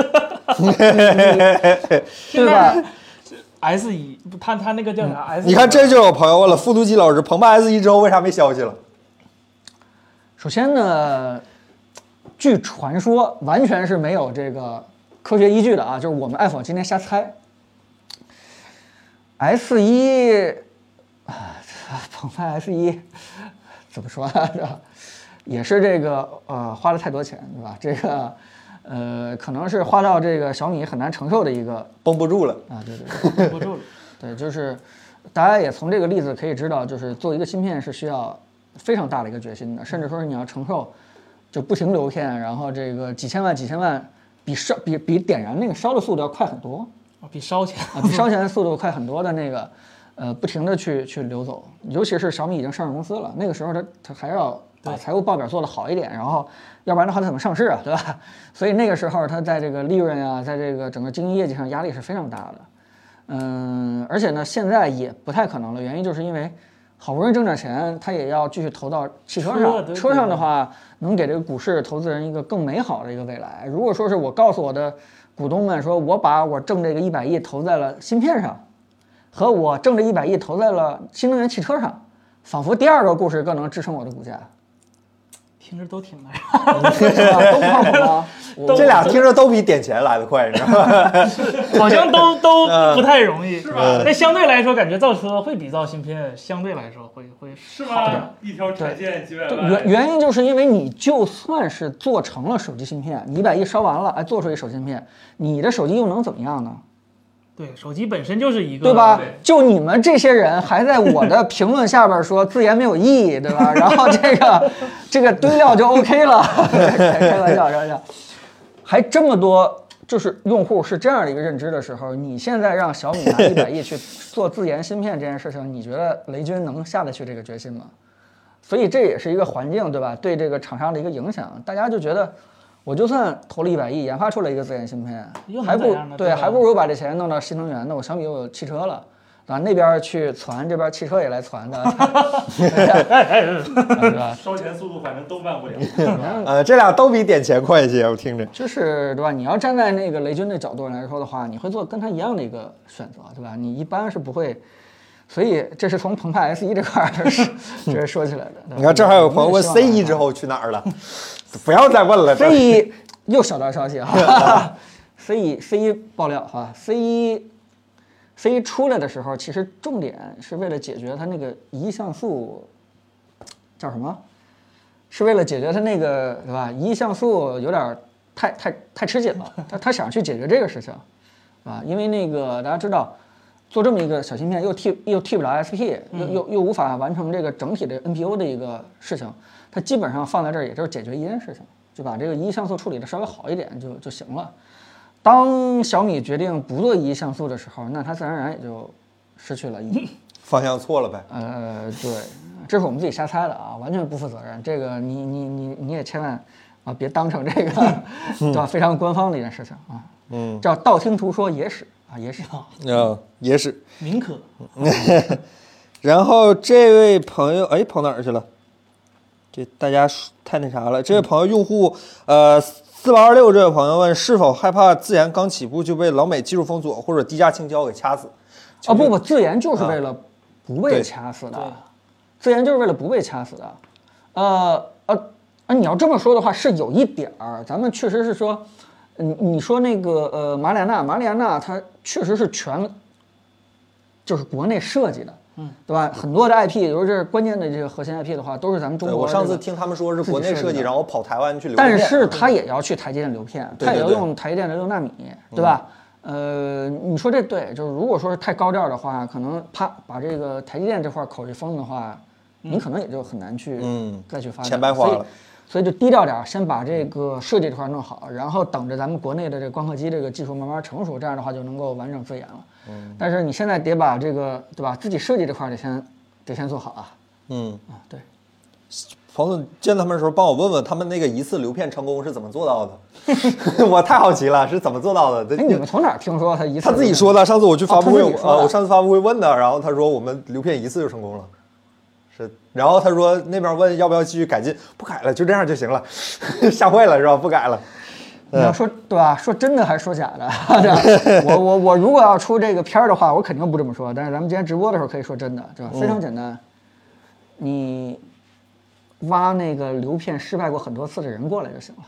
S2: 对吧？
S1: S 一，不他他那个叫啥 S？啊
S3: 嗯你看，这就有朋友问了，复读机老师，澎湃 S 一之后为啥没消息了？
S2: 首先呢，据传说完全是没有这个科学依据的啊，就是我们爱否今天瞎猜。S 一啊，澎湃 S 一怎么说来着？也是这个呃花了太多钱，对吧？这个呃可能是花到这个小米很难承受的一个
S3: 绷不住了。
S2: 啊，对对对。
S1: 忍不住了，
S2: 对，就是大家也从这个例子可以知道，就是做一个芯片是需要非常大的一个决心的，甚至说是你要承受就不停流片，然后这个几千万几千万，比烧比比点燃那个烧的速度要快很多
S1: 哦比烧钱
S2: 啊，比烧钱的速度快很多的那个，呃，不停的去去流走，尤其是小米已经上市公司了，那个时候它它还要。把财务报表做得好一点，然后，要不然的话它怎么上市啊，对吧？ 所以那个时候它在这个利润啊，在这个整个经营业绩上压力是非常大的。嗯，而且呢，现在也不太可能了，原因就是因为好不容易挣点钱，他也要继续投到汽车
S1: 车
S2: 上。
S1: 对
S2: 车上的话，能给这个股市投资人一个更美好的一个未来。如果说是我告诉我的股东们说，我把我挣这个一百亿投在了芯片上，和我挣这一百亿投在了新能源汽车上，仿佛第二个故事更能支撑我的股价，
S1: 听着都挺那啥。
S2: 是吧都不靠谱啊！我
S3: 这俩听着都比点钱来的快，你知道吗？
S1: 好像都都不太容易，是吧？但相对来说，感觉造车会比造芯片相对来说会会
S4: 是吗？一条产线几百
S2: 对原
S4: 万，
S2: 原因就是因为你就算是做成了手机芯片，你一百亿烧完了，哎，做出一手机芯片，你的手机又能怎么样呢？
S1: 对手机本身就是一个
S2: 对吧
S4: 对？
S2: 就你们这些人还在我的评论下边说自研没有意义，对 吧？然后这个这个堆料就 OK 了，开开玩笑，开玩笑。还这么多，就是用户是这样的一个认知的时候，你现在让小米拿一百亿去做自研芯片这件事情，你觉得雷军能下得去这个决心吗？所以这也是一个环境，对吧？对这个厂商的一个影响，大家就觉得，我就算投了一百亿，研发出了一个自研芯片
S1: 又，能
S2: 还不
S1: 怎样呢对吧
S2: 还不如把这钱弄到新能源，那我小米又有汽车了。啊，那边去攒，这边汽车也来 攒的，对吧？
S4: 烧钱速度反正都 慢不了。
S3: 呃，这俩都比点钱快一些，我听着。
S2: 就是对吧？你要站在那个雷军的角度来说的话，你会做跟他一样的一个选择，对吧？你一般是不会，所以这是从澎湃 S 一这块儿 这是说起来的。对吧
S3: 你看，这还有朋友
S2: 我们
S3: 问 C
S2: 也希
S3: 一
S2: 望
S3: 之后去哪儿了，不要再问了。
S2: C 一又小道消息啊，C 一 C 一爆料哈，C 一 C 一出来的时候，其实重点是为了解决它那个一亿像素叫什么？是为了解决它那个对吧？一亿像素有点儿太太太吃紧了，他他想去解决这个事情，啊，因为那个大家知道。做这么一个小芯片，又替又替不了 SP，又又又无法完成这个整体的 NPU 的一个事情，它基本上放在这儿，也就是解决一件事情，就把这个一亿像素处理的稍微好一点就就行了。当小米决定不做一亿像素的时候，那它自然而然也就失去了意义。
S3: 方向错了呗。
S2: 呃，对，这是我们自己瞎猜的啊，完全不负责任。这个你你你你也千万啊，别当成这个对吧？非常官方的一件事情啊，
S3: 嗯，
S2: 叫道听途说野史啊，野史。
S3: 嗯，也是。
S1: 民科，
S3: 然后这位朋友，哎，跑哪儿去了？这大家说太那啥了。这位朋友，用户呃四八二六这位朋友问，是否害怕自研刚起步就被老美技术封锁或者低价倾销给掐死？
S2: 啊不不，自研就是为
S3: 啊
S2: 了不被掐死的，自研就是为了不被掐死的。呃呃啊，你要这么说的话，是有一点儿，咱们确实是说，你你说那个呃马里亚纳，马里亚纳它确实是全，就是国内设计的，嗯，对吧？很多的 IP，尤其是关键的这个核心 IP 的话，都是咱们中
S3: 对
S2: 国、
S3: 呃我上次听他们说是国内
S2: 自己设
S3: 设
S2: 计
S3: 计，
S2: 的
S3: 然后跑台湾去留
S2: 但
S3: 片。啊嗯
S2: 是它也要去台积电流片，
S3: 对
S2: 它也
S3: 对嗯
S2: 要
S3: 对
S2: 用台积电的六纳米，对吧？呃，你说这对，就是如果说是太高调的话，可能啪把这个台积电这块口一封的话，你可能也就很难去
S3: 嗯
S2: 再去发展，
S3: 钱白花
S2: 所以
S3: 了。嗯
S2: 所以就低调点儿，先把这个设计这块儿弄好，然后等着咱们国内的这个光刻机这个技术慢慢成熟，这样的话就能够完整自研了。
S3: 嗯
S2: 但是你现在得把这个对吧，自己设计这块儿得先得先做好啊
S3: 嗯，
S2: 啊，对，
S3: 彭总见他们的时候，帮我问问他们那个一次流片成功是怎么做到的， 我太好奇了，是怎么做到的？
S2: 哎，你们从哪儿听说他一次
S3: 呃他自己说的，上次我去发布会，
S2: 哦他自己说的
S3: 啊，我上次发布会问的，然后他说我们流片一次就成功了，是，然后他说那边问要不要继续改进，不改了，就这样就行了， 吓坏了是吧？不改了，
S2: 你要说对吧？说真的还是说假的？对吧我我我如果要出这个片儿的话，我肯定不这么说。但是咱们今天直播的时候可以说真的，对吧？非常简单，你挖那个流片失败过很多次的人过来就行了。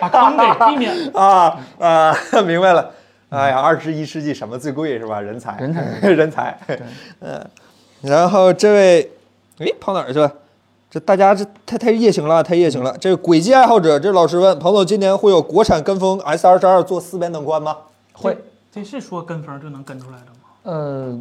S1: 把坑给避 免了。
S3: 啊啊， 明白了，哎呀，二十一世纪什么最贵是吧？人才，
S2: 人才
S3: 人才，嗯，然后这位，哎，跑哪儿去了？这大家这太太热情了，太热情了。这个轨迹爱好者，这老师问彭总，今年会有国产跟风 S 二十二做四边等宽吗？
S2: 会，
S1: 这是说跟风就能跟出来的吗？
S2: 呃，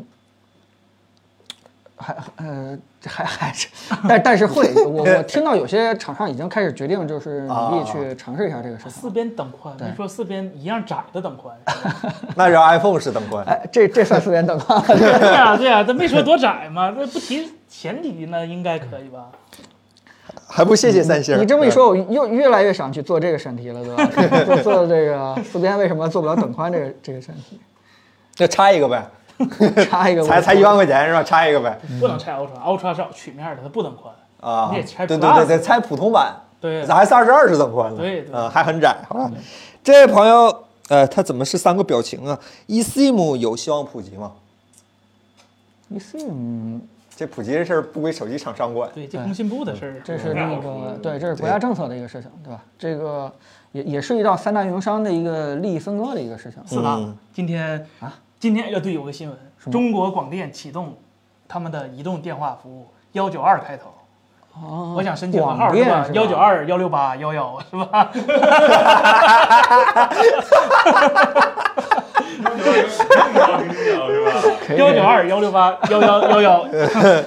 S2: 还呃还还是，但但是会，我我听到有些厂商已经开始决定，就是努力去尝试一下这个事情。
S1: 四边等宽，你说四边一样窄的等宽，
S3: 那是 iPhone 式等 宽。
S2: 哎，这这算四元等宽了。
S1: 对呀对啊呀，这没说多窄嘛，这不提前提那应该可以吧？
S3: 还不谢谢三星儿？嗯
S2: 你这么一说，我又越来越想去做这个选题了，对吧？ 做做这个四边为什么做不了等宽这个这个选题？
S3: 对，就插一个呗，
S2: 插一个，
S3: 才才一万块钱是吧？插一个呗。
S2: 嗯
S1: 不能拆 Ultra，Ultra 是曲面的，它不等宽。
S3: 啊，
S1: 你也拆
S3: 对
S1: Plus
S3: 对对对，拆普通版。
S1: 对啊
S3: S 二十二是怎么宽的？
S1: 对对
S3: 嗯，还很窄。好吧，这位朋友，呃，他怎么是三个表情啊？eSIM 有希望普及吗？
S2: 一 sim，
S3: 这普及这事儿不归手机厂商管。
S1: 对，这工信部的事儿，
S2: 这是那个对，这是国家政策的一个事情，对吧？这个也也涉及到三大运营商的一个利益分割的一个事情。
S1: 四大
S3: 嗯
S1: 今天啊，今天呃对有个新闻，中国广电启动他们的移动电话服务幺九二开头。
S2: 哦，
S1: 我想申请个号
S2: 广
S1: 是
S2: 电
S1: 吧？
S2: 是吧
S1: 幺九二幺六八幺幺是吧？
S4: 是吧？
S2: 可以
S1: 幺九。二幺六八幺幺幺 幺，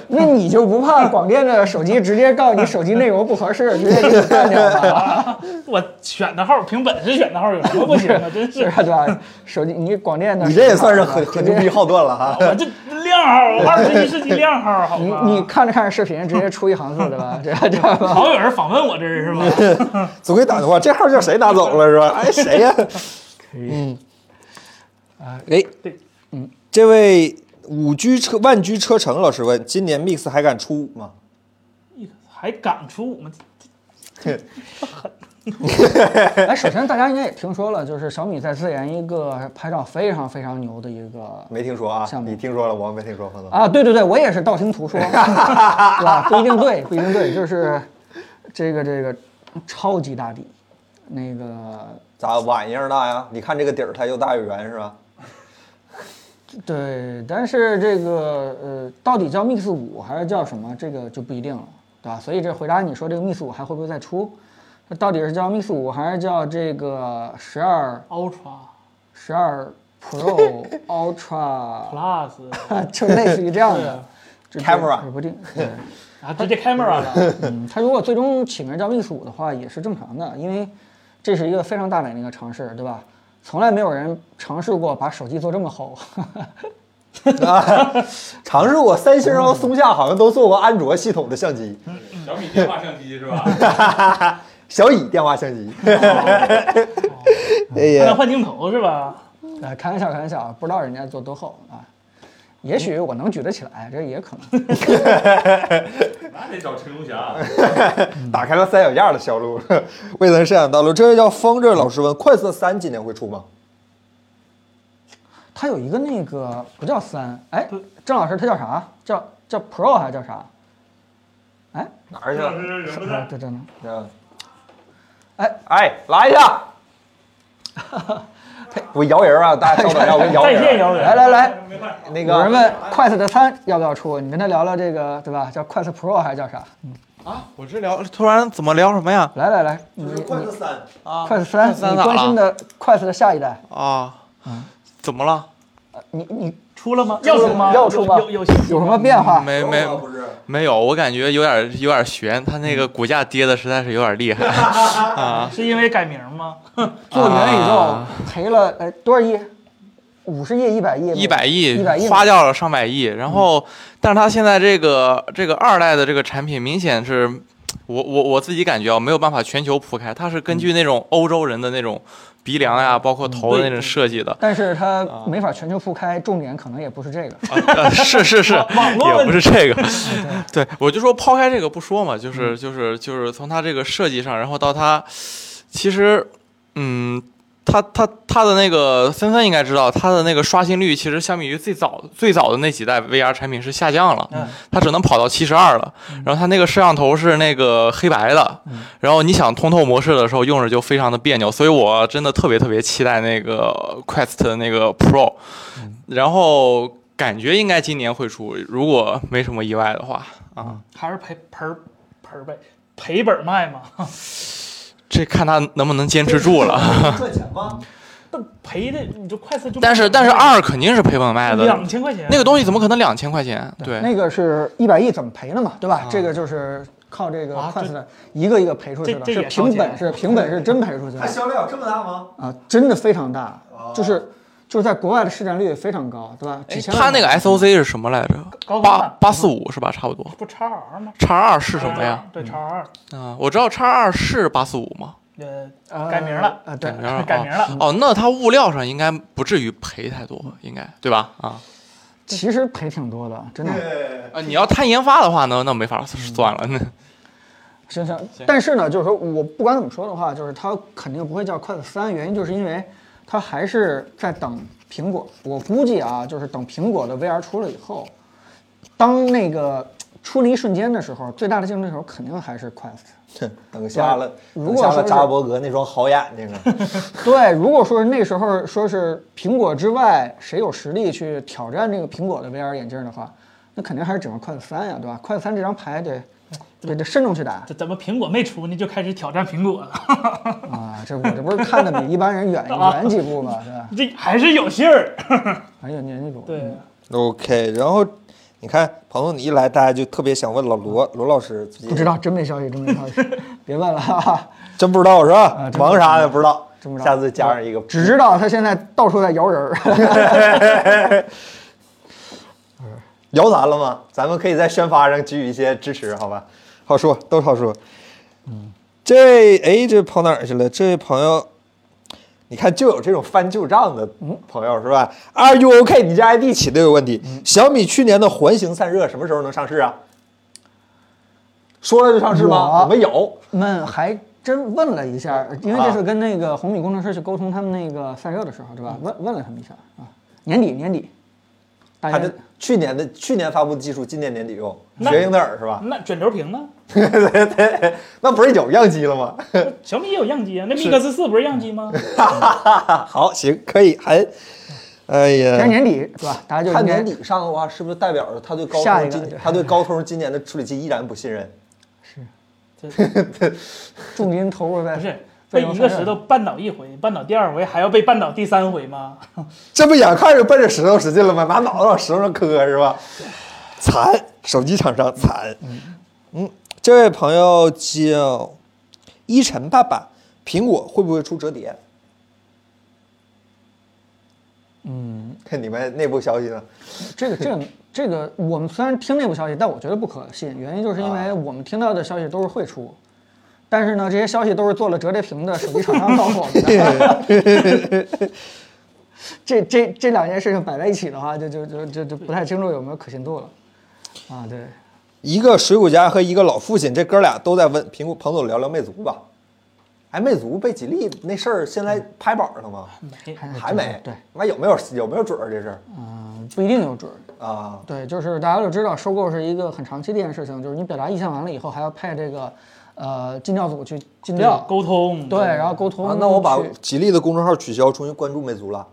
S2: 那你就不怕广电的手机直接告你手机内容不合适，直接给你干掉吧？
S1: 我选的号凭本事选的号有什么不行 啊？真
S2: 是
S1: 是
S2: 吧？对吧？手机你广电的，
S3: 你这也算是很很牛逼好断了哈。
S1: 我这靓号，二十一世纪靓号，好
S2: 你
S1: 吧？
S2: 你看着看着视频，直接出一行字，对吧？这 这样吧。
S1: 老有人访问我这儿是吧？
S3: 总归打电话，这号叫谁拿走了是吧？哎，谁呀、嗯，啊，哎，
S1: 对，
S3: 嗯，这位五 G 车万居车城老师问，今年 Mix 还敢出五吗？
S1: 还敢出我们
S2: 哎，首先大家应该也听说了，就是小米在自研一个拍照非常非常牛的一个
S3: 没听说啊
S2: 项，目
S3: 你听说了，我没听说，彭总。
S2: 啊，对对对，我也是道听途说，对吧？不一定对，不一定对，就是这个这个超级大底，那个
S3: 咋碗一样大呀？你看这个底儿，它又大又圆是吧？
S2: 对，但是这个呃，到底叫 Mix 五还是叫什么，这个就不一定了，对吧？所以这回答你说这个 Mix 五还会不会再出？它到底是叫 Mix 五还是叫这个十二
S1: Ultra
S2: 十二 Pro Ultra？
S1: Plus
S2: 就类似于这样
S1: 对
S2: 的
S1: 啊。
S2: 这
S3: Camera
S2: 这不定，对，
S1: 啊，直接 camera 了，
S2: 嗯，它如果最终起名叫 Mix 五的话，也是正常的，因为这是一个非常大胆的一个尝试，对吧？从来没有人尝试过把手机做这么厚，
S3: 啊，尝试过三星和松下，好像都做过安卓系统的相机，
S4: 小米电话相机是吧？
S3: 小蚁电话相机。 哎
S1: 还能
S3: 呀，
S1: 换镜头是吧？
S2: 啊，开玩笑，开玩笑，不知道人家做多厚啊。也许我能举得起来，这也可能。
S4: 那得找陈龙霞。啊
S3: 打开了三脚架的销路，未曾设想到路。这位叫风筝老师问：快色三今年会出吗？
S2: 它有一个那个不叫三，哎，郑老师他叫啥？叫叫 Pro 还是叫啥？哎，
S3: 哪儿去
S4: 老
S3: 了？
S4: 师人不
S2: 啊
S4: 在，
S2: 对对呢。
S3: 嗯
S2: 哎
S3: 哎，来一下！我摇人啊，大家稍等一下，我给你摇
S1: 在线
S3: 人
S1: 摇
S3: 啊。
S2: 来
S1: 人，
S2: 来来，
S4: 没办 法，
S3: 那
S2: 哎有人
S3: 个
S2: 问快 u 的三要不要出？你跟他聊聊这个，对吧？叫快 u Pro 还是叫啥？
S5: 啊！我这聊突然怎么聊什么呀？
S2: 来来来，你
S3: 快色三，
S5: 啊，
S2: 快 u 三，
S5: 三
S2: 你关心
S5: 的
S2: 的
S5: 嗯
S2: 快 u 的下一代，
S5: 啊？怎么了？
S2: 呃你你
S1: 出了吗？要出吗？
S2: 要出吗
S1: 有有有信息
S2: 有什么变化？
S5: 嗯没没
S3: 不是
S5: 没有，我感觉有点有点悬，它那个股价跌的实在是有 点厉害啊。
S1: 是因为改名吗？
S2: 做元宇宙
S5: 啊
S2: 赔了哎多少亿？五十亿、一百亿？
S5: 一百亿
S2: 嗯一百亿嗯
S5: 花掉了上百亿，然后，但是它现在这个这个二代的这个产品明显是，我我我自己感觉啊，没有办法全球铺开，它是根据那种欧洲人的那种鼻梁呀，包括头的那种设计的，
S2: 但是它没法全球铺开，重点可能也不是这个。
S5: 呃 是是是，
S1: 网络
S5: 也
S1: 问
S5: 不
S1: 题
S5: 是这个， 嗯对我就说抛开这个不说嘛，就是就是就是从它这个设计上，然后到它，其实，嗯。它它它的那个纷纷应该知道，它的那个刷新率其实相比于最早最早的那几代 VR 产品是下降了，
S1: 嗯，
S5: 它只能跑到七十二了。然后它那个摄像头是那个黑白的，
S1: 嗯
S5: 然后你想通透模式的时候用着就非常的别扭，所以我真的特别特别期待那个 Quest 的那个 Pro，然后感觉应该今年会出，如果没什么意外的话啊，
S1: 还是赔盆儿盆儿呗，赔本卖嘛，
S5: 这看它能不能坚持住了。
S3: 赚钱吗？
S1: 但赔的你就快速就。
S5: 但是但是二肯定是赔本卖的
S1: 两，千块钱
S5: 那个东西怎么可能两千块钱？对哎啊
S2: 那个是一百亿怎么赔的嘛，对吧？这个就是靠这个
S1: 啊
S2: Quest
S1: 这
S2: 的一个一个赔出去的，
S1: 这这
S2: 是
S1: 也烧
S2: 平
S1: 钱
S2: 本是平本是真赔出去的
S3: 它销量有这么大吗？
S2: 啊，真的非常大
S3: 哦，
S2: 就是就是在国外的市占率也非常高，对吧？
S5: 哎
S2: 几千万
S5: 它那个 SOC 是什么来着？
S1: 高光
S5: 八
S1: 版
S5: 八四五是吧？差不多。
S1: 不叉 R 吗？
S5: 叉二是什么呀？
S1: 对，叉 R，
S5: 啊，我知道叉二是八四五吗？
S1: 呃，
S2: 呃
S1: 改名了，
S2: 啊，对
S5: 改，名了，
S1: 改名了
S5: 啊哦，那它物料上应该不至于赔太多，应该对吧？啊
S2: 其实赔挺多的，真的。
S3: 对，
S5: 啊，你要摊研发的话呢，那没法算了。那
S2: 行行，但是呢，就是说我不管怎么说的话，就是它肯定不会叫快子三，原因就是因为它还是在等苹果。我估计啊，就是等苹果的 VR 出了以后，当那个出了一瞬间的时候，最大的竞争对手肯定还是 Quest。
S3: 等下了，
S2: 如
S3: 等
S2: 果
S3: 下
S2: 说
S3: 了
S2: 是
S3: 扎伯格那双好眼睛啊！
S2: 对，如果说是那时候说是苹果之外谁有实力去挑战这个苹果的 VR 眼镜的话，那肯定还是整个快子三呀，对吧？快子三这张牌得得得慎重去打。
S1: 这怎么苹果没出呢就开始挑战苹果了？
S2: 啊，这我这不是看的比一般 人远
S3: 啊
S2: 远几步嘛，对吧？
S1: 这还是有信儿。
S2: 还有年纪股，
S1: 对啊
S2: 嗯，
S3: OK，然后你看，庞总你一来，大家就特别想问老罗，罗老师最近
S2: 不知道，真没消息，真没消息，别问了啊，
S3: 真不知道是吧
S2: 啊？真不知道
S3: 忙啥的不知道
S2: 真不，知道
S3: 下次加上一个，
S2: 只知道他现在到处在摇人儿。
S3: 摇咱了吗？咱们可以在宣发上给予一些支持，好吧？好说，都好说。嗯，这位哎，这跑哪儿去了？这位朋友，你看就有这种翻旧账的朋友是吧？Are 啊 you OK？你这 ID 起的有问题。小米去年的环形散热什么时候能上市啊？说了就上市吗？
S2: 我
S3: 我们有，
S2: 们还真问了一下，因为这
S3: 啊
S2: 次跟那个红米工程师去沟通他们那个散热的时候，对吧？问问了他们一下啊，年底年底，大
S3: 它
S2: 家
S3: 这去年的去年发布的技术，今年年底用，
S1: 那
S3: 绝影的耳是吧？
S1: 那卷轴屏呢？
S3: 那不是有样机了吗？
S1: 小米也有样机啊，那 Mix 四不是样机吗？
S3: 好，行，可以，还，哎
S2: 今
S3: 呀
S2: 年，年底是吧？大家就
S3: 他
S2: 应
S3: 年
S2: 该
S3: 底上的话，是不是代表着他对高
S2: 下一
S3: 通
S2: 个
S3: 今
S2: 对
S3: 他对高通今年的处理器依然不信任？
S2: 重金投入在
S1: 不是
S2: 在
S1: 被
S2: 摇
S1: 一
S2: 散热
S1: 个石头绊倒一回，绊倒第二回，还要被绊倒第三回吗？
S3: 这不眼看着奔着石头使劲了吗？拿脑袋往石头上磕是吧？惨，手机厂商惨。嗯，这位朋友叫依晨爸爸，苹果会不会出折叠？嗯，看你们内部消息呢。
S2: 这个这个这个，我们虽然听内部消息，但我觉得不可信。原因就是因
S3: 啊
S2: 为我们听到的消息都是会出，但是呢，这些消息都是做了折叠屏的手机厂商告诉我们的。 这这这两件事情摆在一起的话，就就就就就不太清楚有没有可信度了。啊，对，
S3: 一个水果家和一个老父亲，这哥俩都在问苹果彭总聊聊魅族吧。哎，魅族被吉利那事儿现在拍板了吗？
S1: 没，
S3: 还没。
S2: 嗯对，
S3: 那有没有有没有准儿这事儿
S2: 嗯，不一定有准儿。
S3: 啊？
S2: 对，就是大家都知道，收购是一个很长期的一件事情，就是你表达意向完了以后，还要派这个呃尽调组去尽调，
S1: 沟通
S2: 对，然后沟通去。
S3: 啊，那我把吉利的公众号取消，重新关注魅族了。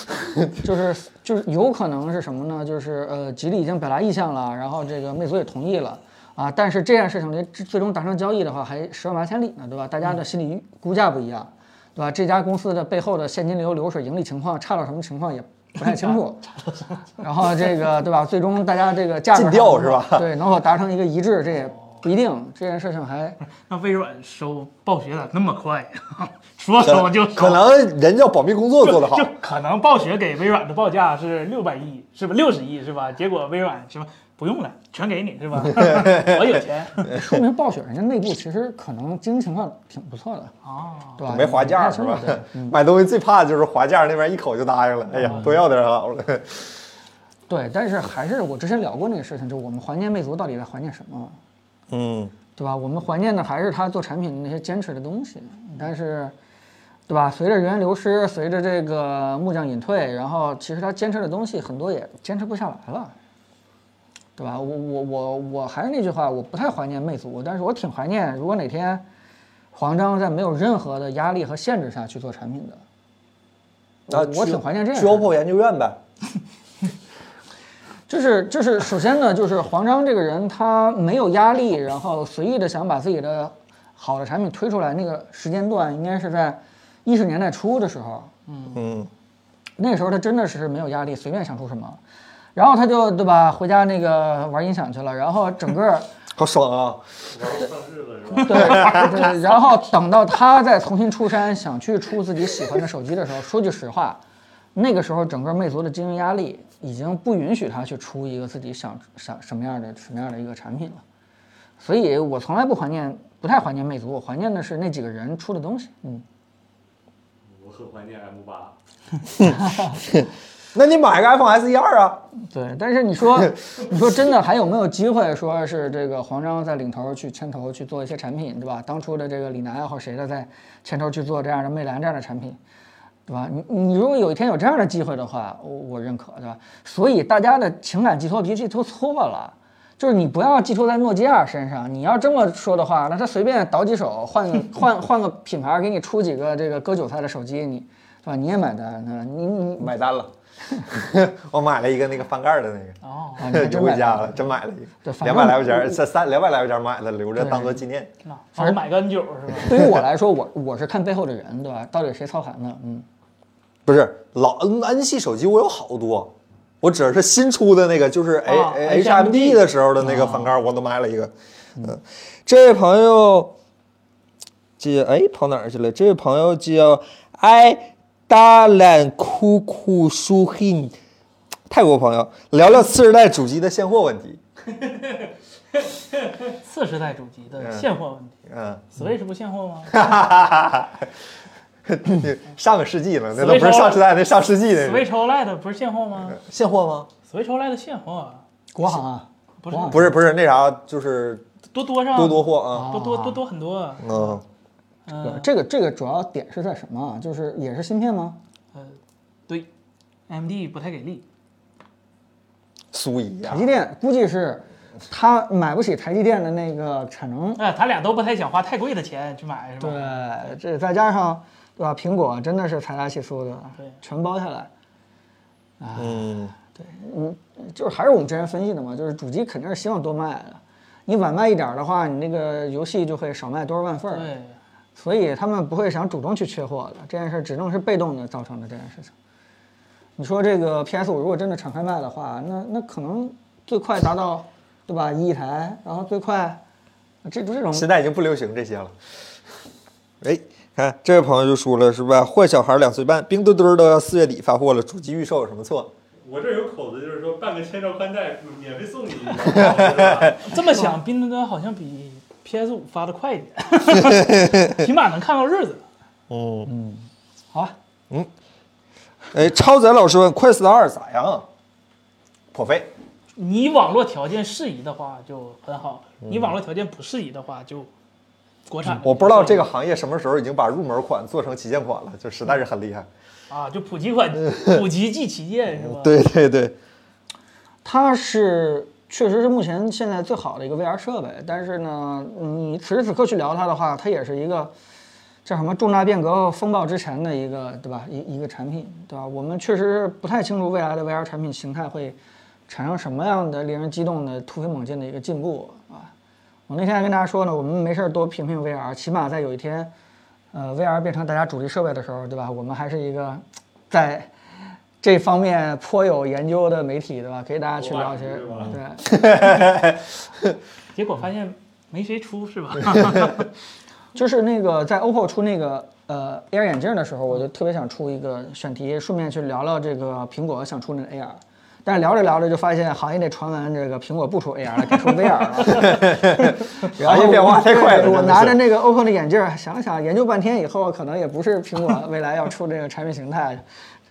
S2: 就是就是有可能是什么呢？就是呃，吉利已经表达意向了，然后这个魅族也同意了啊，但是这件事情这最最终达成交易的话，还十万八千里呢，对吧？大家的心
S3: 嗯
S2: 理估价不一样，对吧？这家公司的背后的现金流流水、盈利情况差到什么情况也不太清 楚。然后这个对吧？最终大家这个价格
S3: 尽
S2: 上
S3: 调
S2: 能
S3: 是吧
S2: 否对，能否达成一个一致，这也不一定。这件事情 还
S1: 让微软收暴雪咋那么快 呀？说
S3: 可
S1: 收就收，
S3: 可能人家保密工作做得好
S1: 就，可能暴雪给微软的报价是六百亿，是吧？六十亿是吧？结果微软什么不用了，全给你是 吧？我有钱
S2: 说明暴雪人家内部其实可能经营情况挺不错的，
S1: 啊，
S2: 对吧？
S3: 没划价
S2: 也
S3: 是
S2: 挺
S3: 吧
S2: 好的？
S3: 买东西最怕的就是划价，那边一口就答应了。哎
S2: 嗯
S3: 呀，多要点好了。
S2: 对，但是还是我之前聊过那个事情，就我们怀念魅族到底在怀念什么嘛？
S3: 嗯，
S2: 对吧？我们怀念的还是他做产品的那些坚持的东西，但是，对吧？随着人员流失，随着这个木匠隐退，然后其实他坚持的东西很多也坚持不下来了，对吧？我我我我还是那句话，我不太怀念魅族，但是我挺怀念，如果哪天黄章在没有任何的压力和限制下去做产品的，
S3: 那
S2: 我我挺怀念这样
S3: 啊去
S2: 的
S3: OPPO 研究院呗。
S2: 就是就是，首先呢，就是黄章这个人，他没有压力，然后随意的想把自己的好的产品推出来，那个时间段应该是在一十年代初的时候，
S3: 嗯，
S2: 那个时候他真的是没有压力，随便想出什么，然后他就对吧，回家那个玩音响去了，然后整个
S3: 好爽啊！
S2: 对 对，然后等到他再重新出山，想去出自己喜欢的手机的时候，说句实话，那个时候整个魅族的经营压力已经不允许他去出一个自己想想什么样的什么样的一个产品了。所以我从来不怀念，不太怀念魅族，我怀念的是那几个人出的东西。嗯，
S4: 我很怀念 M 八，
S3: 那你买个 iPhone SE 二啊？
S2: 对。但是你说，你说真的还有没有机会说是这个黄章在领头去牵头去做一些产品，对吧？当初的这个李楠啊或谁的在牵头去做这样的魅蓝这样的产品，对吧？你你如果有一天有这样的机会的话，我我认可，对吧？所以大家的情感寄托别寄托错了，就是你不要寄托在诺基亚身上。你要这么说的话，那他随便倒几手，换个换换个品牌，给你出几个这个割韭菜的手机，你对吧？你也买单，对吧？你你
S3: 买单了， 我买了一个那个翻盖的那
S1: 哦，
S2: 啊，你
S3: 个，
S2: 还
S3: 邮
S2: 真
S3: 回
S2: 买
S3: 家
S2: 单
S3: 了，真买了一
S2: 对
S3: 个，
S2: 反正嗯
S3: 两百来块钱，三三两百来块钱买的，留着
S2: 对
S3: 当做纪念。
S1: 那反正买个 N 九是吧？
S2: 对于我来说，我我是看背后的人，对吧？到底谁操盘的？嗯，
S3: 不是老 N N 系手机我有好多，我指的是新出的那个，就是 A、
S1: 啊
S3: A
S1: HMD
S3: HMD 的时候的那
S2: 啊
S3: 个翻盖，我都买了一个。嗯，这位朋友叫哎跑哪儿去了？这位朋友叫埃达兰库库舒hin，泰国朋友，聊聊次世代主机的现货问题。
S1: 次世代主机的现货问题
S3: 嗯，
S1: ，Switch 不现货吗
S3: 上个世纪了，那都不是上世代，那上世纪那嗯是
S1: ？Switch OLED 不是现货吗
S3: 现货吗？
S1: ？Switch OLED 现货
S2: 国行啊，
S1: 不是
S2: 哇
S3: 不是不是那啥，就是
S1: 多多上
S3: 多多货啊，
S1: 多多多多很多，
S3: 嗯，
S2: 对
S1: 嗯，
S2: 这个这个主要点是在什么啊？就是也是芯片吗？
S1: 呃，对，AMD 不太给力，
S3: 苏啊一呀
S2: 台，积电估计是他买不起台积电的那个产能，
S1: 哎，他俩都不太想花太贵的钱去买是吧？
S2: 对，这再加上对吧？苹果真的是财大气粗的
S1: 对，
S2: 全包下来，
S3: 嗯。
S2: 就是还是我们之前分析的嘛，就是主机肯定是希望多卖的，你晚卖一点儿的话，你那个游戏就会少卖多少万份儿，
S1: 对，
S2: 所以他们不会想主动去缺货的，这件事只能是被动的造成的这件事情。你说这个 PS 五如果真的敞开卖的话，那那可能最快达到，对吧？一亿台，然后最快，这这种
S3: 现在已经不流行这些了。哎，看这位朋友就说了是吧？坏小孩两岁半，冰墩墩都要四月底发货了，主机预售有什么错？
S4: 我这儿有口子，就是说办个千兆宽带免费送你一个，是吧
S1: 这么想，冰墩墩好像比 PS 五发的快一点， 起码能看到日子。
S3: 哦
S1: 嗯
S2: 好吧？
S3: 哎，超载老师问快四的二咋样啊？破费。
S1: 你网络条件适宜的话就很好，你网络条件不适宜的话就国产的。
S3: 嗯我不知道这个行业什么时候已经把入门款做成旗舰款了，就实在是很厉害。
S1: 啊，就普及 款，普及即旗舰是吧？，
S3: 对对对，
S2: 它是确实是目前现在最好的一个 VR 设备，但是呢，你此时此刻去聊它的话，它也是一个叫什么重大变革风暴之前的一个，对吧？一一个产品，对吧？我们确实是不太清楚未来的 VR 产品形态会产生什么样的令人激动的突飞猛进的一个进步啊！我那天还跟大家说呢，我们没事儿多评评 VR，起码在有一天，呃，VR 变成大家主力设备的时候，对吧？我们还是一个在这方面颇有研究的媒体，对吧？可以大家去了解
S4: 对吧，
S2: 对，
S1: 结果发现没谁出是 吧？哎
S2: 就是那个在 OPPO 出那个呃 Air 眼镜的时候，我就特别想出一个选题，顺便去聊聊这个苹果想出那个 Air。但是聊着聊着就发现行业内传闻，这个苹果不出 AR 了，改出 VR 了。然后
S3: 行业变化太快了
S2: 对我
S3: 真的是
S2: 拿着那个 OPPO 的眼镜儿，想了想，研究半天以后，可能也不是苹果未来要出这个产品形态，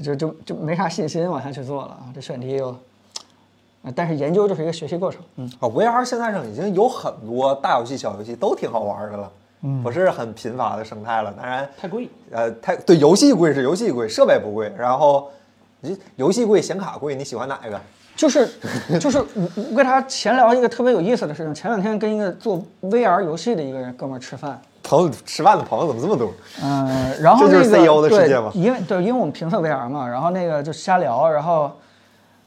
S2: 就就就没啥信心往下去做了啊。这选题又，呃但是研究就是一个学习过程。嗯，
S3: 啊，VR 现在上已经有很多大游戏、小游戏都挺好玩的了，
S2: 嗯
S3: 不是很贫乏的生态了。当然，
S1: 太贵，
S3: 呃，太对游戏贵是游戏贵，设备不贵。然后，你游戏贵，显卡贵，你喜欢哪一个？
S2: 就是就是我我跟他闲聊一个特别有意思的事情，前两天跟一个做 VR 游戏的一个人哥们儿吃饭，
S3: 朋友吃饭的朋友怎么这么多？
S2: 嗯，然后
S3: 这就是
S2: 那个
S3: CEO 的世
S2: 对
S3: 界吗
S2: 因为对，因为我们评测 VR 嘛，然后那个就瞎聊，然后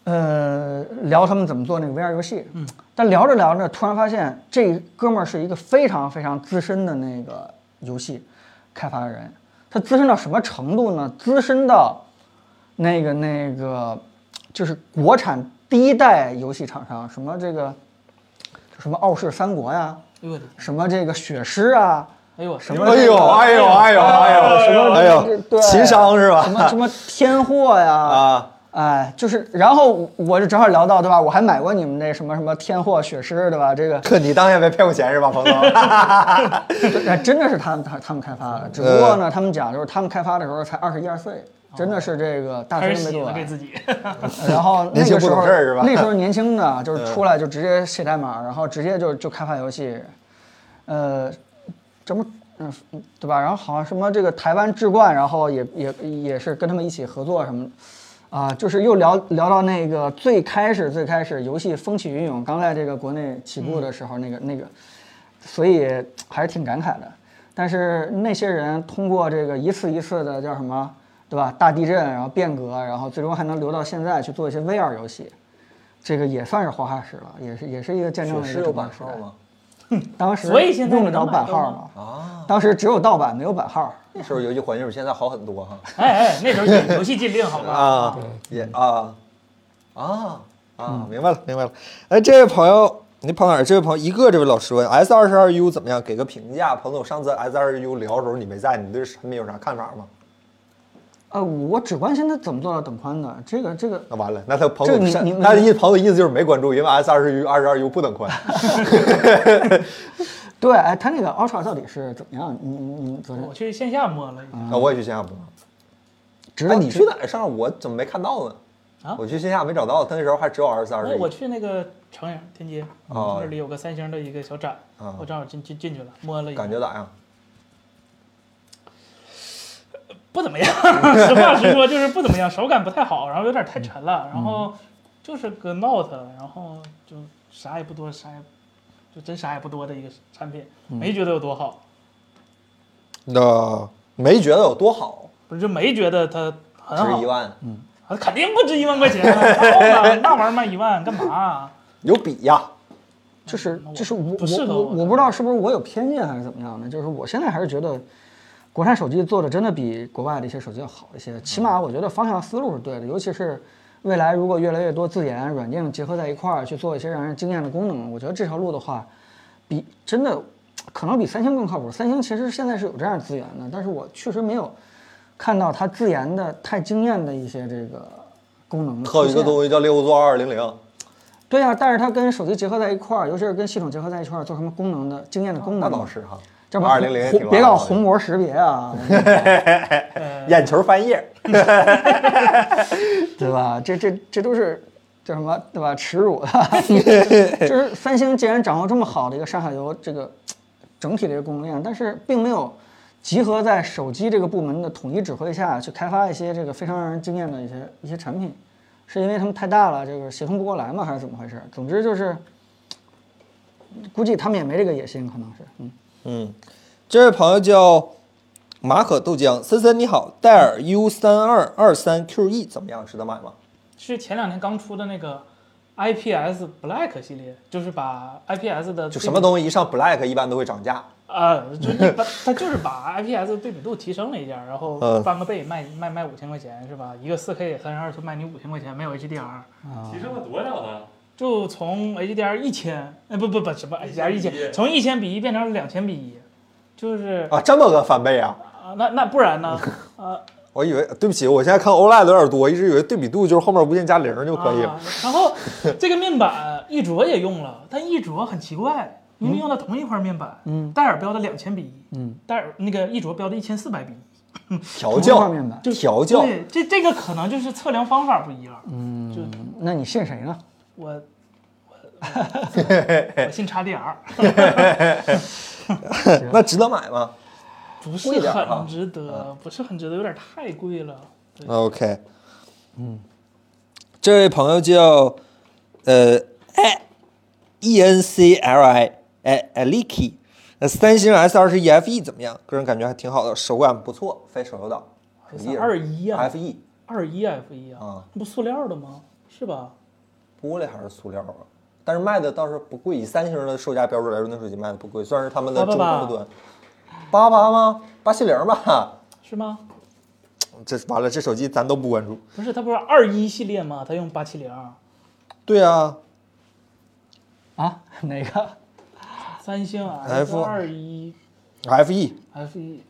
S2: 呃聊他们怎么做那个 VR 游戏。嗯，但聊着聊着，突然发现这哥们儿是一个非常非常资深的那个游戏开发人，他资深到什么程度呢？资深到那个那个就是国产第一代游戏厂商，什么这个什么傲视三国呀，
S1: 哎呦我的天，
S2: 什么这个血狮啊。
S1: 哎呦我的
S2: 什
S1: 天
S2: 么
S3: 哎呦，哎呦，哎呦，哎呦，
S2: 什么
S3: 哎
S2: 这
S3: 呦，
S2: 对
S3: 秦商是
S2: 什
S3: 吧？
S2: 么什么天货呀
S3: 啊，
S2: 哎，就是，然后我就正好聊到对吧？我还买过你们那什么什么天货血狮对吧？这个
S3: 呵，你当年没骗过钱是吧，彭总？
S2: 哎，真的是他们他他们开发
S3: 呃
S2: 的，只不过呢，他们讲就是他们开发的时候才二十一二岁，真的是这个大
S1: 哦开
S2: 学
S1: 始
S2: 都没
S1: 洗了
S2: 读完
S1: 给。自 己，
S2: 然后那
S3: 年轻
S2: 个
S3: 不
S2: 时
S3: 懂
S2: 候
S3: 事儿是吧嗯
S2: 那时候年轻的就是出来就直接写代码，然后直接就就开发游戏，呃，这不嗯对吧？然后好像什么这个台湾智冠，然后也也也是跟他们一起合作什么。啊，就是又聊聊到那个最开始最开始游戏风起云涌，刚在这个国内起步
S1: 嗯
S2: 的时候，那个那个，所以还是挺感慨的。但是那些人通过这个一次一次的叫什么，对吧？大地震，然后变革，然后最终还能留到现在去做一些 VR 游戏，这个也算是活化石了，也是 也是一个见证了一个
S3: 有
S2: 中国
S3: 版
S2: 时
S3: 号
S2: 代。
S3: 吗？
S2: 当时
S1: 所以现在
S2: 用得
S1: 能
S2: 着
S1: 买
S2: 版
S1: 到
S2: 号
S1: 吗
S2: 吗？啊，当时只有盗版没有版号。
S3: 那时候游戏环境比现在好很多哈。
S1: 哎哎，那时候有游戏禁令好吧？
S3: 啊，也啊啊
S1: 嗯
S3: 啊，明白了，明白了。哎，这位朋友，你跑哪儿？这位朋友，一个这位老师问 S 二十二 U 怎么样？给个评价。彭总，上次 S 二十 U 聊的时候你没在，你对产品有啥看法吗？
S2: 呃，我只关心它怎么做到等宽的，这个这个
S3: 那完了，那他彭
S2: 这
S3: 总
S2: 你
S3: 上
S2: 你，
S3: 那意彭总意思就是没关注，因为 S 二十 U 二十二 U 不等宽。
S2: 对，哎，它那个 Ultra 到底是怎么样？你你你们昨天
S1: 我去线下摸了一下，
S3: 啊，我也去线下不能。
S2: 值
S3: 哎，
S2: 得
S1: 呃
S3: 你
S2: 值
S3: 去哪儿上？我怎么没看到呢？
S1: 嗯啊
S3: 我去线下没找到，他那时候还只有二十二
S1: 那
S3: U。
S1: 哎我去那个城阳天街
S3: 哦
S1: 那里有个三星的一个小展
S3: 啊，
S1: 我正好进进进去了，摸了一下
S3: 感，觉咋样？
S1: 不怎 么样，实话实说就是不怎么样，手感不太好，然后有点太沉了，然后就是个 Note，然后就啥也不多，啥也就真啥也不多的一个产品，没觉得有多好，
S3: 那没觉得有多好，
S1: 不是就没觉得它很好
S3: 值一，万，
S1: 啊肯定不值一万块钱啊， 闹呢那玩意儿卖一万干嘛啊？
S3: 有比呀。
S2: 就是
S1: 嗯那我
S2: 就是我
S1: 不适合
S2: 我
S1: 我
S2: 我不知道是不是我有偏见还是怎么样的，就是我现在还是觉得国产手机做的真的比国外的一些手机要好一些，
S1: 嗯
S2: 起码我觉得方向思路是对的，尤其是未来如果越来越多自研软件结合在一块儿去做一些让人惊艳的功能，我觉得这条路的话，比真的可能比三星更靠谱。三星其实现在是有这样资源的，但是我确实没有看到它自研的太惊艳的一些这个功
S1: 嗯
S2: 能出
S3: 还
S2: 现。
S3: 有一个东西叫猎户座二零零，
S2: 对呀、但是它跟手机结合在一块儿，尤其是跟系统结合在一块儿，做什么功能的惊艳的功能？
S3: 啊那倒是哈，
S2: 这不
S3: 二零零
S2: 红别搞虹膜识别啊，
S3: 眼球翻页，
S2: 对吧？这这这都是叫什么对吧？耻辱的，就是三星既然掌握这么好的一个上下游这个整体的一个供应链，但是并没有集合在手机这个部门的统一指挥下去开发一些这个非常让人惊艳的一些一些产品，是因为他们太大了，这个协同不过来吗？还是怎么回事？总之就是，估计他们也没这个野心，可能是嗯。
S3: 嗯，这位朋友叫马可豆浆，森森你好，戴尔 E，U 三二二三 QE 怎么样？值得买吗？
S1: 是前两天刚出的那个 IPS Black 系列，就是把 IPS 的对
S3: 就什么东西一上 Black 一般都会涨价。
S1: 啊，就就把它就是把 IPS 对比度提升了一下，然后
S3: 嗯
S1: 翻个倍卖卖卖五千块钱是吧？一个 4K 三十二寸卖你五千块钱，没有 HDR，
S4: 提升了多少呢？
S1: 就从 HDR 一千，哎不不不什么 HDR 一
S4: 1000比一
S1: 千，从一千比一变成两千比一，就是
S3: 啊，这么个翻倍啊！
S1: 啊那那不然 呢？啊
S3: 我以为，对不起，我现在看 OLED 有点多，一直以为对比度就是后面无限加零就可以了。
S1: 啊。然后这个面板一卓也用了，但一卓很奇怪，明明用的同一块面板，
S2: 嗯
S1: 戴尔标的两千比一，
S2: 嗯，
S1: 戴尔那个一卓标的一千四百比一，
S3: 调
S2: 同一
S3: 教
S2: 块面板，
S3: 调教，
S1: 对，这这个可能就是测量方法不一样。嗯，就
S2: 那你信谁呢？
S1: 我 我我我信 XDR，
S3: 那值得买吗
S1: 不是
S3: 贵点儿啊
S1: 很值得，不是很值得，有点太贵了。对
S3: ？OK，嗯，这位朋友叫呃哎 E N C L I 哎 Aliki，呃，三星 S 二十一 FE 怎么样？个人感觉还挺好的，手感不错，非手游党。E，
S1: S 二一啊
S3: FE
S1: 二一 F 一
S3: 啊
S1: 啊，那不塑料的吗？是吧？
S3: 玻璃还是塑料啊？但是卖的倒是不贵，以三星的售价标准来说，那手机卖的不贵，算是他们的中
S1: 888
S3: 高端。八八吗？八七零吧。
S1: 是吗？
S3: 这完了，这手机咱都不关注。
S1: 不是，它不是二一系列吗？它用八七零，
S3: 对啊，
S2: 啊，哪个？
S1: 三星 S
S3: iPhone
S1: 二一
S3: F E
S1: F 一。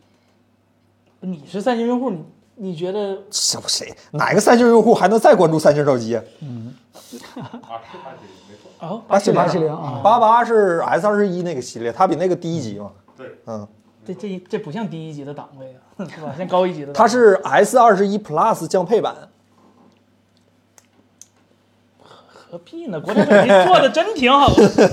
S1: 你是三星用户，你你觉得
S3: 这不谁哪个三星用户还能再关注三星手机？
S4: 啊，是八七零，没错。
S1: 哦，
S3: 七
S2: 八七
S3: 零
S2: 零啊
S3: 八八是 S 二十一那个系列，它比那个低一级嘛。
S4: 对，
S3: 嗯，
S1: 这这这不像低一级的档位啊，是吧？像高一级的档位。
S3: 它是 S 二十一 Plus 降配版。
S1: 何必呢？国产手机做的真挺 好，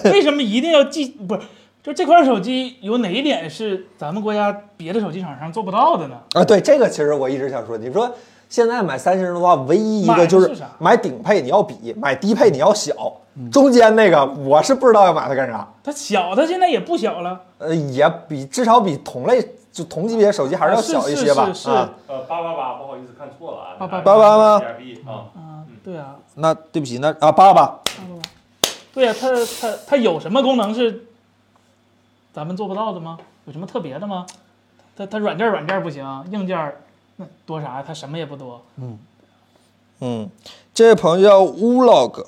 S1: 为什么一定要记？不是，就这款手机有哪一点是咱们国家别的手机厂商做不到的呢？
S3: 啊，对，这个其实我一直想说，你说现在买三星的话，唯一一
S1: 买
S3: 个
S1: 的
S3: 就是是
S1: 啥
S3: 买顶配你要比，买低配你要小，中间那个我是不知道要买它干啥，
S1: 它小，它现在也不小了，
S3: 呃，也比至少比同类就同级别手机还是要小一些吧，
S1: 是是是
S3: 啊，
S4: 呃，八八八，不好意思，看错了啊。
S1: 888
S3: 88吗
S4: T R B 啊，
S1: 啊，对啊，
S3: 那对不起，那啊八八
S1: 对啊，它它它有什么功能是咱们做不到的吗？有什么特别的吗？它它软件儿软件儿不行，硬件儿那多啥？它什么也不多。
S3: 嗯，这位朋友叫 Vlog，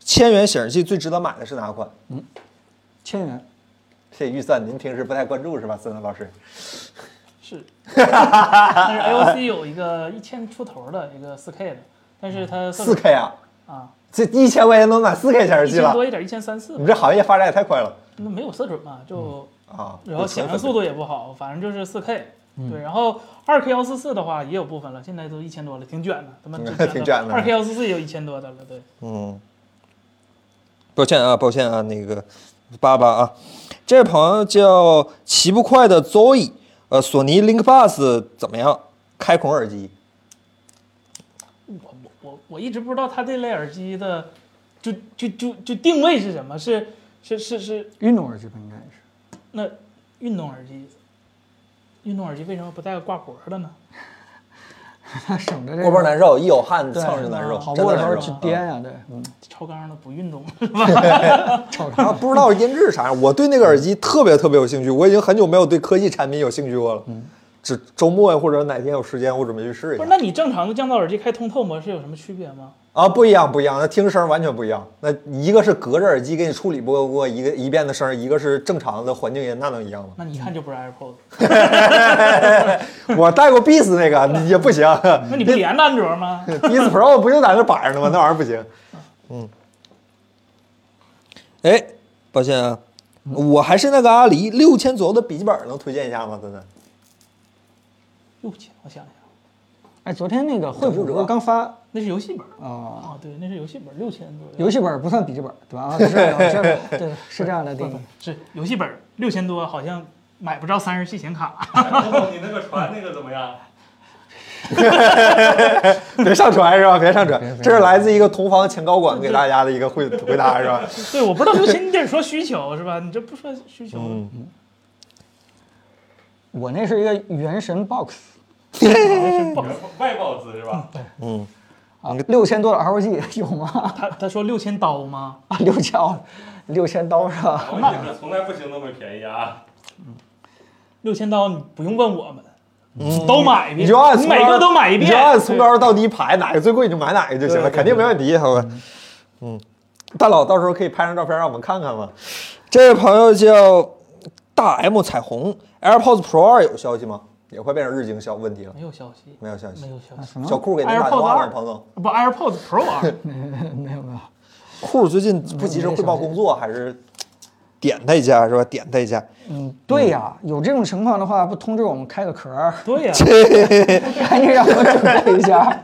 S3: 千元显示器最值得买的是哪款？
S2: 千元。
S3: 这预算您平时不太关注是吧，森森老师？
S1: 是，但是 AOC 有一个一千出头的一个四 K 的，但是它色
S3: 四
S1: 准
S3: K 啊，
S1: 啊，
S3: 这一千块钱能买四 K 显示
S1: 一
S3: 器
S1: 千
S3: 了，
S1: 多一点，一千三四
S3: 你。们这行业发展也太快了
S1: 那没有色准嘛，就
S3: 啊！
S1: 然后显示速度也不好，反正就是四 K。对，
S3: 嗯
S1: 然后二 K 幺四四的话也有部分了，现在都一千多了，挺卷的，他们
S3: 挺卷的
S1: 二 K 幺四四也有一千多的了，对。
S3: 嗯，抱歉啊，抱歉啊，那个爸爸啊，这位朋友叫骑不快的 Zoe，呃，索尼 Link Bus 怎么样？开孔耳机，
S1: 我我我我一直不知道它这类耳机的，就就就就定位是什么？是是是是
S2: 运动耳机吧，应该是。
S1: 那运动耳机，运动耳机为什么不带个挂脖的呢？
S2: 他 省着这
S3: 过
S2: 个
S3: 边难受，一有汗
S2: 对
S3: 蹭着难
S1: 啊
S3: 受，
S2: 跑
S3: 真
S2: 步
S3: 的
S2: 的时候
S3: 难
S2: 去
S3: 受。
S2: 颠呀，对，嗯，
S1: 超纲的不运动，
S2: 瞅着
S3: 啊，不知道音质啥样，我对那个耳机特别特别有兴趣，我已经很久没有对科技产品有兴趣过了。只周末或者哪天有时间，我准备去试
S1: 不
S3: 一下
S1: 是？。那你正常的降噪耳机开通透模式有什么区别吗？
S3: 啊，不一样，不一样，那听声完全不一样。那一个是隔着耳机给你处理不过一个一遍的声，一个是正常的环境音，那能一样吗？
S1: 那你一看就不是 AirPods，
S3: 我戴过 Beats 那个也不行
S1: 那你不连着安卓吗？
S3: ，Beats Pro 不就在那摆着呢吗？那玩意儿 不行。嗯，哎，抱歉啊，我还是那个阿狸，六千左右的笔记本能推荐一下吗？真的？
S1: 六千，我想想，
S2: 哎，昨天那个惠普不
S3: 九
S2: 啊
S3: 折
S2: 是刚发
S1: 那是游戏本儿
S2: 啊，
S1: 啊，对，那是游戏本儿，六千左右。
S2: 游戏本不算笔记本，对吧？啊，是这样， 对，是这样的定义。
S1: 是游戏本儿六千多，好像买不着三十系显卡。
S4: 然后你那个船那个怎么样？
S3: 别上传是吧？别上
S2: 别别
S3: 传，这是来自一个同方前高管给大家的一 个回回答是吧？
S1: 对，我不知道刘鑫，你得说需求是吧？你这不说需求，
S2: 嗯我那是一个原神 box，
S1: 真不好
S4: 外贸资是吧？
S2: 啊，六千多的 LG 有吗？
S1: 他他说六千刀吗？
S2: 啊，六千六千刀是吧？
S4: 我想着从来不行那么便宜啊！
S1: 六千刀你不用问我们，都买一遍，
S3: 嗯你就按从高
S1: 每个都买一遍，
S3: 你就按从高到低排，哪个最贵你就买哪个就行了，肯定没问题，好吧？嗯，大佬到时候可以拍张照片让我们看看吗？这位朋友叫大 M 彩虹，AirPods Pro 二有消息吗？也快变成日经消问题了
S1: 对。，没有消息，
S3: 没有消息
S1: 没。有消息。
S3: 小酷给您打电话
S1: AirPods
S3: 了，彭总。
S1: 不，AirPods Pro 啊 二
S2: 没有没有，
S3: 酷最近不急着汇报工作，还是点他一下是吧？点他一下。
S2: 嗯，对呀，有这种情况的话，不通知我们开个壳儿，
S1: 对呀、
S2: 赶紧让我们准备一 下。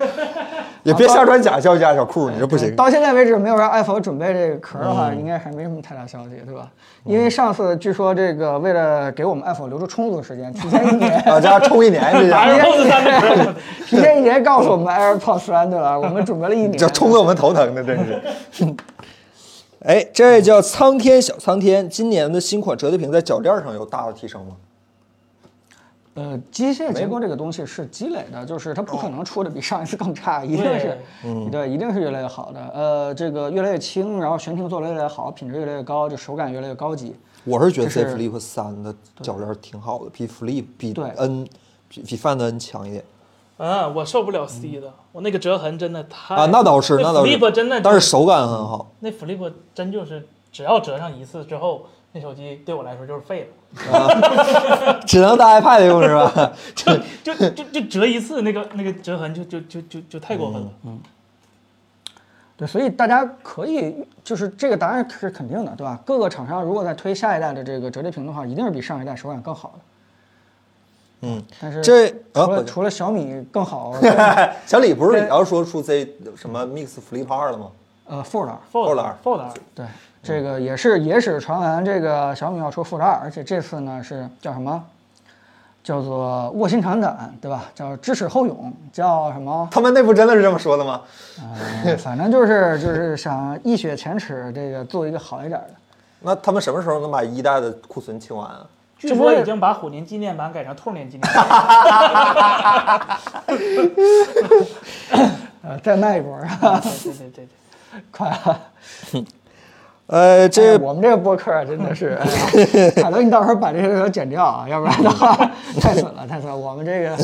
S3: 也别瞎传假消息啊，小酷，你这不行。，
S2: 到现在为止，没有让爱否准备这个壳儿的话，应该还没什么太大消息，对吧？因为上次据说这个为了给我们爱否留出充足的时间，提前一年
S3: 老家啊冲一年这家
S2: 哎
S3: 伙，
S1: AirPods 三的 Pro，
S2: 提前一年告诉我们 AirPods 三，对吧？我们准备了一年，
S3: 这冲得我们头疼的真是。哎，这叫苍天小苍天，今年的新款折叠屏在铰链上有大的提升吗？
S2: 呃，机械结构这个东西是积累的，就是它不可能出的比上一次更差，一定是，对，一定是越来越好的。呃，这个越来越轻，然后悬停做的越来越好，品质越来越高，就手感越来越高级。
S3: 我是觉得 Z
S2: 就是
S3: Flip 三的铰链挺好的，比 Flip 比
S2: 对
S3: N 比比 Find N 强一点
S1: 嗯，我受不了 C 的，我那个折痕真的
S2: 哎
S1: 太
S3: 啊。那倒是，那倒是
S1: Flip 真的，，
S3: 但是手感很好
S1: 那 Flip 真就是只要折上一次之后，那手机对我来说就是废了，
S3: 啊，只能当 iPad 用是吧？
S1: 就就就就折一次，那个那个折痕就就就就就太过分了。
S3: 嗯
S2: 对，所以大家可以，就是这个答案是肯定的，对吧？各个厂商如果在推下一代的这个折叠屏的话，一定是比上一代手感更好的。
S3: 嗯，
S2: 但是
S3: 这
S2: 除
S3: 啊
S2: 了、
S3: 不
S2: 除了小米更 好，
S3: 小李不是也要说出 Z 什么 Mix Flip 二了吗？
S2: 呃，Fold 二
S1: Fold
S3: Fold
S1: 二
S3: 二
S1: Fold 二
S3: 嗯
S2: 对，这个也是野史传闻，这个小米要出 Fold 二，而且这次呢是叫什么？叫做卧薪尝胆，对吧？叫知耻后勇，叫什么？
S3: 他们内部真的是这么说的吗？
S2: 呃反正就是就是想一雪前耻，这个做一个好一点的。
S3: 那他们什么时候能把一代的库存清完啊？
S1: 据说已经把虎年纪念版改成兔年纪念版，
S2: 呃，再耐一波儿，
S1: 对对对对对。
S2: 快了。
S3: 呃，
S2: 哎
S3: 这
S2: 呀我们这个播客啊，真的 是，哎呀凯伦，你到时候把这些都剪掉啊，要不然的 话太损了，太损了。我们这个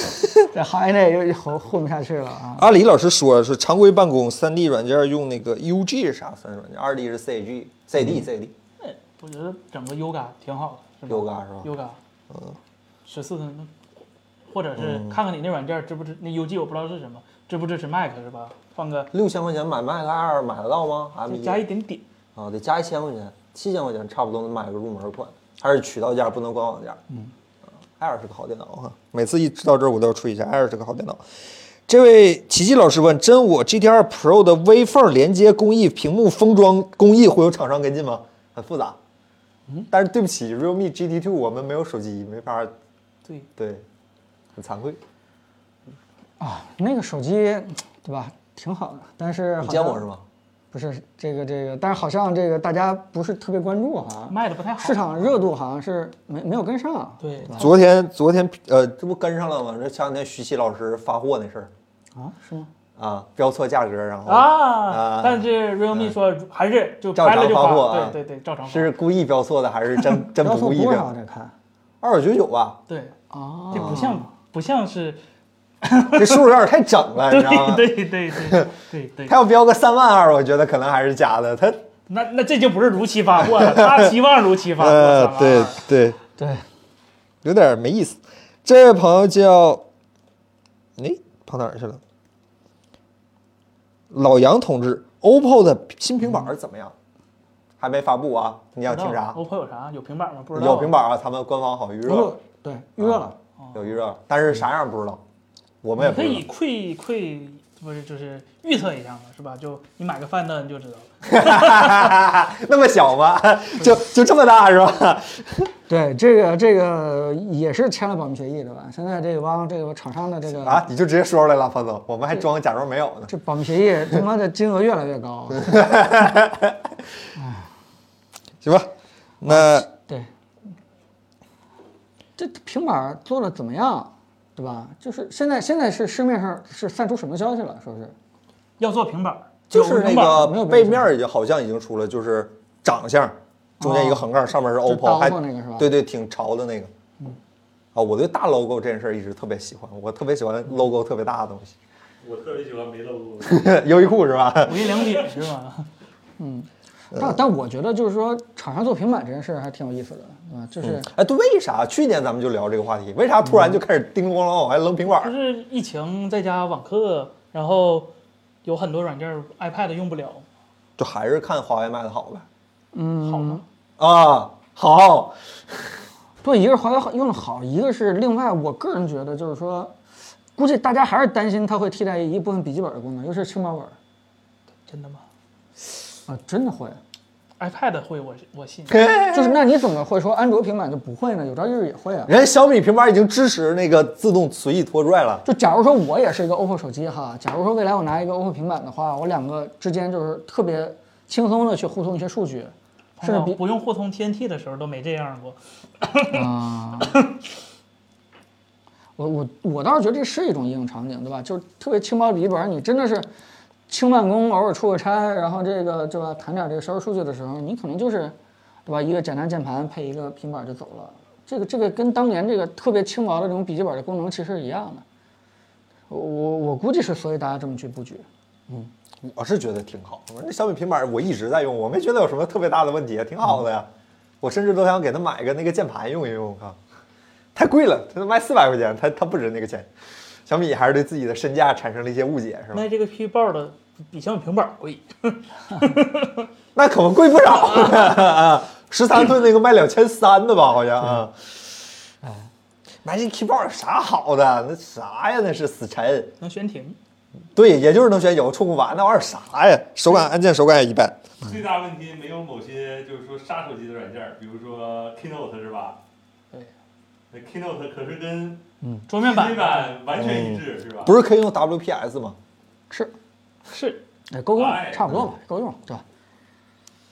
S2: 在行业内又混混不下去了啊。
S3: 阿里老师说是常规办公，3 D 软件用那个 UG 是啥三 D 软件，2嗯 D 是 CG、ZD、ZD。
S1: 哎我觉得整个 Yoga 挺好的是吧
S3: Yoga 是吧
S1: ？Yoga，十
S3: 嗯
S1: 四寸，或者是看看你那软件支不支那 UG 我不知道是什么，支不支持 Mac 是吧？放个
S3: 六千块钱买 Mac 二买得到吗？M
S1: 再
S3: 一
S1: 加一点点，
S3: 啊，得加一千块钱，七千块钱差不多能买个入门款，还是渠道价，不能官网价。嗯，Air 是个好电脑啊哈，每次一知道这儿我都要吹一下，Air 是个好电脑。这位奇迹老师问：真我 GT2 Pro 的微缝连接工艺、屏幕封装工艺会有厂商跟进吗？很复杂。嗯，但是对不起，Realme GT2 我们没有手机，没法
S1: 对，
S3: 对，很惭愧。
S2: 啊，那个手机，对吧？挺好的，但是
S3: 你
S2: 好
S3: 见
S2: 像
S3: 过是吗？
S2: 不是这个这个，但是好像这个大家不是特别关注，好
S3: 嗯
S2: 像
S1: 卖的不太好。
S2: 市场热度好像是没没有跟上。
S1: 对，
S3: 昨天昨天呃，啊这不跟上了吗？这前两天徐奇老师发货那事儿
S2: 啊，是吗？
S3: 啊，标错价格，然后
S1: 啊，但是 Realme 说还是就
S3: 嗯照
S1: 拍了
S3: 常
S1: 就
S3: 发货啊
S1: 发，对对对，照常发，
S3: 是故意标错的还是 真真
S2: 要
S3: 不
S2: 做
S3: 故意
S2: 多少
S3: 标？
S2: 再看
S3: 二九九吧，
S1: 对，
S2: 啊？
S1: 这不像不像是，
S3: 这数有点太整 了，
S1: 对
S3: 你知道吗？
S1: 对对对对对对
S3: 他，要标个三万二，我觉得可能还是假的。他
S1: 那那这就不是如期发货了，他期望如期发货，322
S3: 呃
S1: 啊
S3: 对，
S2: 对，
S3: 有点没意思。这位朋友叫，哎，跑哪儿去了？老杨同志，OPPO 的新平板儿怎么样？还没发布啊？你想听啥？
S1: ？OPPO 有啥？有平板吗？不知道啊。
S3: 有平板儿啊，他们官方好像预
S2: 预
S3: 热啊了，
S2: 对预热了，
S3: 有预热了，但是啥样不知道，我们也
S1: 你
S3: 不
S1: 可
S3: 知道。
S1: 以窥窥，不是就是预测一下嘛，是吧？就你买个范的你就知道了。
S3: 那么小吗？就就这么大是吧？
S2: 对，这个这个也是签了保密协议，对吧？现在这帮这个厂商的这个
S3: 啊，你就直接说出来了，彭总，我们还装假装没有呢。
S2: 这保密协议他妈的金额越来越 高。
S3: 行吧，那
S2: 对，这这平板儿做的怎么样，对吧？就是现在现在是市面上是散出什么消息了，说是
S1: 要做平板儿，
S3: 就是
S1: 有
S3: 那
S1: 平板儿
S2: 没
S3: 个
S2: 有
S3: 背面儿已经好像已经出了，就是长相，中间一个横杠，上面是
S2: 就
S3: OPPO，还
S2: 刀锋那个是吧嗯
S3: 对对，挺潮的那个。啊，我对大 logo 这件事儿一直特别喜欢，我特别喜欢 logo 特别大的东西。
S4: 我特别喜欢没 logo 的。
S3: 优衣库是吧？
S1: 无印良品是吧？
S2: 但但我觉得就是说，厂商做平板这件事儿还挺有意思的，对吧？就是
S3: 哎，对，为啥去年咱们就聊这个话题？为啥突然就开始叮咣啷往外扔平板
S1: 就
S3: 儿？
S1: 是疫情在家网课，然后有很多软件儿 iPad 用不了，
S3: 就还是看华为卖的好呗。嗯
S1: 好吗？
S3: 啊， 好，
S2: 对，一个是华为用的好，一个是另外，我个人觉得就是说，估计大家还是担心它会替代一部分笔记本的功能，尤其是轻薄本儿
S1: 真的吗
S2: 啊，真的会。
S1: ？iPad 会我我信，
S2: 就是那你怎么会说安卓平板就不会呢？有朝一日也会啊。
S3: 人家小米平板已经支持那个自动随意拖拽了。
S2: 就假如说我也是一个 OPPO 手机哈，假如说未来我拿一个 OPPO 平板的话，我两个之间就是特别轻松的去互通一些数据，甚
S1: 朋
S2: 至
S1: 友
S2: 比
S1: 不用互通 TNT 的时候都没这样过。
S2: 啊。我我我倒是觉得这是一种应用场景，对吧？就是特别轻薄笔记本，你真的是轻办公，偶尔出个差，然后这个对吧，谈点这个销售数据的时候，你可能就是对吧，一个简单键盘配一个平板就走了。这个这个跟当年这个特别轻薄的这种笔记本的功能其实是一样的。我我我估计是所以大家这么去布局。
S3: 我是觉得挺好。我这小米平板我一直在用，我没觉得有什么特别大的问题，啊挺好的呀。我甚至都想给他买个那个键盘用一用，我靠，太贵了，他卖四百块钱，他他不值那个钱。小米还是对自己的身价产生了一些误解，是吧？
S1: 卖这个 P 报的比小米平板儿贵，
S3: 那可不贵不少啊！十三寸那个卖两千三的吧，好像啊。买这 keyboard 有啥好的？那啥呀？那是死沉。
S1: 能悬停。对
S3: 对，也就是能选有触控板，那玩意儿啥呀？手感按键手感也一般。
S4: 最大问题没有某些就是说杀手级的软件儿，比如说 Keynote 是吧？
S1: 对。
S4: 那 Keynote 可是跟
S1: 桌面
S3: 嗯
S4: 黑
S1: 版
S4: 板完全一致是吧？
S3: 不是可以用 WPS 吗？
S2: 是，
S1: 是
S2: 哎，够用了
S4: 哎，
S2: 差不多吧，够用了，对吧？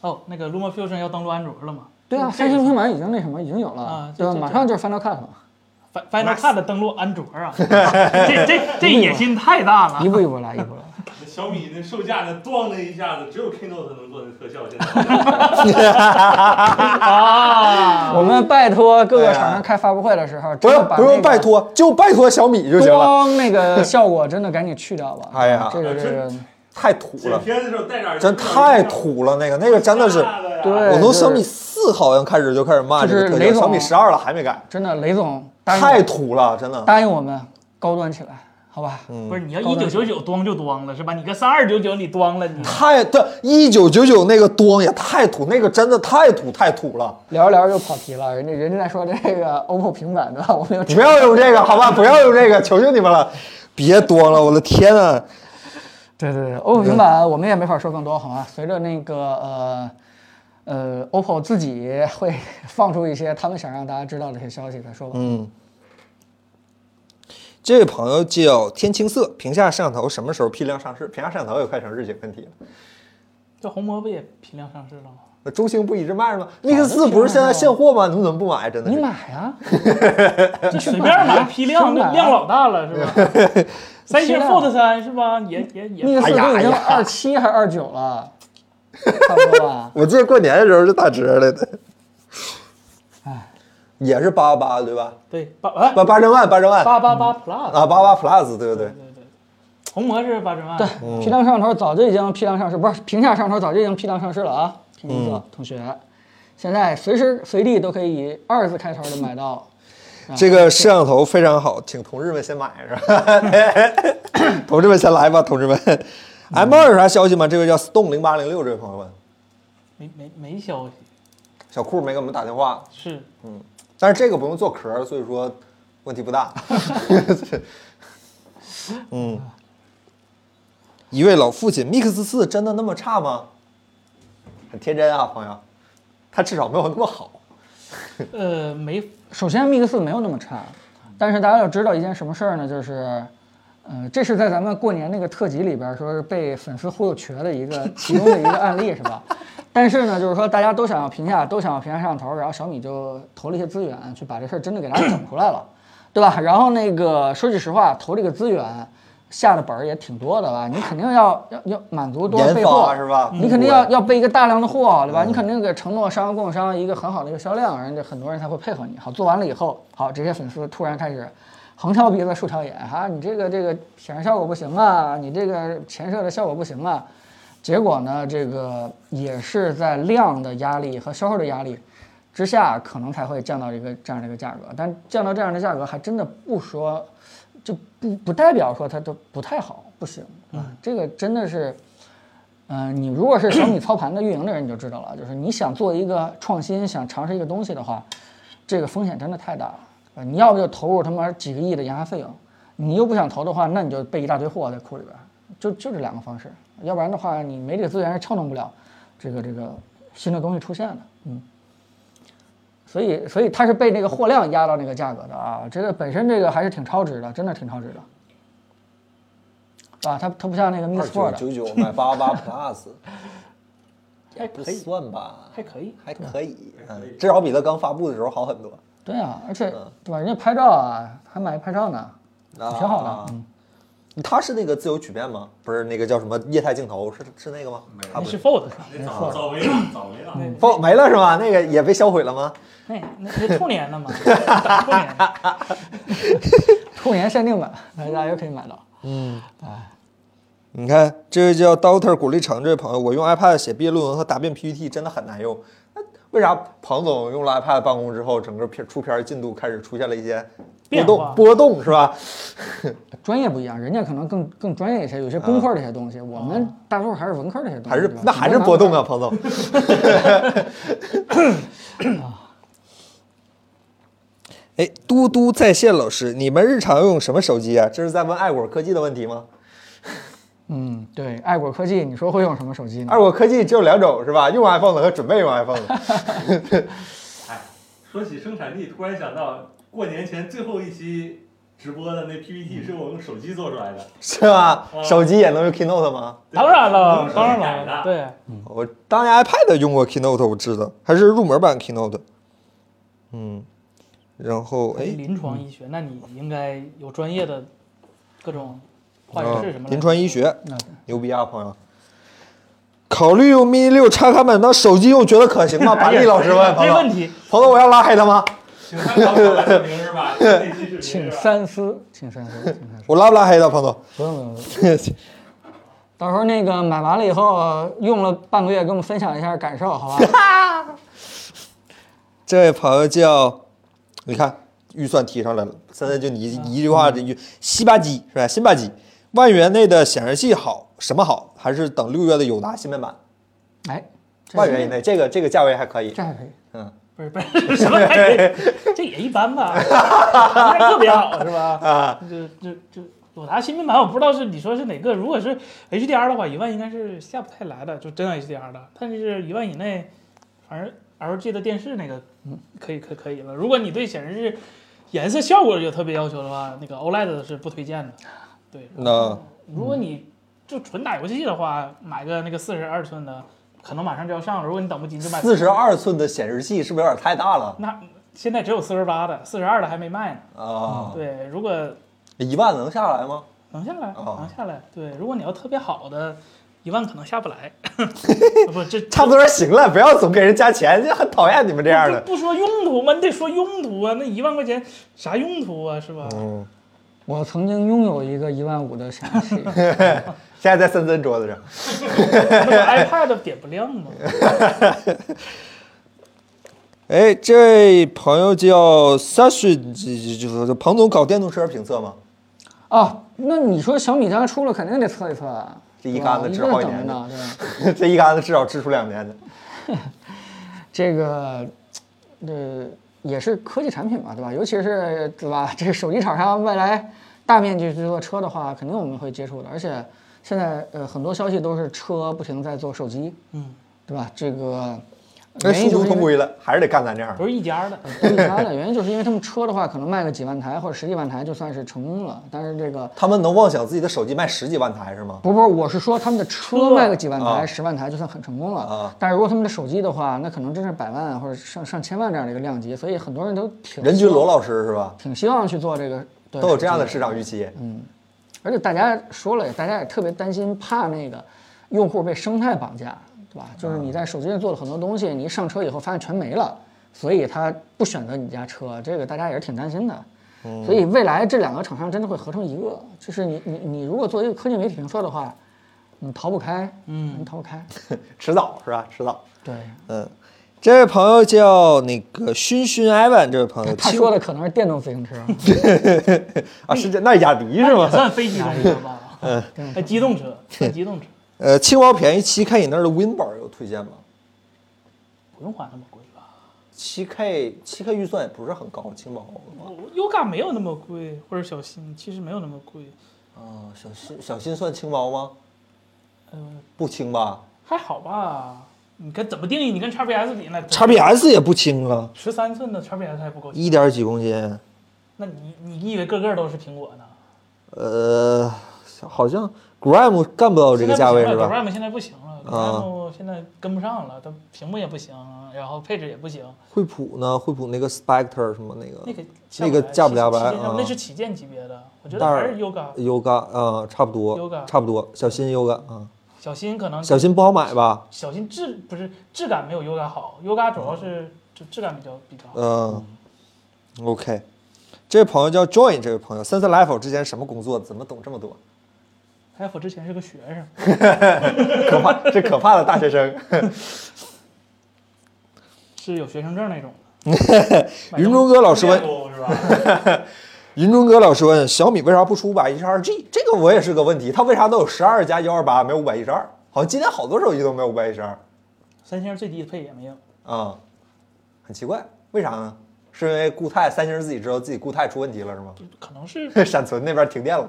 S1: 哦，那个 LumaFusion 要登陆安卓了吗
S2: 对啊，
S1: 这
S2: 三
S1: 个
S2: 星平板已经那什么，已经有了
S1: 啊，
S2: 对吧？
S1: 这这
S2: 马上就是 Final Cut 嘛。
S1: ？Fi-？Final Cut 登陆安卓啊！ 这这这野心太大
S2: 一
S1: 了。
S2: 步一步来，一步来。
S4: 那小米那售价那咣的一下子，只有 Keynote 能做那特效，现在
S1: 啊
S2: 我们拜托各个厂商开发布会的时候，
S3: 不
S2: 真的
S3: 用
S2: 把
S3: 哎不
S2: 那
S3: 用
S2: 个啊
S3: 拜，托，就拜托小米就行了。
S2: 光那个效果真的赶紧去掉吧。
S3: 哎呀
S2: 这个这个，
S3: 太土
S4: 剪
S3: 了，
S4: 片的时候戴着耳机
S3: 真太土了，那个那个真的是，
S2: 对，
S3: 我从
S2: 就是
S3: 小米四好像开始就开始骂这
S2: 就是
S3: 个特
S2: 雷
S3: 效，
S2: 总
S3: 小米十二了还没改，
S2: 真的雷总答应
S3: 太土了，嗯真的。
S2: 答应我们高端起来，好吧？
S1: 不是你要一九九九装就装了是吧？你个三二九九你装了你。
S3: 太对，一九九九那个光也太土，那个真的太土太土了。
S2: 聊着聊着就跑题了，人家人家在说这 个 OPPO 平板对吧？我们又
S3: 你不要用这个，好吧，不要用这个，求求你们了，别多了，我的天啊！
S2: 对对对，OPPO 平板我们也没法说更多，好吧？随着那个呃呃 OPPO 自己会放出一些他们想让大家知道的一些消息再说吧。
S3: 嗯这位朋友叫天青色，屏下摄像头什么时候批量上市？屏下摄像头也快成日行问题了。
S1: 这红魔不也批量上市了 吗？
S3: 那中兴不一直卖着吗？Mix 四不是现在现货吗？你们怎么不买？真的
S2: 你
S3: 是，
S2: 买啊呀、
S1: 这随便买批量，
S2: 真的啊
S1: 这量老大了是 吧？三星 Fold 三是吧？也也
S2: 那
S1: 也
S2: 个四
S3: 哎呀
S2: 都已
S3: 哎
S2: 经
S3: 呀。
S2: 二七还是二九了， 差不多吧
S3: 我记得过年的时候就打折来的。也是八八八对吧？
S1: 对八哎
S3: 八八千万，八千万
S1: 八八八 Plus，
S3: 啊，八八 plus 对不对？
S1: 红魔是八十啊万。对，
S2: 批量摄像头早就已经批量上市，不是屏下摄像头早就已经批量上市了啊，天一色同学，现在随时随地都可以以二字开头的买到。
S3: 这个摄像头非常好，请同志们先买是 吧？同志们先来吧，同志们。M 二有啥消息吗？这位叫 stone 零八零六这位朋友问，
S1: 没没没消息，
S3: 小库没给我们打电话，
S1: 是
S3: 但是这个不用做壳，所以说问题不大。 嗯，一位老父亲，Mix 四真的那么差吗？很天真啊，朋友，它至少没有那么好。
S1: 呃没
S2: 首先，Mix 四没有那么差，但是大家要知道一件什么事儿呢？就是，呃，这是在咱们过年那个特辑里边儿说是被粉丝忽悠瘸的一个其中的一个案例，是吧？但是呢，就是说大家都想要评价，都想要评价摄像头，然后小米就投了一些资源去把这事儿真的给大家整出来了，对吧？然后那个说句实话，投这个资源，下的本儿也挺多的吧？你肯定要要要满足多少
S3: 研
S2: 备
S3: 发
S2: 货
S3: 是吧
S2: 你肯定
S3: 嗯
S2: 要要备一个大量的货，对吧？你肯定给承诺商供应商一个很好的一个销量，人家很多人才会配合你。好，做完了以后，好，这些粉丝突然开始横挑鼻子竖挑眼，哈、你这个这个显示效果不行啊，你这个前摄的效果不行啊。结果呢，这个也是在量的压力和销售的压力之下，可能才会降到一个这样的一个价格。但降到这样的价格，还真的不说，就不不代表说它都不太好，不行啊。这个真的是，嗯、你如果是小米操盘的运营的人，你就知道了，就是你想做一个创新，想尝试一个东西的话，这个风险真的太大了。呃你要不就投入他妈几个亿的研发费用，你又不想投的话，那你就备一大堆货在库里边儿，就就这两个方式。要不然的话，你没这个资源是撬动不了这个这个新的东西出现的。嗯，所以所以它是被那个货量压到那个价格的啊，这个本身这个还是挺超值的，真的挺超值的。啊，它它不像那个 Miss Four
S3: 二
S2: 的，
S3: 九九九买八八 Plus，
S1: 还
S3: 不
S1: 可以，
S3: 算吧，
S1: 还可以。
S3: 还可以，嗯，至少比它刚发布的时候好很多。
S2: 对啊，
S3: 嗯
S2: 而且对吧？人家拍照啊，还买拍照呢，
S3: 啊
S2: 挺好的。嗯，
S3: 它是那个自由曲面吗？不是那个叫什么液态镜头，是是那个吗？它
S1: 那
S3: 不
S1: 是 Fold，
S4: 那早早没了，早没
S1: 嗯
S4: 了。
S3: 爆没了是吧？那个也被销毁了吗？
S1: 那那那兔年的嘛， 兔年的
S2: 兔年限定版，大家也可以买到。
S3: 你看，这位叫 Doctor 鼓励成这位朋友，我用 iPad 写毕业论文和答辩 PPT 真的很难用。那为啥庞总用了 iPad 办公之后，整个片出片进度开始出现了一些波
S1: 变
S3: 动
S1: 化
S3: 波动是吧？
S2: 专业不一样，人家可能更更专业一些，有些工科这些东西，我们大多数还是文科这些东西，
S3: 嗯还是
S2: 对吧
S3: 那还是波动啊，。庞总。哎，嘟嘟在线老师，你们日常用什么手机啊？这是在问爱果科技的问题吗？
S2: 嗯，对，爱果科技，你说会用什么手机呢
S3: 爱？果科技只有两种是吧？用 iPhone 的和准备用 iPhone 的。
S4: 哎，说起生产力，突然想到过年前最后一期直播的那
S3: 嗯
S4: PPT 是我用手机做出来的，
S3: 是吧？
S1: 嗯
S4: 啊
S3: 手机也能用 Keynote 吗？
S4: 对吧
S1: 当然了
S4: 用，手
S1: 当然
S4: 机改
S1: 了，
S4: 的。
S1: 对，
S3: 我当年 iPad 用过 Keynote，我知道，还是入门版 Keynote。嗯，然后哎，
S1: 临床医学，那你应该有专业的各种化学
S3: 啊
S1: 式什么的。嗯
S3: 临床医学
S2: 那
S3: 牛逼啊，朋友！考虑用 mini 六插卡板当手机用，觉得 可行吗？把力老师问，
S1: 哎没
S3: 朋
S1: 问
S3: 友，
S1: 题，
S3: 朋友，我要拉黑他吗？
S4: 请参考小白证明是吧？那期视频是
S2: 请
S4: 吧
S2: 三思，请三思，请三思。
S3: 我拉不拉黑他，朋友？
S2: 不用不用不用，到时候那个买完了以后，用了半个月，跟我们分享一下感受，好吧？
S3: 这位朋友叫，你看预算提上来了，现在就你
S1: 嗯
S3: 一一句话，这句西吧唧是吧？辛巴唧，万元内的显示器好什么好？还是等六月的友达新面板？
S2: 哎，这
S3: 万元以内，这个这个价位还可以。
S2: 这还可以。
S3: 嗯，
S1: 不是不是 什么概念，这也一般 吧，不是特别好是吧？
S3: 啊，
S1: 这这这友达新面板我不知道是你说是哪个，如果是 HDR 的话，一万应该是下不太来的，就真的 HDR 的，但是一万以内，反正 LG 的电视那个
S3: 嗯
S1: 可以可以可以了。如果你对显示器颜色效果有特别要求的话，那个 OLED 是不推荐的。对，
S3: 那
S1: 如果你就纯打游戏的话，买个那个四十二寸的，可能马上就要上了。如果你等不及，你就买
S3: 四十二寸的显示器是不是有点太大了
S1: 那现在只有四十八的，四十二的还没卖呢。
S3: 啊？
S1: 对，如果
S3: 一万能下来吗？
S1: 能下来，
S3: 哦
S1: 能下来。对，如果你要特别好的，一万可能下不 来。不，这
S3: 差不多行了，不要总给人加钱，就很讨厌你们这样
S1: 这
S3: 的。
S1: 不说用途吗？你得说用途啊，那一万块钱啥用途啊，是吧？
S3: 嗯，
S2: 我曾经拥有一个一万五的显示器，
S3: 现在在森森桌子上。
S1: 那不 iPad 点不亮 吗？
S3: 哎，这朋友叫 Sasha，这这庞总搞电动车评测吗？
S2: 啊，那你说小米将来出了，肯定得测一测啊。
S3: 这一
S2: 对吧
S3: 竿子
S2: 一
S3: 治
S2: 直在
S3: 好几
S2: 等着
S3: 年
S2: 呢，对吧？
S3: 这一竿子至少支出两年 的。
S2: 这个，呃，也是科技产品嘛，对吧？尤其是对吧？这个手机厂商未来大面积去做车的话，肯定我们会接触的。而且现在呃，很多消息都是车不停在做手机，
S1: 嗯，
S2: 对吧？这个
S3: 那
S2: 原因就
S3: 殊途
S2: 是
S3: 同
S2: 因为
S3: 归了，还是得干咱这样
S1: 不。是一家的。
S2: 都是一家的，原因就是因为他们车的话，可能卖个几万台或者十几万台就算是成功了。但是这个
S3: 他们能妄想自己的手机卖十几万台是吗？
S2: 不不，我是说他们的车
S1: 车
S2: 卖个几万台、
S3: 啊
S2: 十万台就算很成功了。
S3: 啊
S2: 但是如果他们的手机的话，那可能真是百万或者上上千万这样的一个量级，所以很多人都挺
S3: 人均罗老师是吧？
S2: 挺希望去做这个，对
S3: 都有这样的市
S2: 场。
S3: 场预期。嗯，
S2: 而且大家说了，大家也特别担心，怕那个用户被生态绑架，对吧？就是你在手机上做了很多东西，你一上车以后发现全没了，所以他不选择你家车，这个大家也是挺担心的。所以未来这两个厂商真的会合成一个，就是你你你如果作为一个科技媒体评测的话，你逃不开，嗯，你逃不开。
S3: 迟早是吧？迟早。
S2: 对，
S3: 嗯，这位朋友叫那个熏熏 Ivan，这位朋友，
S2: 他
S3: 清
S2: 说的可能是电动自 行车，
S3: 啊，是这那是雅迪是
S1: 也
S3: 吗？
S1: 算非机动车吧？嗯，还机动车，还机动车，
S3: 呃，青毛便宜七 K，你那儿的 Win 版有推荐吗？
S1: 不用花那么贵吧？
S3: 七 K 七 K 预算也不是很高，青毛的话。
S1: 我 Yoga 没有那么贵，或者小新其实没有那么贵，
S3: 啊，小新小新算青毛吗？
S1: 嗯，
S3: 不轻吧
S1: 还好吧？你跟怎么定义？你跟 XPS 比那
S3: ？XPS 也不轻了，
S1: 十三寸的 XPS 还不够，
S3: 一点几公斤。
S1: 那你你以为个个都是苹果呢？
S3: 呃，好像 Gram 干不到哦这个价位是
S1: 现在不行了
S3: 吧？
S1: ？RAM 现在不行了
S3: 啊
S1: ，RAM 现在跟不上了，它屏幕也不行，然后配置也不行，
S3: 惠普呢？惠普那个 Spectre 什么那个
S1: 那个下
S3: 呃那个
S1: 来
S3: 价不了吧
S1: 旗舰
S3: 啊
S1: 那是旗舰级别的，我觉得
S3: 但
S1: 还
S3: 是
S1: 是 Yoga。
S3: Yoga 啊，差不
S1: Yoga
S3: 多，差不多。小新 Yoga 啊，
S1: 小新可能
S3: 小新不好买吧？
S1: 小新质不是质感没有 Yoga 好，Yoga 主要是就质感比较比较好。
S3: 嗯，OK，这位朋友叫 Join，这位朋友，Sense Life 之前什么工作？怎么懂这么多？
S1: 还我之前是个学生，
S3: 可怕，这可怕的大学生。
S1: 是有学生证那种的。
S3: 云中哥老师问
S4: 见，过是吧？
S3: 云中哥老师问，小米为啥不出五百一十二 G？这个我也是个问题，它为啥都有十二加幺二八，没有五百一十二？好像今天好多手机都没有五百一十二
S1: 三星最低的配也没有，
S3: 啊，很奇怪，为啥呢？是因为固态，三星自己知道自己固态出问题了是吗？
S1: 可能是
S3: 闪存那边停电了，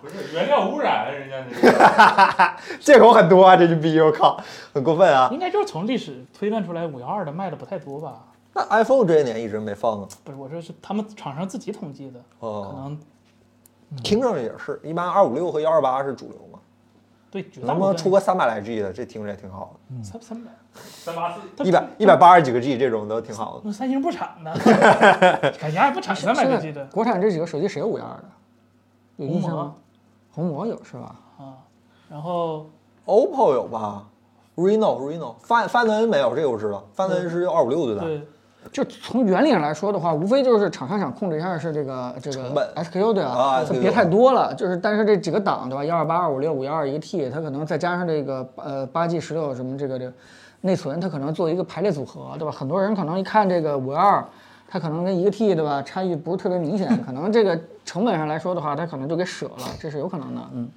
S4: 不是原料污染，人家那个。
S3: 借口很多啊，这群逼，我靠，很过分啊！
S1: 应该就是从历史推断出来五幺二的卖的不太多吧？
S3: 那 iPhone 这些年一直没放啊，
S1: 不是，我说是他们厂商自己统计的，可
S3: 哦
S1: 能
S3: ，Kingdom 也是一般二五六和幺二八是主流嘛，
S1: 嗯对绝大
S3: 能
S1: 部
S3: 不能
S1: 分
S3: 出个三百来 G 的，这听着也挺好的。
S1: 三三百，
S4: 三八四，
S1: 它
S3: 一百一百八十几个 G 这种都挺好的。
S1: 那三星不产 呢，改家也不产三百
S2: 现
S1: 个
S2: 在
S1: G 的
S2: 国产这几个手机谁有五幺二的？有印象
S1: 红
S2: 吗？红魔有是吧？
S1: 啊。然后
S3: OPPO 有吧？Reno Reno 范范德恩没有，这个我知道。范德恩是二五六对吧？
S1: 对，
S2: 就从原理上来说的话，无非就是厂商想控制一下是这个这个
S3: 成本
S2: SKU 对吧？
S3: 啊
S2: 就
S3: ，SKU
S2: 别太多了，就是但是这几个档对吧？幺二八、二五六、五幺二一个 T，它可能再加上这个呃八 G 十六什么这个这个内存，它可能做一个排列组合对吧？很多人可能一看这个五幺二，它可能跟一个 T 对吧差异不是特别明显，可能这个成本上来说的话，它可能就给舍了，这是有可能的，嗯。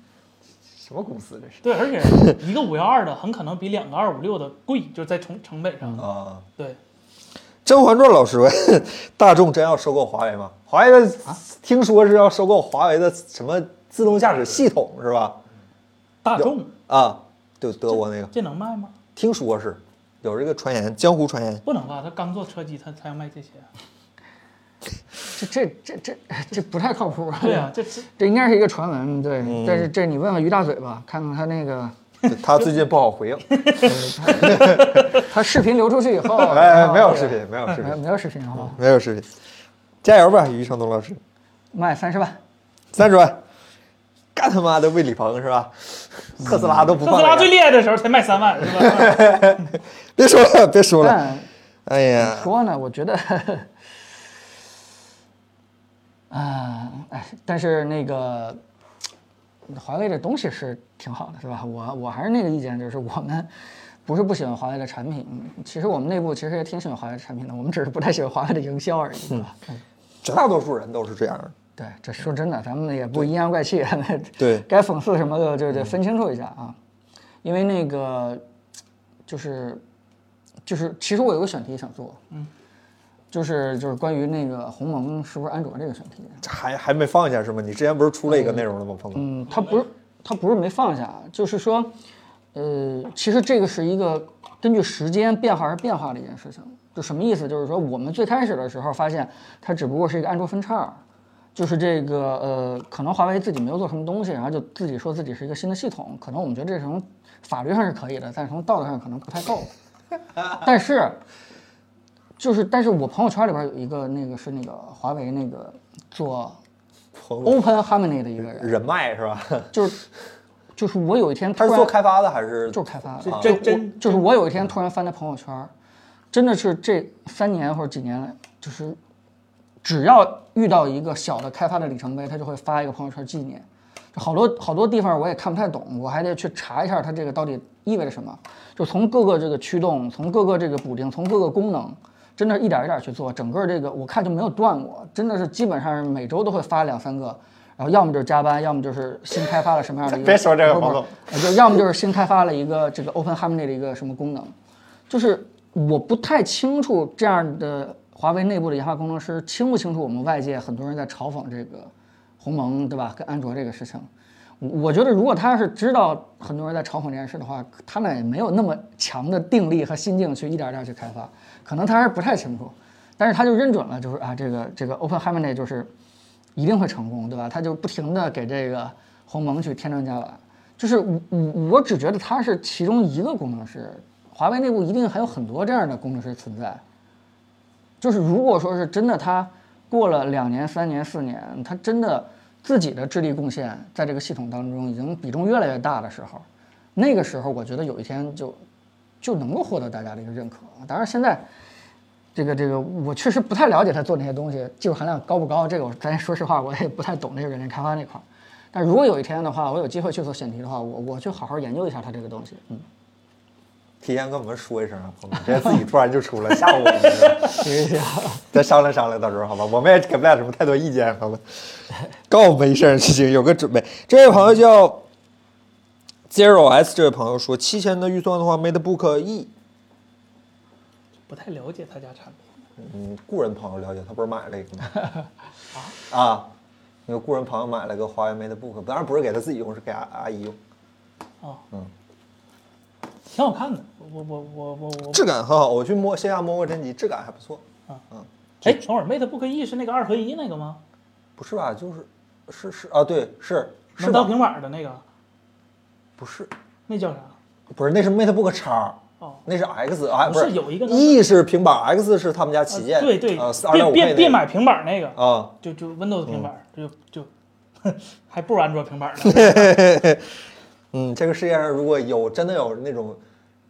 S3: 什么公司这是？
S1: 对，而且一个五幺二的很可能比两个二五六的贵，就是在成成本上。
S3: 啊，
S1: 对，
S3: 《甄嬛传》老师问： 大众真要收购华为吗？华为的听说是要收购华为的什么自动驾驶系统是吧？
S1: 大众
S3: 啊，对，德国那个，
S1: 这能卖吗？
S3: 听说是有这个传言，江湖传言。
S1: 不能吧？他刚做车机，他才要卖这些。
S2: 这这这这 这不太靠谱啊！
S1: 对啊，这这
S2: 这应该是一个传闻，对。
S3: 嗯
S2: 但是这你问问于大嘴吧，看看他那个
S3: 他最近不好回应。
S2: 他 视频流出去以后，
S3: 哎，
S2: 然后
S3: 没有
S2: 这
S3: 视
S2: 个
S3: 频，没有视
S2: 没有
S3: 频，嗯
S2: 没有视频好吧？
S3: 没有视频。加油吧，余承东老师。
S2: 卖三十万，
S3: 三十万，干他妈的魏礼鹏是吧？特斯拉都
S1: 嗯
S3: 不
S1: 特
S3: 放
S1: 斯
S3: 在
S1: 拉
S3: 眼
S1: 最厉害的时候才卖三万，是吧？
S3: 别说了，别说
S1: 嗯
S3: 了。
S2: 但
S3: 哎呀，
S2: 说呢，我觉得， 啊，哎，但是那个华为这东西是挺好的，是吧？我我还是那个意见，就是我们不是不喜欢华为的产品，其实我们内部其实也挺喜欢华为的产品的，我们只是不太喜欢华为的营销而已，对吧？
S3: 绝大多数人都是这样的。
S2: 对，这说真的，咱们也不阴阳怪气，
S3: 对
S2: 该讽刺什么的就得分清楚一下啊，因为那个就是就是，其实我有个选题想做，嗯，就是就是关于那个鸿蒙是不是安卓这个选题，
S3: 这还还没放下是吗？你之前不是出了一个内容了吗，彭总？
S2: 嗯，它不是它不是没放下，就是说，呃，其实这个是一个根据时间变化而变化的一件事情。就什么意思？就是说我们最开始的时候发现它只不过是一个安卓分叉，就是这个呃，可能华为自己没有做什么东西，然后就自己说自己是一个新的系统，可能我们觉得这是从法律上是可以的，但是从道德上可能不太够。但是就是，但是我朋友圈里边有一个那个是那个华为那个做
S3: 彭总
S2: open harmony 的一个人，
S3: 人脉是吧？
S1: 嗯
S2: 就是就是我有一天突
S3: 他
S2: 然
S3: 是做开发的还是？
S2: 就是开发的，
S3: 这
S1: 啊
S2: 就
S3: 这
S2: 我
S3: 真
S2: 就是我有一天突然翻他朋友圈儿，真的是这三年或者几年来，就是只要遇到一个小的开发的里程碑，他就会发一个朋友圈纪念。就好多好多地方我也看不太懂，我还得去查一下它这个到底意味着什么。就从各个这个驱动，从各个这个补丁，从各个功能，真的一点一点去做。整个这个我看就没有断过，真的是基本上每周都会发两三个。然后要么就是加班，要么就是新开发了什么样的一个
S3: 别说这个
S2: 不是
S3: 黄总
S2: 不是就要么就是新开发了一个这个 Open Harmony 的一个什么功能，就是我不太清楚这样的华为内部的研发工程师清不清楚我们外界很多人在嘲讽这个鸿蒙对吧？跟安卓这个事情，我我觉得如果他是知道很多人在嘲讽这件事的话，他呢也没有那么强的定力和心境去一点儿点儿去开发，可能他还是不太清楚，但是他就认准了，就是啊这个这个 Open Harmony 就是一定会成功，对吧？他就不停的给这个鸿蒙去添砖加瓦。就是我我我只觉得他是其中一个工程师，华为内部一定还有很多这样的工程师存在。就是如果说是真的，他过了两年、三年、四年，他真的自己的智力贡献在这个系统当中已经比重越来越大的时候，那个时候我觉得有一天就就能够获得大家的一个认可。当然现在。这个这个，我确实不太了解他做那些东西，技术含量高不高？这个我咱说实话，我也不太懂这个软件开发那块儿。但如果有一天的话，我有机会去做选题的话，我我去好好研究一下它这个东西。嗯，
S3: 提前跟我们 说一声啊，彭总，别自己突然就出来吓唬我们是吧，
S2: 谢谢。
S3: 再商量商量，到时候好吧，我们也给不了什么太多意见，朋友们，告我们一声就行，有个准备。这位朋友叫 Zero S，这位朋友说，七千的预算的话，MateBook E，
S1: 不太了解他家产品，
S3: 嗯，故人朋友了解，他不是买了一个吗？啊，那个故人朋友买了个华为 MateBook，当然不是给他自己用，是给阿阿姨用，
S1: 挺好看的。我我我我我，
S3: 质感很好，我去摸线下摸过真机，质感还不错。
S1: 哎，等会儿 MateBook E 是那个二合一那个吗？
S3: 不是吧？就是是是啊，对，是是
S1: 能当
S3: 的，
S1: 平板的那个，
S3: 不是
S1: 那叫啥？
S3: 不是，那是 MateBook 叉。
S1: 哦，
S3: 那是 X 啊，
S1: 不
S3: 不
S1: 是有一个能呃
S3: E 是平板，X 是他们家旗舰，
S1: 对对
S3: 啊，，二点
S1: 别
S3: 五
S1: 别别买平板儿那个，
S3: 啊，
S1: 就就 Windows 平板儿，就就还不如安卓平板儿呢。
S3: 嗯，这个世界上如果有真的有那种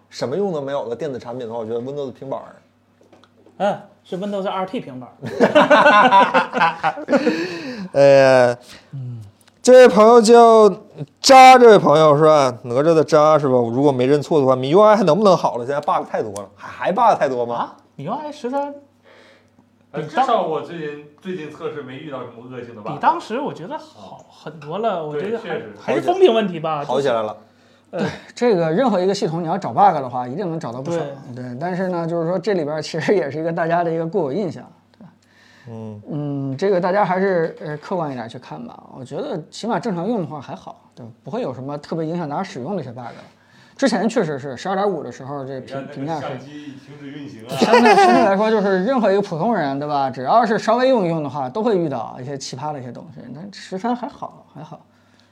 S3: 什么用都没有的电子产品的话，我觉得 Windows 平板儿
S1: 嗯，是 Windows RT 平板儿，
S3: 呃，这位朋友叫渣，这位朋友是吧？哪吒的渣是吧？我如果没认错的话，MIUI 还能不能好了？现在 bug 太多了，还还 bug 太多吗？
S1: 啊，MIUI 十三
S4: 呃至少我最近最近测试没遇到什么恶性的
S1: 比
S4: bug。
S1: 当时我觉得好很多了，我觉
S4: 对
S1: 得
S4: 确
S1: 还
S4: 实
S1: 啊还是风评问题吧。
S3: 好起来了，
S2: 这个任何一个系统你要找 bug 的话，一定能找到不少。
S1: 对
S2: 对，但是呢，就是说这里边儿其实也是一个大家的一个固有印象，对吧？嗯嗯，这个大家还是呃客观一点去看吧。我觉得起码正常用的话还好，对吧，不会有什么特别影响大家使用的一些 bug。之前确实是十二点五的时候，这
S4: 你看
S2: 评
S4: 那
S2: 评
S4: 个
S2: 价是
S4: 相机停止运行啊，
S2: 相对相对来说，就是任何一个普通人，对吧？只要是稍微用一用的话，都会遇到一些奇葩的一些东西。但十三还好，还好，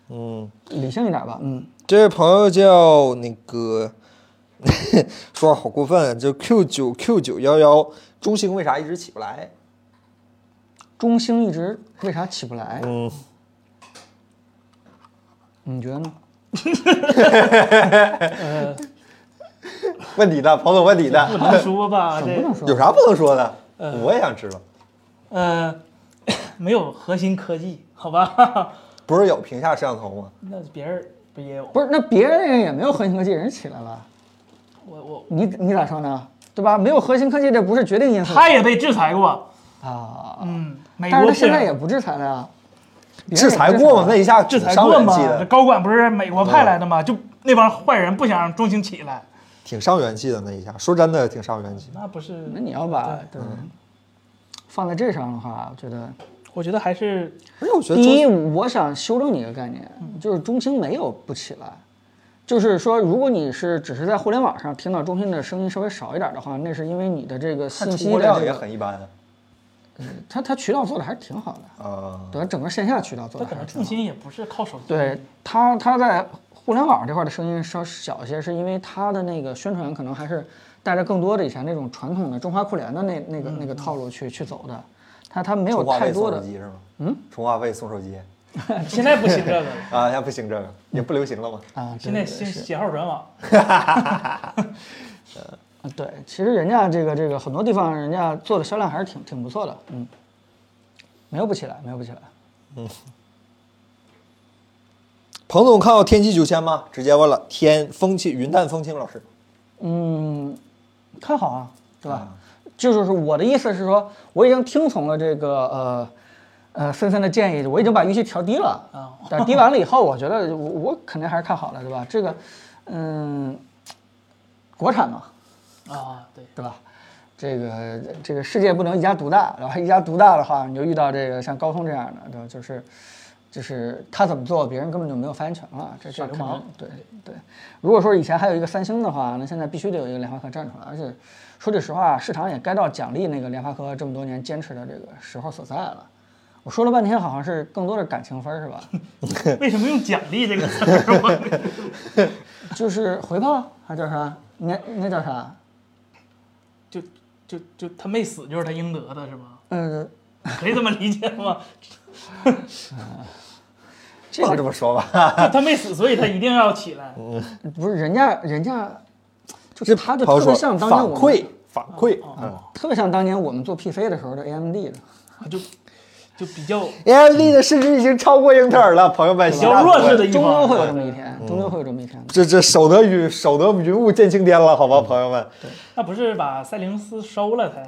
S3: 嗯。
S2: 理性一点吧。嗯，
S3: 这位朋友叫那个， 说话好过分啊，就 Q 九 Q 九幺幺，中兴为啥一直起不来？
S2: 中兴一直为啥起不来？
S3: 嗯，
S2: 你觉得呢？
S3: 问你的，彭总问你
S1: 不
S3: 的，
S1: 能说 吧，这
S3: 有啥不能说的？我也想知道，
S1: 呃 没有核心科技，好吧？
S3: 不是有屏下摄像头吗？
S1: 那别人不也有？
S2: 不是，那别人也没有核心科技，人起来了，
S1: 我我
S2: 你你咋说呢？对吧？没有核心科技，这不是决定因素
S1: 他也被制裁过，
S2: 啊。
S1: 嗯，
S3: 哎
S1: 美
S2: 但是
S1: 国
S2: 他现在
S1: 是
S2: 也不制裁了呀，别人也不
S3: 啊制裁过吗？
S2: 了
S3: 那一下
S1: 制裁
S3: 伤
S1: 过
S3: 元
S1: 嘛
S3: 气，的
S1: 这，高管不是美国派来的嘛，就那帮坏人不想让中兴起来，
S3: 挺伤元气的那一下，说真的挺伤元气。
S1: 那不是？
S2: 那你要把
S1: 对
S2: 对放在这上的话，我觉得
S1: 我觉得还是
S3: 而且我觉得
S2: 第一，
S3: 中，
S2: 我想修正你一个概念，
S3: 嗯
S2: 就是中兴没有不起来，就是说，如果你是只是在互联网上听到中兴的声音稍微少一点的话，那是因为你的这个
S3: 看
S2: 信
S3: 出
S2: 息
S3: 货
S2: 的
S3: 量
S2: 这
S3: 也
S2: 个
S3: 很一般啊
S2: 它它渠道做的还是挺好的，
S3: 啊。
S2: 对吧？整个线下渠道做
S1: 他
S2: 的
S1: 可
S2: 还
S1: 能
S2: 是
S1: 重
S2: 挺好的。
S1: 心也不是靠手机。
S2: 对它，它在互联网这块的声音稍小一些，是因为它的那个宣传可能
S3: 嗯
S2: 还是带着更多的以前那种传统的中华酷联的那那个那个套路去去走的。它它没有
S3: 充话
S2: 太
S3: 费
S2: 多
S3: 送手
S2: 的，
S3: 机是吗？嗯，充话费送手机
S1: 现在不行这个了，
S3: 啊，现在不行，这个也不流行了嘛。
S2: 啊，对
S1: 现在
S2: 对
S1: 信
S2: 是
S1: 写号转网，
S2: 啊，对，其实人家这个这个很多地方人家做的销量还是挺挺不错的，嗯，没有不起来，没有不起来。
S3: 彭总看到天气九千吗？直接问了，天风气云淡风轻，老师，
S2: 嗯，看好啊，对吧？这就是我的意思是说，我已经听从了这个呃呃森森的建议，我已经把预期调低了
S1: 啊。
S2: 但低完了以后，我觉得我我肯定还是看好了，对吧？这个，嗯，国产嘛，
S1: 啊，对，
S2: 对吧？这个这个世界不能一家独大，然后一家独大的话，你就遇到这个像高通这样的，对吧？就是就是他怎么做，别人根本就没有发言权了，这这
S1: 耍流
S2: 肯定
S1: 氓
S2: 对对。如果说以前还有一个三星的话，那现在必须得有一个联发科站出来，而且说句实话，市场也该到奖励那个联发科这么多年坚持的这个时候所在了。我说了半天，好像是更多的感情分儿是吧？
S1: 为什么用奖励这个词儿？我
S2: 就是回报啊还叫啥？那那叫啥？
S1: 就就就他没死就是他应得的是吗？
S2: 呃，
S1: 可以这么理解吗？
S2: 这
S3: 不
S2: 个
S3: 能这么说吧？
S1: 就他没死，所以他一定要起来。
S2: 不是人家，人家就是他就特
S3: 说
S2: 别像当
S3: 反
S2: 年我们啊哦
S3: 馈反馈，嗯
S2: 特别像当年我们做 PC 的时候的 AMD 的。
S1: 就就比较
S3: ，AMD 的市值已经超过英特尔了，朋友们，
S1: 比较弱势的一
S2: 终究
S1: 方，
S2: 会有这么一天，终究会有这么一天的。
S3: 这这守得云守得云雾见青天了，好吧，朋友们，
S2: 嗯
S1: 那不是把赛灵思收了才？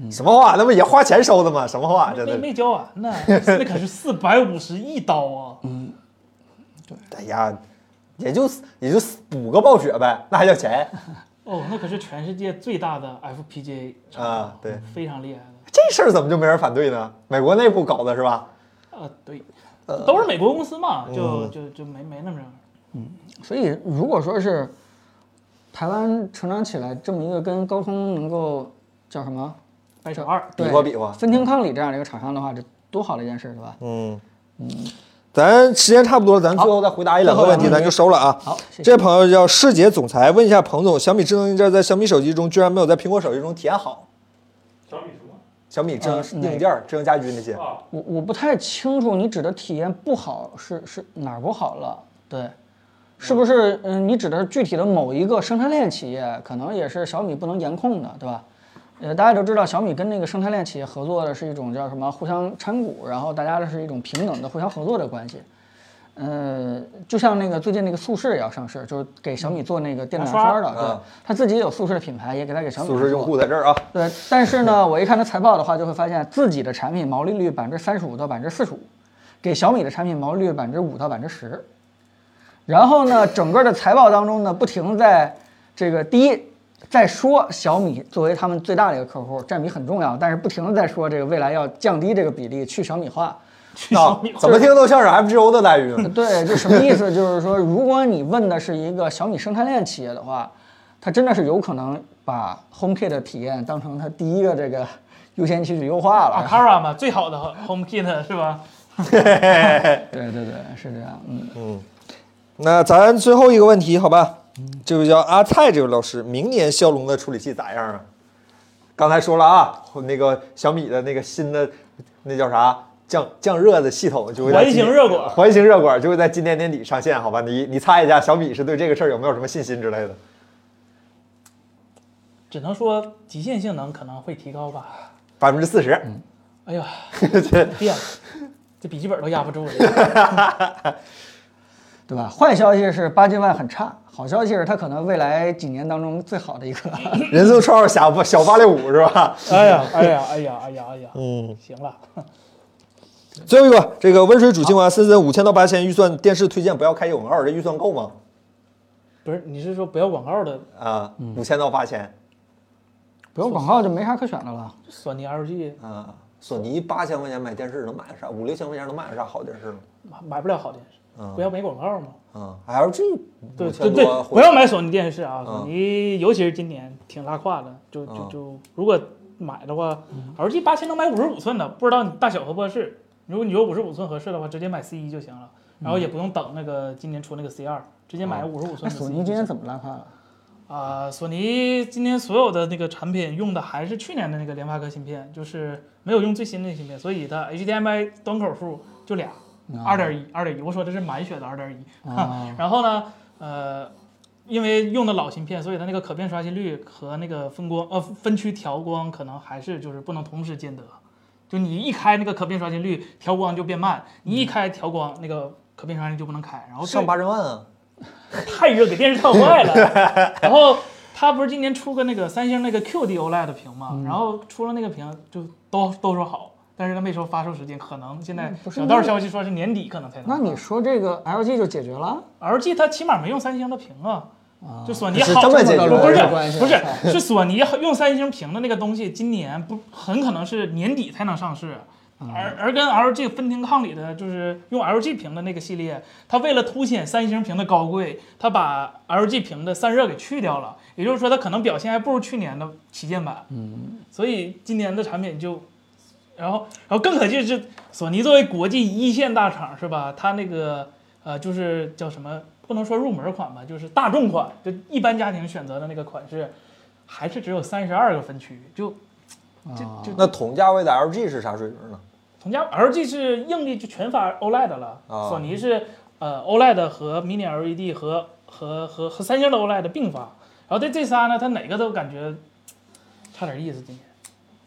S3: 嗯什么话？那不也花钱收的吗？什么话？真
S1: 没
S3: 的，
S1: 没交完呢，那可是四百五十一刀啊！
S3: 哎呀，也就也就补个暴雪呗，那还叫钱？
S1: 哦，那可是全世界最大的 FPGA 厂商
S3: 啊对
S1: 非常厉害的。
S3: 这事儿怎么就没人反对呢？美国内部搞的是吧？
S1: 啊，对，
S3: 呃
S1: 都是美国公司嘛，就
S3: 嗯
S1: 就就没没那么着。
S2: 所以如果说是台湾成长起来这么一个跟高通能够叫什么
S1: 掰手二，
S2: 对
S3: 比划比划
S2: 分庭抗礼这样的一个厂商的话，这多好的一件事，对吧？
S3: 嗯，咱时间差不多了，咱最后再回答一两个问题，
S2: 最后两个问题
S3: 咱就收了啊。
S2: 好谢谢
S3: 这位朋友叫世杰总裁，问一下彭总，小米智能硬件在小米手机中居然没有在苹果手机中体验好？
S4: 小米什么？
S3: 小米智能
S2: 呃哪
S3: 硬件、智能家居那些，
S4: 啊，
S2: 我我不太清楚你指的体验不好是是哪儿不好了，对，是不是？嗯，你指的是具体的某一个生态链企业，可能也是小米不能严控的，对吧？呃，大家都知道，小米跟那个生态链企业合作的是一种叫什么互相参股，然后大家的是一种平等的互相合作的关系。呃，就像那个最近那个宿舍也要上市，就是给小米做那个电动牙
S1: 牙刷
S2: 刷的，对
S3: 啊，
S2: 他自己也有宿舍的品牌，也给他给小米
S3: 宿舍用
S2: 做
S3: 户在这儿啊。
S2: 对，但是呢，我一看它财报的话，就会发现自己的产品毛利率百分之三十五到百分之四十五，给小米的产品毛利率百分之五到百分之十。然后呢，整个的财报当中呢，不停在这个第一在说小米作为他们最大的一个客户，占比很重要，但是不停的在说这个未来要降低这个比例，去小米化。
S3: 啊，怎么听都像是 FGO 的待遇 呢。
S2: 对，就什么意思？就是说，如果你问的是一个小米生态链企业的话，它真的是有可能把 HomeKit 的体验当成它第一个这个优先级去优化
S1: 阿
S2: 了。
S1: 卡 a 嘛，最好的 HomeKit 是吧？
S2: 对对对，是这样。嗯，
S3: 那咱最后一个问题，好吧？这位叫阿菜这位老师，明年骁龙的处理器咋样啊？刚才说了啊，那个小米的那个新的那叫啥降降热的系统就会在今
S1: 环形热管
S3: 环形热管就会在今年年底上线，好吧？你你猜一下，小米是对这个事儿有没有什么信心之类的？
S1: 只能说极限性能可能会提高吧。
S3: 百分之四十，
S1: 哎呀，
S3: 这
S1: 变了，这笔记本都压不 住了。
S2: 对吧？坏消息是八 G 万很差，好消息是它可能未来几年当中最好的 一个。
S3: 人送绰号小八小八六五是吧？
S1: 哎呀，哎呀，哎呀，哎呀，哎呀，嗯，行了，
S3: 最后一个，这个温水煮青蛙，森森五千到八千预算，电视推荐不要开广告，这预算够吗？
S1: 不是，你是说不要广告的
S3: 啊，五千到八千
S2: 不用广告就没啥可选的了。
S1: 索尼 LG
S3: 啊，索尼八千块钱买电视能买个啥？五六千块钱能买个啥好电视吗？
S1: 买买不了好电视，
S3: 嗯
S1: 不要没广告嘛。
S3: 啊，LG
S1: 对对
S3: 五千
S1: 对
S3: 多，，啊
S1: 不要买索尼电视啊！索
S3: 嗯
S1: 尼尤其是今年挺拉胯的，就就
S3: 嗯
S1: 就如果买的话，LG 八千能买五十五寸的，不知道你大小合不合适。如果你觉得五十五寸合适的话，直接买 C 一就行了，
S3: 哦
S1: 然后也不用等那个今年出那个 C 二，直接买五十五
S2: 那
S1: 寸的 C
S2: 哎索
S1: 一。
S2: 尼今天怎么拉胯了？
S1: 啊、索尼今天所有的那个产品用的还是去年的那个联发科芯片，就是没有用最新的芯片，所以它 HDMI 端口数就俩，
S2: 哦
S1: 二点一，二点一。我说这是满血的二点一。
S2: 嗯啊
S1: 然后呢，呃，因为用的老芯片，所以它那个可变刷新率和那个分光呃分区调光可能还是就是不能同时兼得。就你一开那个可变刷新率，调光就变慢；你一开调光，那个可变刷新率就不能开。然后这
S3: 上八十万啊，
S1: 太热，给电视烫坏 了。然后他不是今年出个那个三星那个 QD OLED E 屏嘛，
S2: 嗯
S1: 然后出了那个屏就都都说好，但是他没说发售时间，可能现在
S2: 嗯不是
S1: 小道消息说是年底可能才能。
S2: 那你说这个 LG 就解决了？
S1: LG 它起码没用三星的屏啊，就索尼
S3: 是
S1: 好
S3: 这么解决
S2: 这
S3: 的
S2: 么个
S1: 不
S2: 逻
S1: 是
S2: 辑关系
S1: 不是，是索尼用三星屏的那个东西，今年不很可能是年底才能上市，
S3: 嗯
S2: 啊
S1: 而而跟 LG 分庭抗礼的，就是用 LG 屏的那个系列，它为了凸显三星屏的高贵，它把 LG 屏的散热给去掉了，也就是说它可能表现还不如去年的旗舰版，嗯，所以今年的产品就。然后，然后更可气的是，索尼作为国际一线大厂，是吧？它那个呃，就是叫什么，不能说入门款吧，就是大众款，就一般家庭选择的那个款式，还是只有三十二个分区，就就
S2: 啊
S1: 就
S3: 那同价位的 LG 是啥水平呢？
S1: 同价 LG 是硬币就全发 OLED 了，
S3: 啊
S1: 索尼是呃 OLED 和 Mini LED 和和和和三星的 OLED 并发，然后这这仨呢，它哪个都感觉差点意思，今年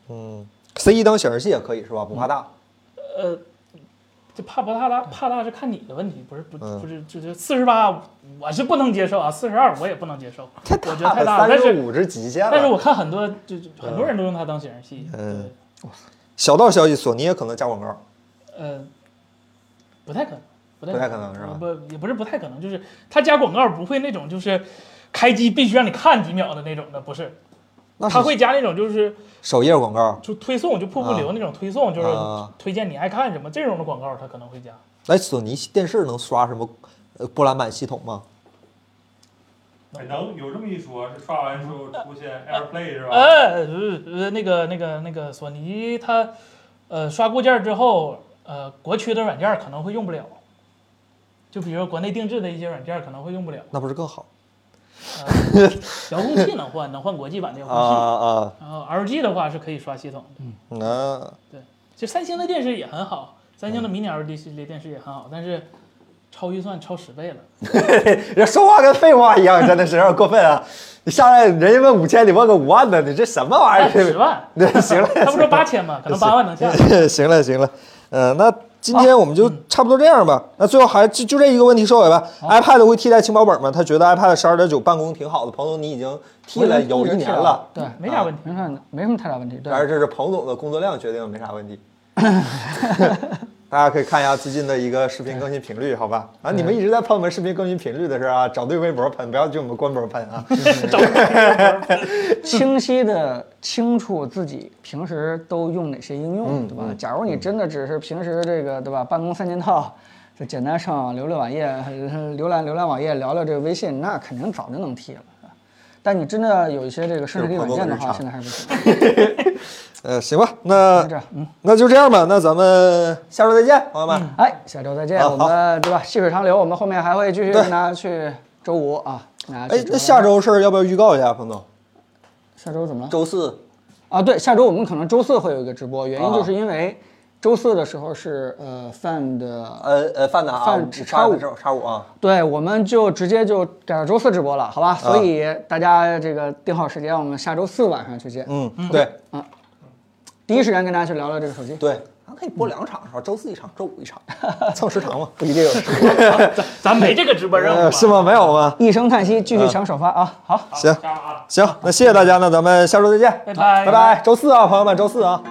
S3: 嗯，C 一当显示器也可以是吧？不怕大。
S1: 呃。这怕不怕大，怕大是看你的问题，不是不
S3: 嗯
S1: 不是，就是四十八，我是不能接受啊，四十二我也不能接受，
S3: 太
S1: 我觉得太大了，
S3: 三
S1: 但
S3: 十
S1: 是
S3: 五是极限了。
S1: 但是我看很多就就很多人都用它当显示器，
S3: 嗯
S1: 对，
S3: 小道消息，索尼也可能加广告。
S1: 呃，不太可能，不太
S3: 不太可能是吧
S1: 不也不是不太可能，就是它加广告不会那种就是开机必须让你看几秒的那种的，不是，
S3: 那
S1: 它
S3: 是
S1: 会加那种就是
S3: 首页广告。
S1: 就推送就瀑布流那种推送，就是
S3: 啊
S1: 推荐你爱看什么这种的广告，它可能会加。
S3: 哎，索尼电视能刷什么？呃，波兰版系统吗？
S4: 哎能有这么一说，是刷完之后出现 AirPlay 是吧？
S1: 呃呃，那个那个那个索尼它呃刷固件之后，呃国区的软件可能会用不了。就比如说国内定制的一些软件可能会用 不了，
S3: 那不是更好
S1: 呃遥控器能换，能换国际版的遥
S3: 啊
S1: 控器。
S3: 啊！
S1: 然后 LG 的话是可以刷系统的。
S3: 那
S1: 其实三星的电视也很好，三星的 Mini LED 系列电视也很好，但是超预算超十 倍了。
S3: 人说话跟废话一样，真的是有点过分啊！你下来人家问五千，你问个五万的，你哎这什么玩意
S1: 十
S3: 儿？
S1: 万，
S3: 那 行了，
S1: 啊他不说八千吗？ 可能八万能下。
S3: 行了行了，呃，那今天我们就差不多这样吧。那最后还就就这一个问题收尾吧。iPad 会替代轻薄本吗？他觉得 iPad 十二点九办公挺好的。彭总，你已经替了有一年了，啊
S2: 对，
S1: 没啥问题。
S2: 没啥，没什么太大问题。对
S3: 但，是这是彭总的工作量决定，没啥问题。 大家可以看一下最近的一个视频更新频率，好吧？啊，你们一直在喷我们视频更新频率的事儿啊，找对微博喷，不要去我们官博喷啊。
S2: 清晰的清楚自己平时都用哪些应用，
S3: 嗯
S2: 对吧？假如你真的只是平时这个，对吧？办公三件套，就简单上网浏览网页，呃浏览浏览网页，聊聊这个微信，那肯定早就能替了。是吧但你真的有一些这个生产力软件的话，
S3: 这
S2: 现
S3: 是
S2: 在还是不行。
S3: 呃，行吧，那
S2: 就这样，嗯，
S3: 那就这样吧，那咱们下周再见，朋友们。
S2: 哎，下周再见。
S3: 啊
S2: 我们对吧？细水长流，我们后面还会继续
S3: 对
S2: 跟大家去周五啊，跟大家
S3: 哎
S2: 去，
S3: 那
S2: 周
S3: 下周事儿要不要预告一下，彭总？
S2: 下周怎么了？
S3: 周四
S2: 啊，对，下周我们可能周四会有一个直播，原因
S3: 啊
S2: 就是因为周四的时候是呃 fan 的，
S3: 呃呃，范的啊，
S2: 范
S3: 只
S2: 叉五
S3: 叉五啊，
S2: 对，我们就直接就改到周四直播了，好吧？所
S3: 啊
S2: 以大家这个定好时间，我们下周四晚上去见，
S3: 嗯，对
S2: 第一时间跟大家去聊聊这个手机。
S3: 对，咱可以播两场是吧？周四一场，周五一场， 蹭时长嘛，不一定有时长，
S1: 咱没这个直播任务啊
S3: 呃
S1: 吧。
S3: 是吗？没有 吗？
S2: 一声叹息，继续抢首发啊！好。
S3: 行
S4: 加啊。
S3: 行，那谢谢大家，那咱们下周再见，
S1: 拜拜
S3: 拜拜，周四啊，朋友们，周四啊。